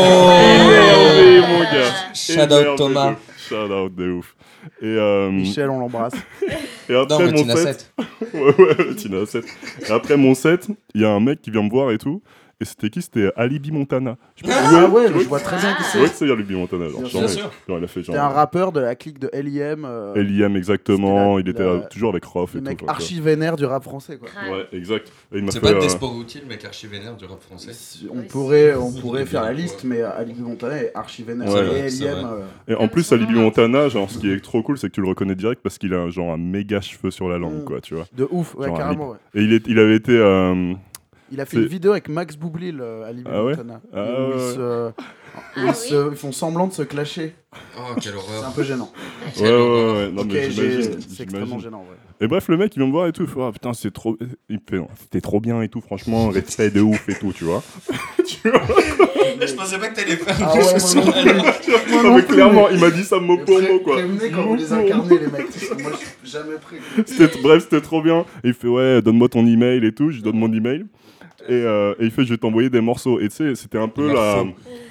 Speaker 5: Énervé,
Speaker 4: oh
Speaker 5: mon gars.
Speaker 4: Shout out
Speaker 5: Énervé de
Speaker 4: Thomas.
Speaker 5: ouf. Shout out de ouf. Et, euh,
Speaker 3: Michel, on l'embrasse.
Speaker 5: et
Speaker 4: Non,
Speaker 5: après
Speaker 4: mais
Speaker 5: mon
Speaker 4: Tina
Speaker 5: set,
Speaker 4: 7.
Speaker 5: ouais, ouais, Tina 7. Et après mon set, il y a un mec qui vient me voir et tout. Et c'était qui C'était Alibi Montana. Je sais pas si vous
Speaker 3: Ah ouais,
Speaker 5: voyez- tu vois
Speaker 3: je vois très bien qui
Speaker 5: tu
Speaker 3: c'est.
Speaker 5: vois que c'est Alibi Montana. Genre,
Speaker 3: Bien
Speaker 5: genre,
Speaker 4: sûr.
Speaker 5: genre, il a fait genre.
Speaker 3: C'était un rappeur de la clique de L.I.M. euh,
Speaker 5: L.I.M. exactement.
Speaker 3: C'était
Speaker 5: il
Speaker 3: la-
Speaker 5: était
Speaker 3: la-
Speaker 5: toujours avec Rof
Speaker 3: le
Speaker 5: et
Speaker 3: mec
Speaker 5: tout. genre, tu
Speaker 3: archi vénère du rap français, quoi.
Speaker 5: vois. Ouais, exact. Et il m'a
Speaker 4: C'est
Speaker 5: fait,
Speaker 4: pas
Speaker 5: euh,
Speaker 4: Desport Routine, mec archi vénère du rap français.
Speaker 3: On
Speaker 6: Ouais,
Speaker 3: pourrait,
Speaker 6: c'est-
Speaker 3: on
Speaker 4: c'est-
Speaker 3: pourrait
Speaker 4: c'est
Speaker 3: faire la
Speaker 4: bien,
Speaker 3: liste,
Speaker 4: ouais.
Speaker 3: mais Alibi Montana est archi vénère.
Speaker 4: Ouais,
Speaker 3: et
Speaker 4: ouais, c'est
Speaker 3: L.I.M.
Speaker 4: vrai.
Speaker 3: euh,
Speaker 5: Et en
Speaker 6: Comme
Speaker 5: plus,
Speaker 6: son
Speaker 5: Alibi
Speaker 6: nom.
Speaker 5: Montana, genre, ce qui est trop cool, c'est que tu le reconnais direct parce qu'il a genre un méga cheveu sur la langue,
Speaker 3: Mm.
Speaker 5: quoi, tu vois.
Speaker 3: de ouf, ouais,
Speaker 5: Genre
Speaker 3: carrément. ouais.
Speaker 5: Et il, est, il avait été. euh,
Speaker 3: Il a fait
Speaker 5: C'est-
Speaker 3: une vidéo avec Max Boublil, euh, Alibi
Speaker 5: Ah ouais
Speaker 3: Montana.
Speaker 5: Ah
Speaker 3: où ils,
Speaker 5: ouais.
Speaker 3: se-
Speaker 4: Ah
Speaker 3: où ils
Speaker 6: oui.
Speaker 3: se- ils font semblant de se clasher.
Speaker 4: Oh, quelle
Speaker 3: C'est un
Speaker 4: horreur.
Speaker 3: peu gênant.
Speaker 5: Ouais, ouais, ouais. ouais. Non,
Speaker 3: Ok,
Speaker 5: Ah,
Speaker 3: j'ai-
Speaker 5: mais j'imagine,
Speaker 3: c'est extrêmement
Speaker 5: j'imagine.
Speaker 3: gênant. ouais.
Speaker 5: Et bref, le mec, il vient me voir et tout. Il fait, ah putain, c'est trop. Il me fait, c'était trop bien et tout, franchement, respect de ouf et tout, tu vois.
Speaker 4: Je pensais pas que t'allais faire
Speaker 3: Ah ouais, moi non plus. Moi
Speaker 5: Non,
Speaker 3: non
Speaker 5: mais
Speaker 3: plus,
Speaker 5: clairement, il m'a dit ça mot
Speaker 3: mais
Speaker 5: pour
Speaker 3: pré-
Speaker 5: mot, quoi.
Speaker 3: prévenez quand vous
Speaker 5: Mot
Speaker 3: les
Speaker 5: pour
Speaker 3: incarnez, les mecs. parce que Moi, je suis jamais pris.
Speaker 5: C'était- bref, c'était trop bien. Et il fait, ouais, donne-moi ton email et tout. Je lui donne mon email. Et, euh, et il fait, je vais t'envoyer des morceaux. Et tu sais, c'était un peu
Speaker 4: Des
Speaker 5: la.
Speaker 4: morceaux.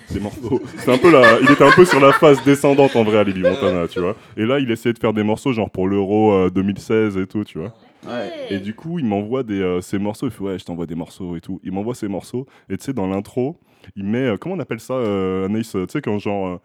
Speaker 5: Des morceaux. C'était un peu la. Il était un peu sur la phase descendante en vrai, à Libby Montana, tu vois. Et là, il essayait de faire des morceaux genre pour l'Euro euh, 2016 et tout, tu vois.
Speaker 3: Ouais.
Speaker 5: Et du coup, il m'envoie des, euh, ses morceaux. Il fait Ouais, je t'envoie des morceaux et tout. Il m'envoie ses morceaux. Et tu sais, dans l'intro, il met. euh, comment on appelle ça, euh, Anaïs euh, Tu sais, quand genre. euh,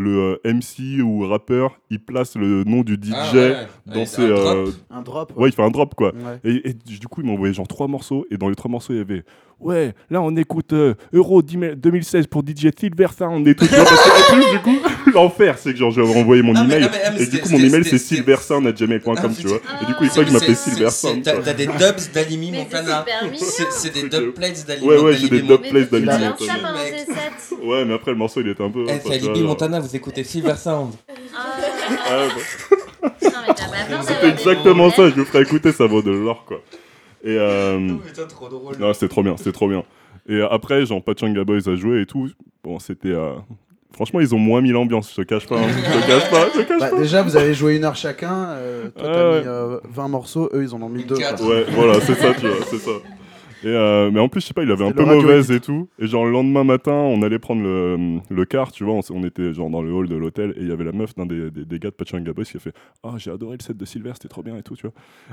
Speaker 5: le euh, MC ou rappeur, il place le nom du DJ
Speaker 4: Ah,
Speaker 5: dans ses. euh,
Speaker 3: Un drop.
Speaker 5: ouais, il fait un drop quoi.
Speaker 3: Ouais.
Speaker 5: Et, et du coup, il m'a envoyé genre trois morceaux. Et dans les trois morceaux, il y avait Ouais, là on écoute euh, Euro 10 2016 pour DJ Silver Sound et tout. tu vois, parce que, en plus, du coup, l'enfer, c'est que genre j'avais envoyé mon
Speaker 4: Ah, mais-
Speaker 5: email.
Speaker 4: ah, mais- ah, mais
Speaker 5: et du
Speaker 4: c'était-
Speaker 5: coup, mon
Speaker 4: c'était-
Speaker 5: email c'est
Speaker 4: c'était-
Speaker 5: silversound.gmail.com, tu vois. Et du coup, il croit que je m'appelais Silver Sound. quoi.
Speaker 4: T'as des dubs d'Alimi
Speaker 6: Mais c'est
Speaker 4: Montana.
Speaker 6: super mignon.
Speaker 4: C'est c'est des
Speaker 5: Truc de
Speaker 4: dub
Speaker 5: ouf.
Speaker 4: plates d'Alimi
Speaker 5: Ouais, ouais, j'ai des
Speaker 4: d'Alimi
Speaker 5: dub
Speaker 6: Mais
Speaker 5: plays
Speaker 6: tu
Speaker 5: d'Alimi
Speaker 3: Montana.
Speaker 6: lances ça
Speaker 5: Montana.
Speaker 6: pendant
Speaker 4: Mec.
Speaker 6: tes sets.
Speaker 5: Ouais, mais après le morceau il était un peu.
Speaker 4: Eh,
Speaker 5: enfin, tu
Speaker 4: c'est
Speaker 5: vois,
Speaker 4: Alibi
Speaker 5: genre-
Speaker 4: Montana, vous écoutez Silver Sound.
Speaker 6: Ah,
Speaker 5: Ah, bah,
Speaker 6: non, mais t'as pas peur
Speaker 5: C'était
Speaker 6: d'avoir des
Speaker 5: exactement ça,
Speaker 6: problèmes.
Speaker 5: je le ferai écouter, ça vaut de l'or quoi. Et euh,
Speaker 4: Putain, trop drôle.
Speaker 5: Non, c'était trop bien, c'était trop bien. Et après, genre, Pachanga Boys a joué et tout. Bon, c'était. euh, Franchement, ils ont moins mis l'ambiance, je te cache pas. hein. Je te cache pas, je te cache
Speaker 3: Bah, déjà, vous avez joué une heure chacun. euh, toi,
Speaker 5: Ah
Speaker 3: t'as
Speaker 5: ouais.
Speaker 3: mis euh, 20 morceaux. Eux, ils en ont mis
Speaker 4: Une
Speaker 3: deux.
Speaker 4: quatre.
Speaker 3: quoi.
Speaker 5: pas. Ouais, voilà, c'est ça, tu vois, c'est ça. Et, euh, mais en plus, je sais pas, il avait un
Speaker 3: C'était
Speaker 5: peu
Speaker 3: le radio
Speaker 5: mauvaise
Speaker 3: edit.
Speaker 5: et tout. Et genre, le lendemain matin, on allait prendre le, le car, tu vois. On, s- on était genre dans le hall de l'hôtel et il y avait la meuf d'un des, des, des gars de Pachanga Boys qui a fait Ah, j'ai adoré le set de Silver, c'était trop bien et tout, tu vois.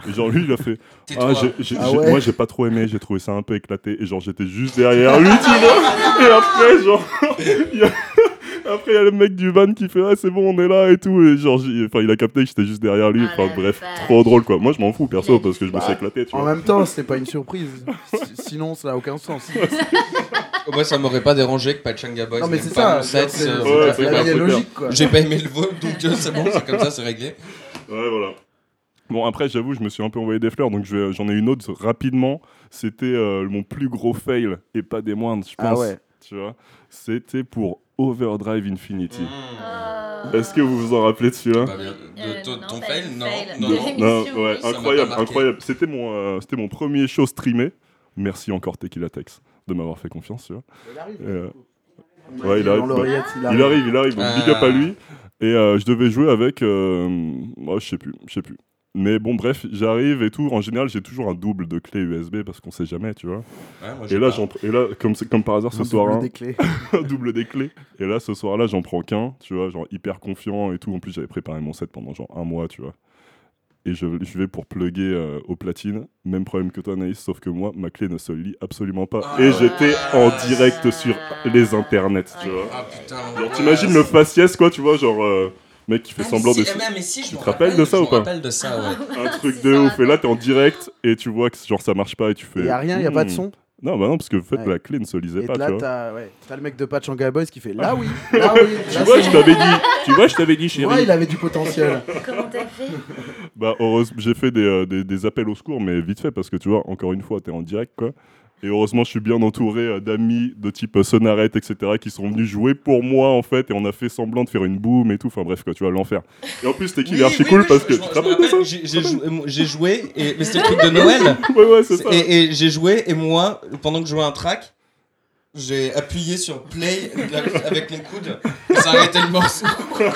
Speaker 5: Et genre, lui, il a fait Ah, j'ai- j'ai-
Speaker 3: Ah
Speaker 5: j'ai-
Speaker 3: ouais.
Speaker 5: moi, j'ai pas trop aimé, j'ai trouvé ça un peu éclaté. Et genre, j'étais juste derrière lui, tu vois. Et après, genre, il y a- Après, il y a le mec du van qui fait Ah, c'est bon, on est là et tout. Et genre, j'ai- enfin, il a capté que j'étais juste derrière lui.
Speaker 6: Ah
Speaker 5: Enfin,
Speaker 6: la
Speaker 5: bref,
Speaker 6: vache.
Speaker 5: trop drôle quoi. Moi, je m'en fous perso
Speaker 6: Bah,
Speaker 5: parce que je me suis éclaté, tu
Speaker 3: En
Speaker 5: vois.
Speaker 3: même temps, c'est pas une surprise. Si- Sinon, ça n'a aucun sens.
Speaker 4: Moi, ça m'aurait pas dérangé que Pachanga Boys
Speaker 3: Non, mais
Speaker 4: n'aime
Speaker 3: c'est
Speaker 4: pas
Speaker 3: ça.
Speaker 4: mon
Speaker 3: c'est-
Speaker 4: set.
Speaker 3: c'est-
Speaker 4: euh,
Speaker 5: ouais,
Speaker 4: ça
Speaker 3: La
Speaker 4: fait
Speaker 5: c'est
Speaker 4: pas-
Speaker 3: la vie est
Speaker 5: faut
Speaker 3: logique, quoi.
Speaker 4: J'ai pas aimé le vote, donc euh, c'est bon, c'est comme ça, c'est réglé.
Speaker 5: Ouais, voilà. Bon, après, j'avoue, je me suis un peu envoyé des fleurs, donc je vais- j'en ai une autre rapidement. C'était euh, mon plus gros fail, et pas des moindres, je pense.
Speaker 3: Ah ouais.
Speaker 5: Tu vois C'était pour Overdrive Infinity.
Speaker 4: Mmh.
Speaker 6: Oh.
Speaker 5: Est-ce que vous vous en rappelez de celui-là
Speaker 4: Bah, bien, de-
Speaker 6: Euh,
Speaker 4: ton-
Speaker 6: non,
Speaker 4: ton
Speaker 6: pas
Speaker 4: fail,
Speaker 6: le
Speaker 4: non,
Speaker 6: fail.
Speaker 4: non,
Speaker 6: De
Speaker 4: non.
Speaker 5: Non,
Speaker 6: l'émission,
Speaker 5: ouais,
Speaker 6: oui.
Speaker 4: Ça m'a
Speaker 5: incroyable,
Speaker 4: pas marqué.
Speaker 5: incroyable. C'était mon, euh, c'était mon premier show streamé. Merci encore Tequila Tex de m'avoir fait confiance, tu vois. Euh, ouais, il
Speaker 3: Dans
Speaker 5: arrive. bah,
Speaker 3: l'oreillette,
Speaker 5: il arrive, il arrive, donc big up à
Speaker 4: Ah.
Speaker 5: lui. Et euh, je devais jouer avec. euh, oh, je sais plus, je sais plus. Mais bon, bref, j'arrive et tout. En général, j'ai toujours un double de clé USB parce qu'on sait jamais, tu vois.
Speaker 4: Ouais, moi, j'ai
Speaker 5: Et là,
Speaker 4: Ah, pas.
Speaker 5: j'en pr- et là comme, c'est- comme par hasard, ce
Speaker 3: Double
Speaker 5: soir, hein,
Speaker 3: des clés.
Speaker 5: un double des clés. Et là, ce soir-là, j'en prends qu'un, tu vois, genre hyper confiant et tout. En plus, j'avais préparé mon set pendant genre un mois, tu vois. Et je, je vais pour plugger euh, aux platines. Même problème que toi, Anaïs, sauf que moi, ma clé ne se lit absolument pas.
Speaker 4: Ah
Speaker 5: et
Speaker 4: ouais.
Speaker 5: j'étais en direct sur les internets, tu
Speaker 6: Ouais.
Speaker 5: vois.
Speaker 4: Ah putain.
Speaker 5: Genre, t'imagines le faciès, quoi, tu vois, genre, euh, mec qui fait semblant de.
Speaker 4: Ah, mais si, je
Speaker 5: Tu
Speaker 4: me
Speaker 5: te rappelles de ça
Speaker 4: je
Speaker 5: ou
Speaker 4: me
Speaker 5: pas
Speaker 4: rappelle de ça, ouais.
Speaker 5: Un truc de ouf. Et là, t'es en direct et tu vois que genre ça marche pas et tu fais.
Speaker 3: Il n'y a rien, il n'y a pas de
Speaker 5: hmm.
Speaker 3: son.
Speaker 5: Non, bah non, parce que en fait,
Speaker 3: Ouais.
Speaker 5: la clé ne se lisait
Speaker 3: Et
Speaker 5: pas,
Speaker 3: là,
Speaker 5: tu vois.
Speaker 3: t'as ouais, t'as le mec de Pachanga Boys qui fait Là oui, là oui.
Speaker 5: Tu
Speaker 3: là,
Speaker 5: vois,
Speaker 3: c'est-
Speaker 5: je t'avais dit, tu vois, je t'avais dit,
Speaker 3: Tu
Speaker 5: chérie.
Speaker 3: vois, il avait du potentiel.
Speaker 6: Euh, Comment t'as fait
Speaker 5: Bah, heureuse- j'ai fait des, euh, des, des appels au secours, mais vite fait, parce que tu vois, encore une fois, t'es en direct, quoi. Et heureusement, je suis bien entouré euh, d'amis de type euh, Sonarette, etc., qui sont venus jouer pour moi, en fait, et on a fait semblant de faire une boum et tout. Enfin, bref, quoi, tu vois, l'enfer. Et en plus, c'était qui
Speaker 4: Oui,
Speaker 5: est archi
Speaker 4: oui,
Speaker 5: cool
Speaker 4: oui,
Speaker 5: parce
Speaker 4: je-
Speaker 5: que.
Speaker 4: je
Speaker 5: Tu
Speaker 4: me
Speaker 5: te rappelles de ça
Speaker 4: rappelle, j'ai- j'ai joué- moi, J'ai joué, et... mais c'était le truc de Noël.
Speaker 5: Ouais, ouais, c'est ça.
Speaker 4: Et, et j'ai joué, et moi, pendant que je jouais un track, j'ai appuyé sur play avec mon coude, et ça arrêtait le morceau.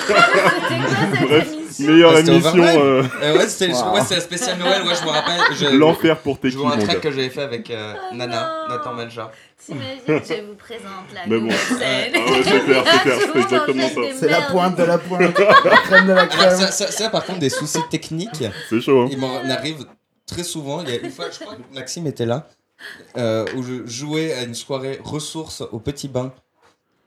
Speaker 6: C'était quoi cette
Speaker 5: Bref,
Speaker 6: émission
Speaker 5: Meilleure
Speaker 4: Ah, c'était
Speaker 5: émission,
Speaker 4: Override
Speaker 5: euh,
Speaker 4: Euh, ouais, c'était
Speaker 3: Wow.
Speaker 4: ouais, c'était la spéciale Noël, ouais, je me rappelle. Je,
Speaker 5: l'enfer pour
Speaker 4: je
Speaker 5: Teki,
Speaker 4: jouais un
Speaker 5: mon gars.
Speaker 4: track que j'avais fait avec euh,
Speaker 6: Oh
Speaker 4: Nana,
Speaker 6: non.
Speaker 4: Nathan Manjar.
Speaker 6: T'imagines, je vous présente la
Speaker 5: Mais bon.
Speaker 6: nouvelle scène.
Speaker 5: Ah ouais, c'est clair, c'est clair,
Speaker 6: Tout le
Speaker 5: c'est
Speaker 6: monde
Speaker 5: exactement
Speaker 6: en fait
Speaker 5: ça.
Speaker 6: des
Speaker 3: C'est la
Speaker 6: merdes.
Speaker 3: pointe de la pointe, la crème de la
Speaker 4: Alors,
Speaker 3: crème.
Speaker 4: ça, ça, ça, par contre, des soucis techniques,
Speaker 5: C'est chaud, hein.
Speaker 4: il m'en arrive très souvent. Il y a une fois, je crois que Maxime était là, euh, où je jouais à une soirée ressources au Petit Bain.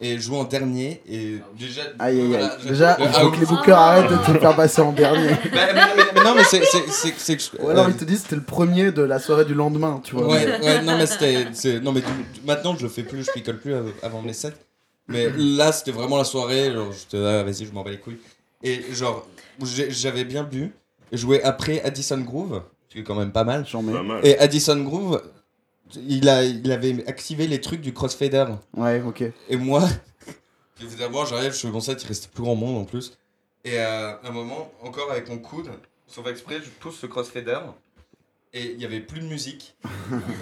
Speaker 4: Et je jouais en dernier, et déjà.
Speaker 3: Aïe aïe aïe.
Speaker 4: voilà, je-
Speaker 3: Déjà,
Speaker 4: euh,
Speaker 3: il
Speaker 4: ah,
Speaker 3: faut que les
Speaker 4: oui.
Speaker 3: bookers arrêtent de te le faire passer en dernier.
Speaker 4: Bah, mais, mais- mais non, mais c'est. c'est- c'est- c'est que je-
Speaker 3: Ou alors
Speaker 4: euh,
Speaker 3: ils te disent c'était le premier de la soirée du lendemain, tu vois.
Speaker 4: Ouais, ouais, non, mais c'était. c'est- Non, mais du- du- maintenant, je le fais plus, je picole plus av- avant mes sets. Mais là, c'était vraiment la soirée. Genre, j'étais là, ah, vas-y, je m'en bats les couilles. Et genre, j'ai- j'avais bien bu. Joué après Addison Groove, qui est quand même pas mal.
Speaker 3: J'en mets.
Speaker 5: Pas mal.
Speaker 4: Et Addison Groove, il, a, il avait activé les trucs du crossfader.
Speaker 3: Ouais, ok.
Speaker 4: Et moi, évidemment, j'arrive, je fais mon set, il reste plus grand monde en plus. Et euh, à un moment, encore avec mon coude, sauf exprès, je pousse ce crossfader. Et il n'y avait plus de musique.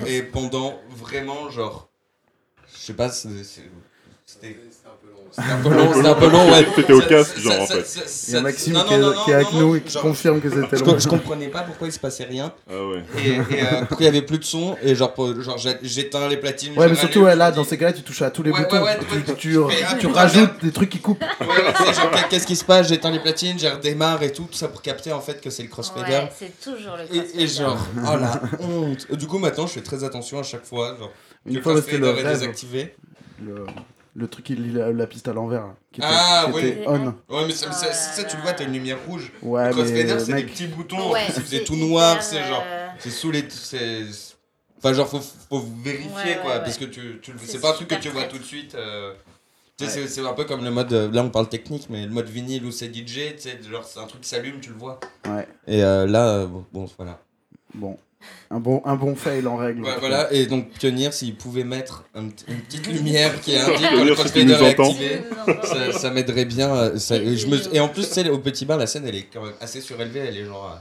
Speaker 4: et pendant vraiment, genre, je sais pas, c'est- c'est- c'était. C'était un peu long, c'était un peu long, ouais.
Speaker 5: T'étais au
Speaker 4: Ça-
Speaker 5: casque,
Speaker 4: ça-
Speaker 5: genre,
Speaker 4: ça-
Speaker 5: en fait.
Speaker 4: ça- ça-
Speaker 3: Il y a Maxime
Speaker 4: non,
Speaker 3: qui est,
Speaker 4: non, non,
Speaker 3: qui est avec
Speaker 4: non,
Speaker 3: nous
Speaker 4: non,
Speaker 3: et qui
Speaker 4: genre,
Speaker 3: confirme que c'était
Speaker 4: je
Speaker 3: long.
Speaker 4: co- je comprenais pas pourquoi il se passait rien.
Speaker 5: Ah ouais.
Speaker 4: Et, et, euh, pourquoi il y avait plus de son et genre, pour- genre j'ai- j'éteins les platines.
Speaker 3: Ouais,
Speaker 4: je
Speaker 3: mais
Speaker 4: rallume,
Speaker 3: surtout, ouais, là,
Speaker 4: je
Speaker 3: dans
Speaker 4: dis-
Speaker 3: ces cas-là, tu touches à tous les
Speaker 4: Ouais,
Speaker 3: boutons.
Speaker 4: ouais, ouais,
Speaker 3: tu,
Speaker 4: ouais,
Speaker 3: tu-
Speaker 4: mais, ah,
Speaker 3: tu
Speaker 4: putain,
Speaker 3: rajoutes des trucs qui coupent.
Speaker 4: Ouais, ouais, c'est genre, qu'est- qu'est-ce qui se passe J'éteins les platines, je redémarre et tout, tout ça pour capter en fait que c'est le crossfader.
Speaker 6: Ouais, c'est toujours le
Speaker 4: Et, et
Speaker 6: crossfader.
Speaker 4: genre, oh la honte. Du coup, maintenant, je fais très attention à chaque fois. Genre, que
Speaker 3: Une
Speaker 4: le
Speaker 3: fois, c'était le
Speaker 4: crossfader est
Speaker 3: rêve.
Speaker 4: désactivé.
Speaker 3: Le, le truc, il, la, la piste à l'envers. hein, Qui était,
Speaker 4: Ah,
Speaker 3: qui
Speaker 4: oui.
Speaker 3: était on.
Speaker 4: Ouais, mais ça, mais ça-
Speaker 6: Oh
Speaker 4: ça,
Speaker 6: là
Speaker 4: tu le
Speaker 6: là.
Speaker 4: vois, t'as une lumière rouge.
Speaker 3: Ouais,
Speaker 4: le
Speaker 3: Ah, mais
Speaker 4: crossfader, c'est des
Speaker 3: mec,
Speaker 4: petits boutons.
Speaker 6: Ouais,
Speaker 4: en plus, il faisait tout
Speaker 6: hyper,
Speaker 4: noir, c'est
Speaker 6: euh,
Speaker 4: genre. C'est sous les. c'est- Enfin, genre, faut, faut vérifier
Speaker 6: Ouais, ouais,
Speaker 4: quoi.
Speaker 6: ouais.
Speaker 4: Parce que tu, tu le-
Speaker 6: C'est
Speaker 4: c'est pas un truc que
Speaker 6: super
Speaker 4: tu vois
Speaker 6: prête.
Speaker 4: tout de suite. euh, tu sais, C'est c'est un peu comme le mode. euh, Là, on parle technique, mais le mode vinyle où c'est DJ, tu sais, genre, c'est un truc qui s'allume, tu le vois.
Speaker 3: Ouais,
Speaker 4: Et euh, là, euh, bon, bon, voilà.
Speaker 3: bon. Un bon, un bon fail en règle.
Speaker 4: Ouais, voilà, et donc Pionnier, s'il pouvait mettre un petit- une petite lumière qui indique
Speaker 5: Pionnier,
Speaker 4: quand le
Speaker 5: si tu nous
Speaker 4: crossfader est
Speaker 5: entends.
Speaker 4: activé, ça, ça m'aiderait bien. euh, ça- et, je me- et en plus, tu sais, au petit bain, la scène, elle est quand même assez surélevée, elle est genre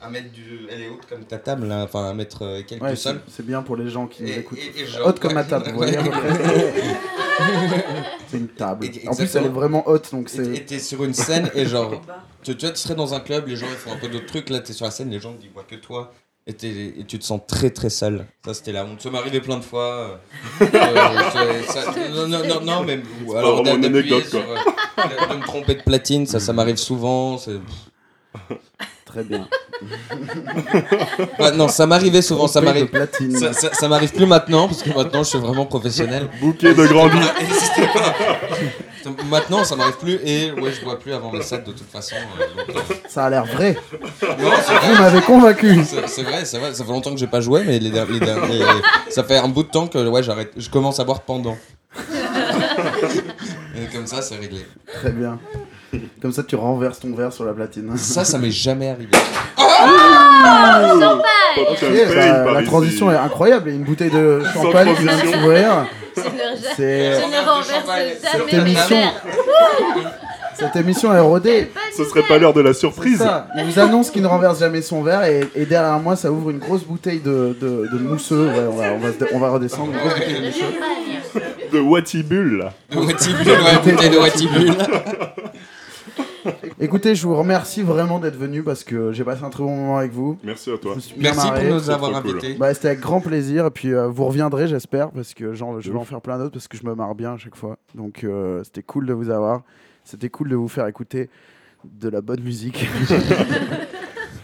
Speaker 4: à, à mettre du. Elle est haute comme ta table, là, enfin à mettre euh, quelques
Speaker 3: Ouais, c'est
Speaker 4: sols.
Speaker 3: c'est bien pour les gens qui nous écoutent.
Speaker 4: et genre-
Speaker 3: Haute comme ma table, vous voyez à peu près. C'est une table.
Speaker 4: Et-
Speaker 3: En plus, elle est
Speaker 4: exactement.
Speaker 3: vraiment haute, donc
Speaker 4: Et-
Speaker 3: c'est.
Speaker 4: et t'es sur une scène et genre, tu, tu vois, tu serais dans un club, les gens ils font un peu d'autres trucs, là t'es sur la scène, les gens ils voient que toi, Et, t'es- et tu te sens très très sale. Ça, c'était la honte. Ça m'est arrivé plein de fois. euh, euh, c'est- ça- non, non, non, non, mais. ou
Speaker 5: pas
Speaker 4: alors
Speaker 5: vraiment une
Speaker 4: d'appuyer
Speaker 5: anecdote,
Speaker 4: sur, euh, de me tromper de platine, ça, ça m'arrive souvent. c'est-
Speaker 3: Très bien.
Speaker 4: Ouais, non, ça m'arrivait souvent. Ça
Speaker 3: Trompé de
Speaker 4: m'arrive.
Speaker 3: platine.
Speaker 4: Ça, ça- ça m'arrive plus maintenant, parce que maintenant, je suis vraiment professionnel.
Speaker 5: Bouquet de grandi.
Speaker 4: Et c'était pas- Maintenant, ça m'arrive plus et ouais, je bois plus avant mes sets de toute façon. euh, donc, euh,
Speaker 3: Ça a l'air vrai.
Speaker 4: non, c'est vrai.
Speaker 3: Vous m'avez convaincu.
Speaker 4: C'est c'est vrai, c'est vrai, ça fait longtemps que j'ai pas joué, mais les der- les derniers- ça fait un bout de temps que ouais, j'arrête, je commence à boire pendant. Et comme ça, c'est réglé.
Speaker 3: Très bien. Comme ça, tu renverses ton verre sur la platine.
Speaker 4: Ça, ça m'est jamais arrivé.
Speaker 5: Papa, ça me
Speaker 3: Yeah,
Speaker 5: paye
Speaker 3: la,
Speaker 5: par
Speaker 3: bah, la
Speaker 5: ici.
Speaker 3: transition est incroyable. Il y a une bouteille de champagne qui vient de
Speaker 5: transition.
Speaker 3: s'ouvrir.
Speaker 6: Je ne
Speaker 3: C'est-
Speaker 6: renverse
Speaker 4: Cette
Speaker 6: jamais mes
Speaker 3: émission-
Speaker 6: verres.
Speaker 3: Cette émission est rodée.
Speaker 5: Ce serait pas l'heure de la
Speaker 3: C'est
Speaker 5: surprise.
Speaker 3: ça. Il vous annonce qu'il ne renverse jamais son verre et, et derrière moi, ça ouvre une grosse bouteille de, de, de mousseux. Ouais, on, va, on va se- on va redescendre. Une grosse bouteille de mousseux.
Speaker 5: De Watibul, là.
Speaker 4: De Wattibul, ouais, bouteille de Wattibul.
Speaker 3: Écoutez, je vous remercie vraiment d'être venu parce que j'ai passé un très bon moment avec vous.
Speaker 5: Merci à toi.
Speaker 3: Je me suis bien
Speaker 4: Merci pour
Speaker 3: marré.
Speaker 4: nous avoir
Speaker 5: trop cool.
Speaker 4: invités.
Speaker 3: Bah, c'était avec grand plaisir et puis euh, vous reviendrez j'espère parce que genre, je vais en faire plein d'autres parce que je me marre bien à chaque fois. Donc euh, c'était cool de vous avoir, c'était cool de vous faire écouter de la bonne musique.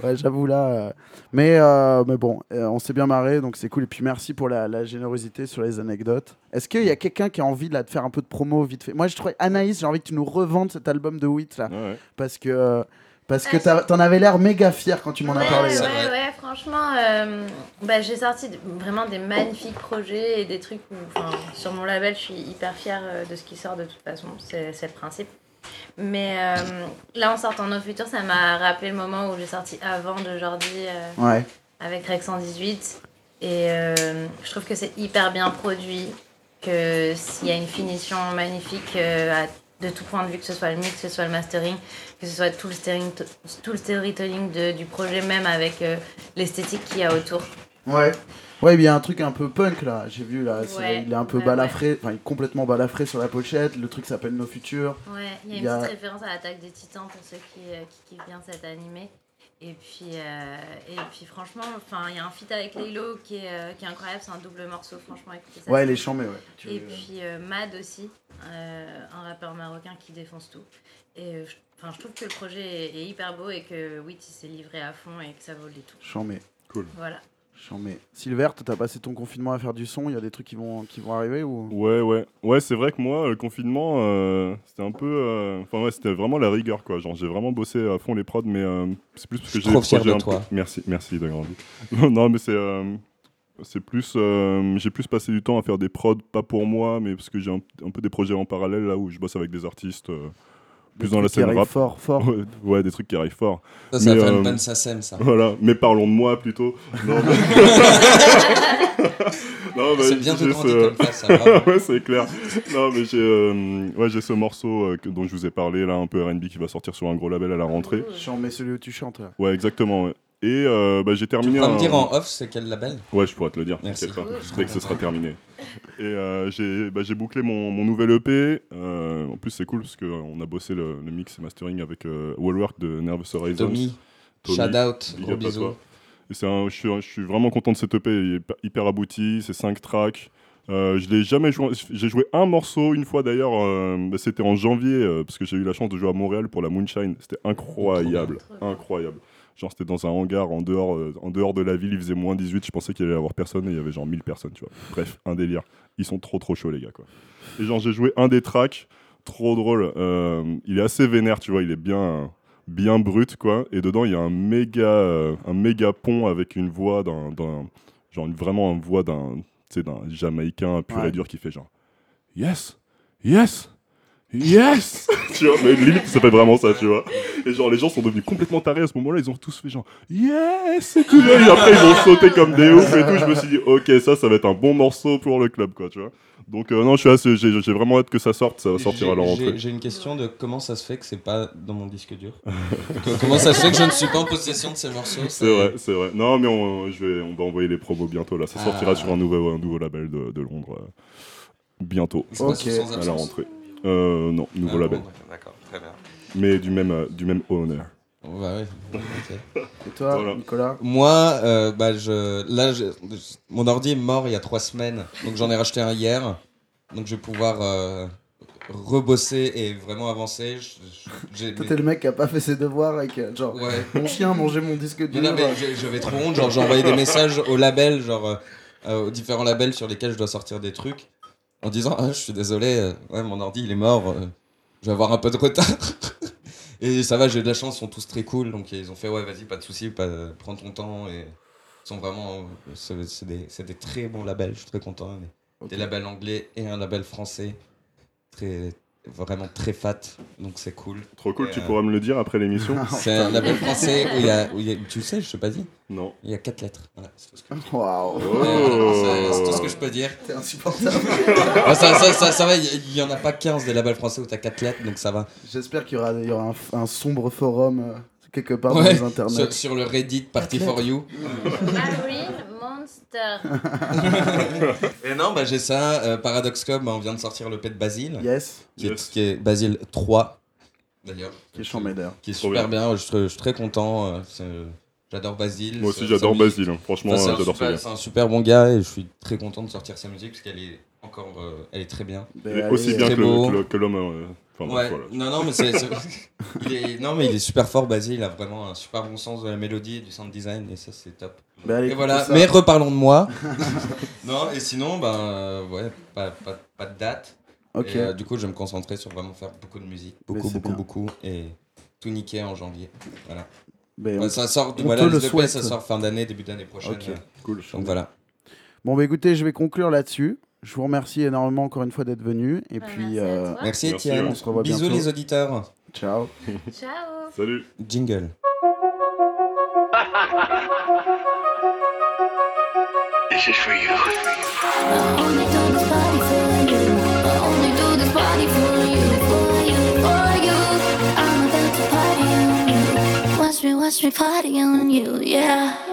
Speaker 3: ouais j'avoue là. euh, Mais, euh, mais bon, euh, on s'est bien marré donc c'est cool et puis merci pour la, la générosité sur les anecdotes. Est-ce qu'il y a quelqu'un qui a envie là, de faire un peu de promo vite fait Moi je trouvais Anaïs, j'ai envie que tu nous revendes cet album de Wit là
Speaker 5: Ouais, ouais.
Speaker 3: parce que... euh, Parce que t'as- t'en avais l'air méga fier quand tu m'en as
Speaker 6: Ouais,
Speaker 3: parlé.
Speaker 6: ouais,
Speaker 3: là.
Speaker 4: ouais.
Speaker 6: ouais, ouais, franchement, euh, bah, j'ai sorti de- vraiment des magnifiques projets et des trucs où, enfin, sur mon label, je suis hyper fière euh, de ce qui sort de toute façon, c'est c'est le principe. Mais euh, là, en sortant No Future, ça m'a rappelé le moment où j'ai sorti avant de Jordi euh,
Speaker 3: Ouais.
Speaker 6: avec Rex 118. Et euh, je trouve que c'est hyper bien produit, que s'il y a une finition magnifique euh, à- de tout point de vue, que ce soit le mix, que ce soit le mastering, que ce soit tout le, steering- tout le storytelling de- du projet même avec euh, l'esthétique qu'il y a autour.
Speaker 3: Ouais. Ouais, il y a un truc un peu punk là, j'ai vu là, c'est-
Speaker 6: Ouais,
Speaker 3: il est un peu
Speaker 6: ouais,
Speaker 3: balafré, enfin il est complètement balafré sur la pochette, le truc s'appelle No Future.
Speaker 6: Ouais, il y a
Speaker 3: Il
Speaker 6: une
Speaker 3: y a-
Speaker 6: petite référence à l'attaque des titans pour ceux qui, euh, qui kiffent bien cet animé. Et puis, euh, et puis franchement, enfin, il y a un feat avec Lilo qui est, euh, qui est incroyable, c'est un double morceau, franchement, écoutez ça.
Speaker 3: Ouais, les chambres, ouais. Tu-
Speaker 6: Et puis euh, Mad aussi, euh, un rappeur marocain qui défonce tout. Et euh, je, enfin, je trouve que le projet est, est hyper beau et que oui, il s'est livré à fond et que ça vaut le détour.
Speaker 3: Chambé,
Speaker 6: Voilà.
Speaker 3: chambé. Silver, toi t'as passé ton confinement à faire du son, il y a des trucs qui vont, qui vont arriver ou
Speaker 5: Ouais, ouais. Ouais, c'est vrai que moi, le confinement, euh, c'était un peu. euh, Enfin, ouais, c'était vraiment la rigueur, quoi. Genre, j'ai vraiment bossé à fond les prods, mais euh, c'est plus parce que
Speaker 4: Je suis
Speaker 5: j'ai des
Speaker 4: trop fier
Speaker 5: projets
Speaker 4: de
Speaker 5: un
Speaker 4: toi.
Speaker 5: peu- Merci, merci de grandir. Non, non, mais c'est. euh, c'est plus. euh, j'ai plus passé du temps à faire des prods, pas pour moi, mais parce que j'ai un, un peu des projets en parallèle, là, où je bosse avec des artistes, euh, plus dans la
Speaker 3: Qui
Speaker 5: scène
Speaker 3: arrive
Speaker 5: rap.
Speaker 3: fort, fort.
Speaker 5: Ouais, ouais, des trucs qui arrivent fort.
Speaker 4: Ça, ça
Speaker 5: Mais,
Speaker 4: va faire
Speaker 5: euh,
Speaker 4: une bonne SACEM, ça.
Speaker 5: Voilà, mais parlons de moi plutôt. Non, mais... Non, mais
Speaker 4: C'est bien de
Speaker 5: j'ai
Speaker 4: grandir
Speaker 5: ce-
Speaker 4: comme ça, ça. bravo.
Speaker 5: ouais, c'est clair. Non, mais j'ai euh, ouais, j'ai ce morceau euh, que- dont je vous ai parlé, là, un peu RB qui va sortir sur un gros label à la rentrée.
Speaker 6: Cool.
Speaker 3: Chambé, celui où tu chantes là.
Speaker 5: Ouais, exactement. ouais. Et euh, bah, j'ai
Speaker 4: Tu
Speaker 5: terminé.
Speaker 4: pourras me
Speaker 5: un-
Speaker 4: dire en off c'est quel label
Speaker 5: Ouais, je pourrais te le dire.
Speaker 4: Merci.
Speaker 5: t'inquiète pas.
Speaker 6: Cool.
Speaker 5: Dès que ce sera terminé. Et euh, j'ai bah, j'ai bouclé mon, mon nouvel EP. Euh, en plus, c'est cool parce qu'on a bossé le, le mix et mastering avec euh, Wallwork de Nervous Horizons.
Speaker 4: Tommy,
Speaker 5: Tommy,
Speaker 4: shout out,
Speaker 5: big
Speaker 4: gros
Speaker 5: up à
Speaker 4: bisous.
Speaker 5: toi. Et c'est un, je, suis, je suis vraiment content de cet EP, il est hyper- hyper abouti, c'est 5 tracks. Euh, je l'ai jamais joué, j'ai joué un morceau une fois d'ailleurs, euh, bah, c'était en janvier, euh, parce que j'ai eu la chance de jouer à Montréal pour la Moonshine, c'était incroyable,
Speaker 6: Trop bien.
Speaker 5: incroyable. Genre c'était dans un hangar en dehors, euh, en dehors de la ville, il faisait moins 18, je pensais qu'il allait y avoir personne et il y avait genre 1000 personnes, tu vois. Bref, un délire. Ils sont trop trop chauds les gars quoi. Et genre j'ai joué un des tracks, trop drôle, Euh, il est assez vénère, tu vois, il est bien bien brut quoi et dedans il y a un méga euh, un méga pont avec une voix d'un d'un- genre une- vraiment une voix d'un tu sais, d'un jamaïcain pur
Speaker 3: Ouais.
Speaker 5: et dur qui fait genre yes yes yes tu vois mais limite ça fait vraiment ça tu vois et genre les gens sont devenus complètement tarés à ce moment-là ils ont tous fait genre yes c'est cool et après ils ont sauté comme des oufs et tout je me suis dit ok ça ça va être un bon morceau pour le club quoi tu vois donc euh, non je suis assez- j'ai j'ai vraiment hâte que ça sorte ça va sortir à la
Speaker 4: J'ai-
Speaker 5: rentrée
Speaker 4: j'ai- J'ai une question de comment ça se fait que c'est pas dans mon disque dur. Que- comment ça se fait que je ne suis pas en possession de ces morceaux
Speaker 5: C'est vrai, c'est vrai. Non, mais on, je vais, on va envoyer les promos bientôt. Là, ça
Speaker 4: Ah.
Speaker 5: sortira sur un nouveau, un nouveau label de, de Londres euh, bientôt
Speaker 4: C'est pas
Speaker 3: Ok.
Speaker 4: sous- sans
Speaker 5: à la
Speaker 4: absence
Speaker 5: rentrée. Euh, non,
Speaker 4: Ah,
Speaker 5: nouveau
Speaker 4: bon,
Speaker 5: label,
Speaker 4: D'accord, très bien.
Speaker 5: mais du même, euh, du même owner.
Speaker 4: Bah ouais. Ok.
Speaker 3: Et toi,
Speaker 5: Voilà.
Speaker 3: Nicolas
Speaker 4: Moi, euh, bah, je, là, je- mon ordi est mort il y a trois semaines, donc j'en ai racheté un hier. Donc je vais pouvoir euh, rebosser et vraiment avancer. Je- je- j'ai-
Speaker 3: Toi, t'es le mec qui a pas fait ses devoirs et qui a genre.
Speaker 4: Ouais.
Speaker 3: Mon chien mangeait mon disque
Speaker 4: Non,
Speaker 3: dur.
Speaker 4: non, mais j'ai- j'avais trop honte. Genre, j'ai envoyé des messages aux labels, genre euh, euh, aux différents labels sur lesquels je dois sortir des trucs, en disant ah, Je suis désolé, euh, ouais, mon ordi il est mort, euh, je vais avoir un peu de retard. et ça va, j'ai eu de la chance, ils sont tous très cool. Donc, ils ont fait Ouais, vas-y, pas de soucis, pas, prends ton temps. Et ils sont vraiment. euh, c'est c'est des, c'est des très bons labels, je suis très content. mais Des labels anglais et un label français. Très, vraiment très fat, donc c'est cool.
Speaker 5: Trop cool,
Speaker 4: Et,
Speaker 5: tu
Speaker 4: euh,
Speaker 5: pourras me le dire après l'émission
Speaker 4: C'est un label français où il y a. où il y a- Tu le sais, je sais pas dit.
Speaker 5: Non.
Speaker 4: Il y a quatre lettres. Voilà, c'est tout ce que-
Speaker 3: Waouh,
Speaker 5: Oh.
Speaker 4: Euh, c'est c'est tout ce que je peux dire.
Speaker 3: t'es insupportable.
Speaker 4: Bon, ça, ça, ça, ça va, il n'y en a pas 15 des labels français où t'as 4 lettres, donc ça va.
Speaker 3: J'espère qu'il y aura, il y aura un, un sombre forum euh, quelque part
Speaker 4: Ouais,
Speaker 3: dans les internets.
Speaker 4: Sur, sur le Reddit Party
Speaker 3: Quatre
Speaker 4: for You.
Speaker 6: Marine Monster.
Speaker 4: Et non, bah, j'ai ça. euh, Paradoxcom, bah, on vient de sortir le P de Basile,
Speaker 3: Yes,
Speaker 4: qui,
Speaker 5: Yes.
Speaker 4: est, qui est Basile 3, d'ailleurs,
Speaker 3: qui est chambé d'air.
Speaker 4: qui est
Speaker 5: Trop
Speaker 4: super bien. Je, suis- je suis très content. euh, c'est- J'adore Basile.
Speaker 5: Moi aussi,
Speaker 4: Ça-
Speaker 5: j'adore
Speaker 4: ça-
Speaker 5: Basile. hein. Franchement, euh,
Speaker 4: Enfin, c'est un
Speaker 5: j'adore ce
Speaker 4: super-
Speaker 5: gars.
Speaker 4: C'est un super bon gars et je suis très content de sortir sa musique parce qu'elle est encore. euh, elle est très bien.
Speaker 3: Ben,
Speaker 5: Il est
Speaker 3: allez,
Speaker 5: Aussi bien
Speaker 4: très
Speaker 5: que le-
Speaker 4: beau.
Speaker 5: que le- que l'homme. euh, Enfin, bref,
Speaker 4: Ouais,
Speaker 5: voilà.
Speaker 4: non, non, mais c'est. c'est- il est... Non, mais il est super fort, Basile. Il a vraiment un super bon sens de la mélodie et du sound design, et ça, c'est top.
Speaker 3: ben, allez,
Speaker 4: Et voilà,
Speaker 3: écoutez ça.
Speaker 4: mais reparlons de moi. non, et sinon, ben, euh, ouais, pas, pas, pas de date.
Speaker 3: Ok.
Speaker 4: Et, euh, du coup, je vais me concentrer sur vraiment faire beaucoup de musique, beaucoup,
Speaker 3: c'est
Speaker 4: beaucoup,
Speaker 3: bien.
Speaker 4: beaucoup, et tout niquer en janvier. Voilà.
Speaker 3: Ben,
Speaker 4: Enfin, ça sort,
Speaker 3: on
Speaker 4: voilà,
Speaker 3: te
Speaker 4: les
Speaker 3: le
Speaker 4: EP,
Speaker 3: souhaite.
Speaker 4: ça sort fin d'année, début d'année prochaine.
Speaker 3: Ok.
Speaker 4: euh,
Speaker 5: Cool.
Speaker 4: Donc voilà.
Speaker 3: Bon, bah écoutez, je vais conclure là-dessus. Je vous remercie énormément encore une fois d'être venu. Et
Speaker 6: Bah,
Speaker 3: puis,
Speaker 6: merci à
Speaker 3: euh,
Speaker 6: toi.
Speaker 4: Merci,
Speaker 5: Merci,
Speaker 4: Étienne.
Speaker 3: on se revoit
Speaker 4: Bisous,
Speaker 3: bientôt.
Speaker 4: les auditeurs.
Speaker 3: ciao.
Speaker 6: Ciao.
Speaker 5: Salut.
Speaker 4: Jingle.
Speaker 2: I only do this body for you. I only do this body for you, for you, for you. I'm about to party on you. Watch me, watch me party on you, yeah.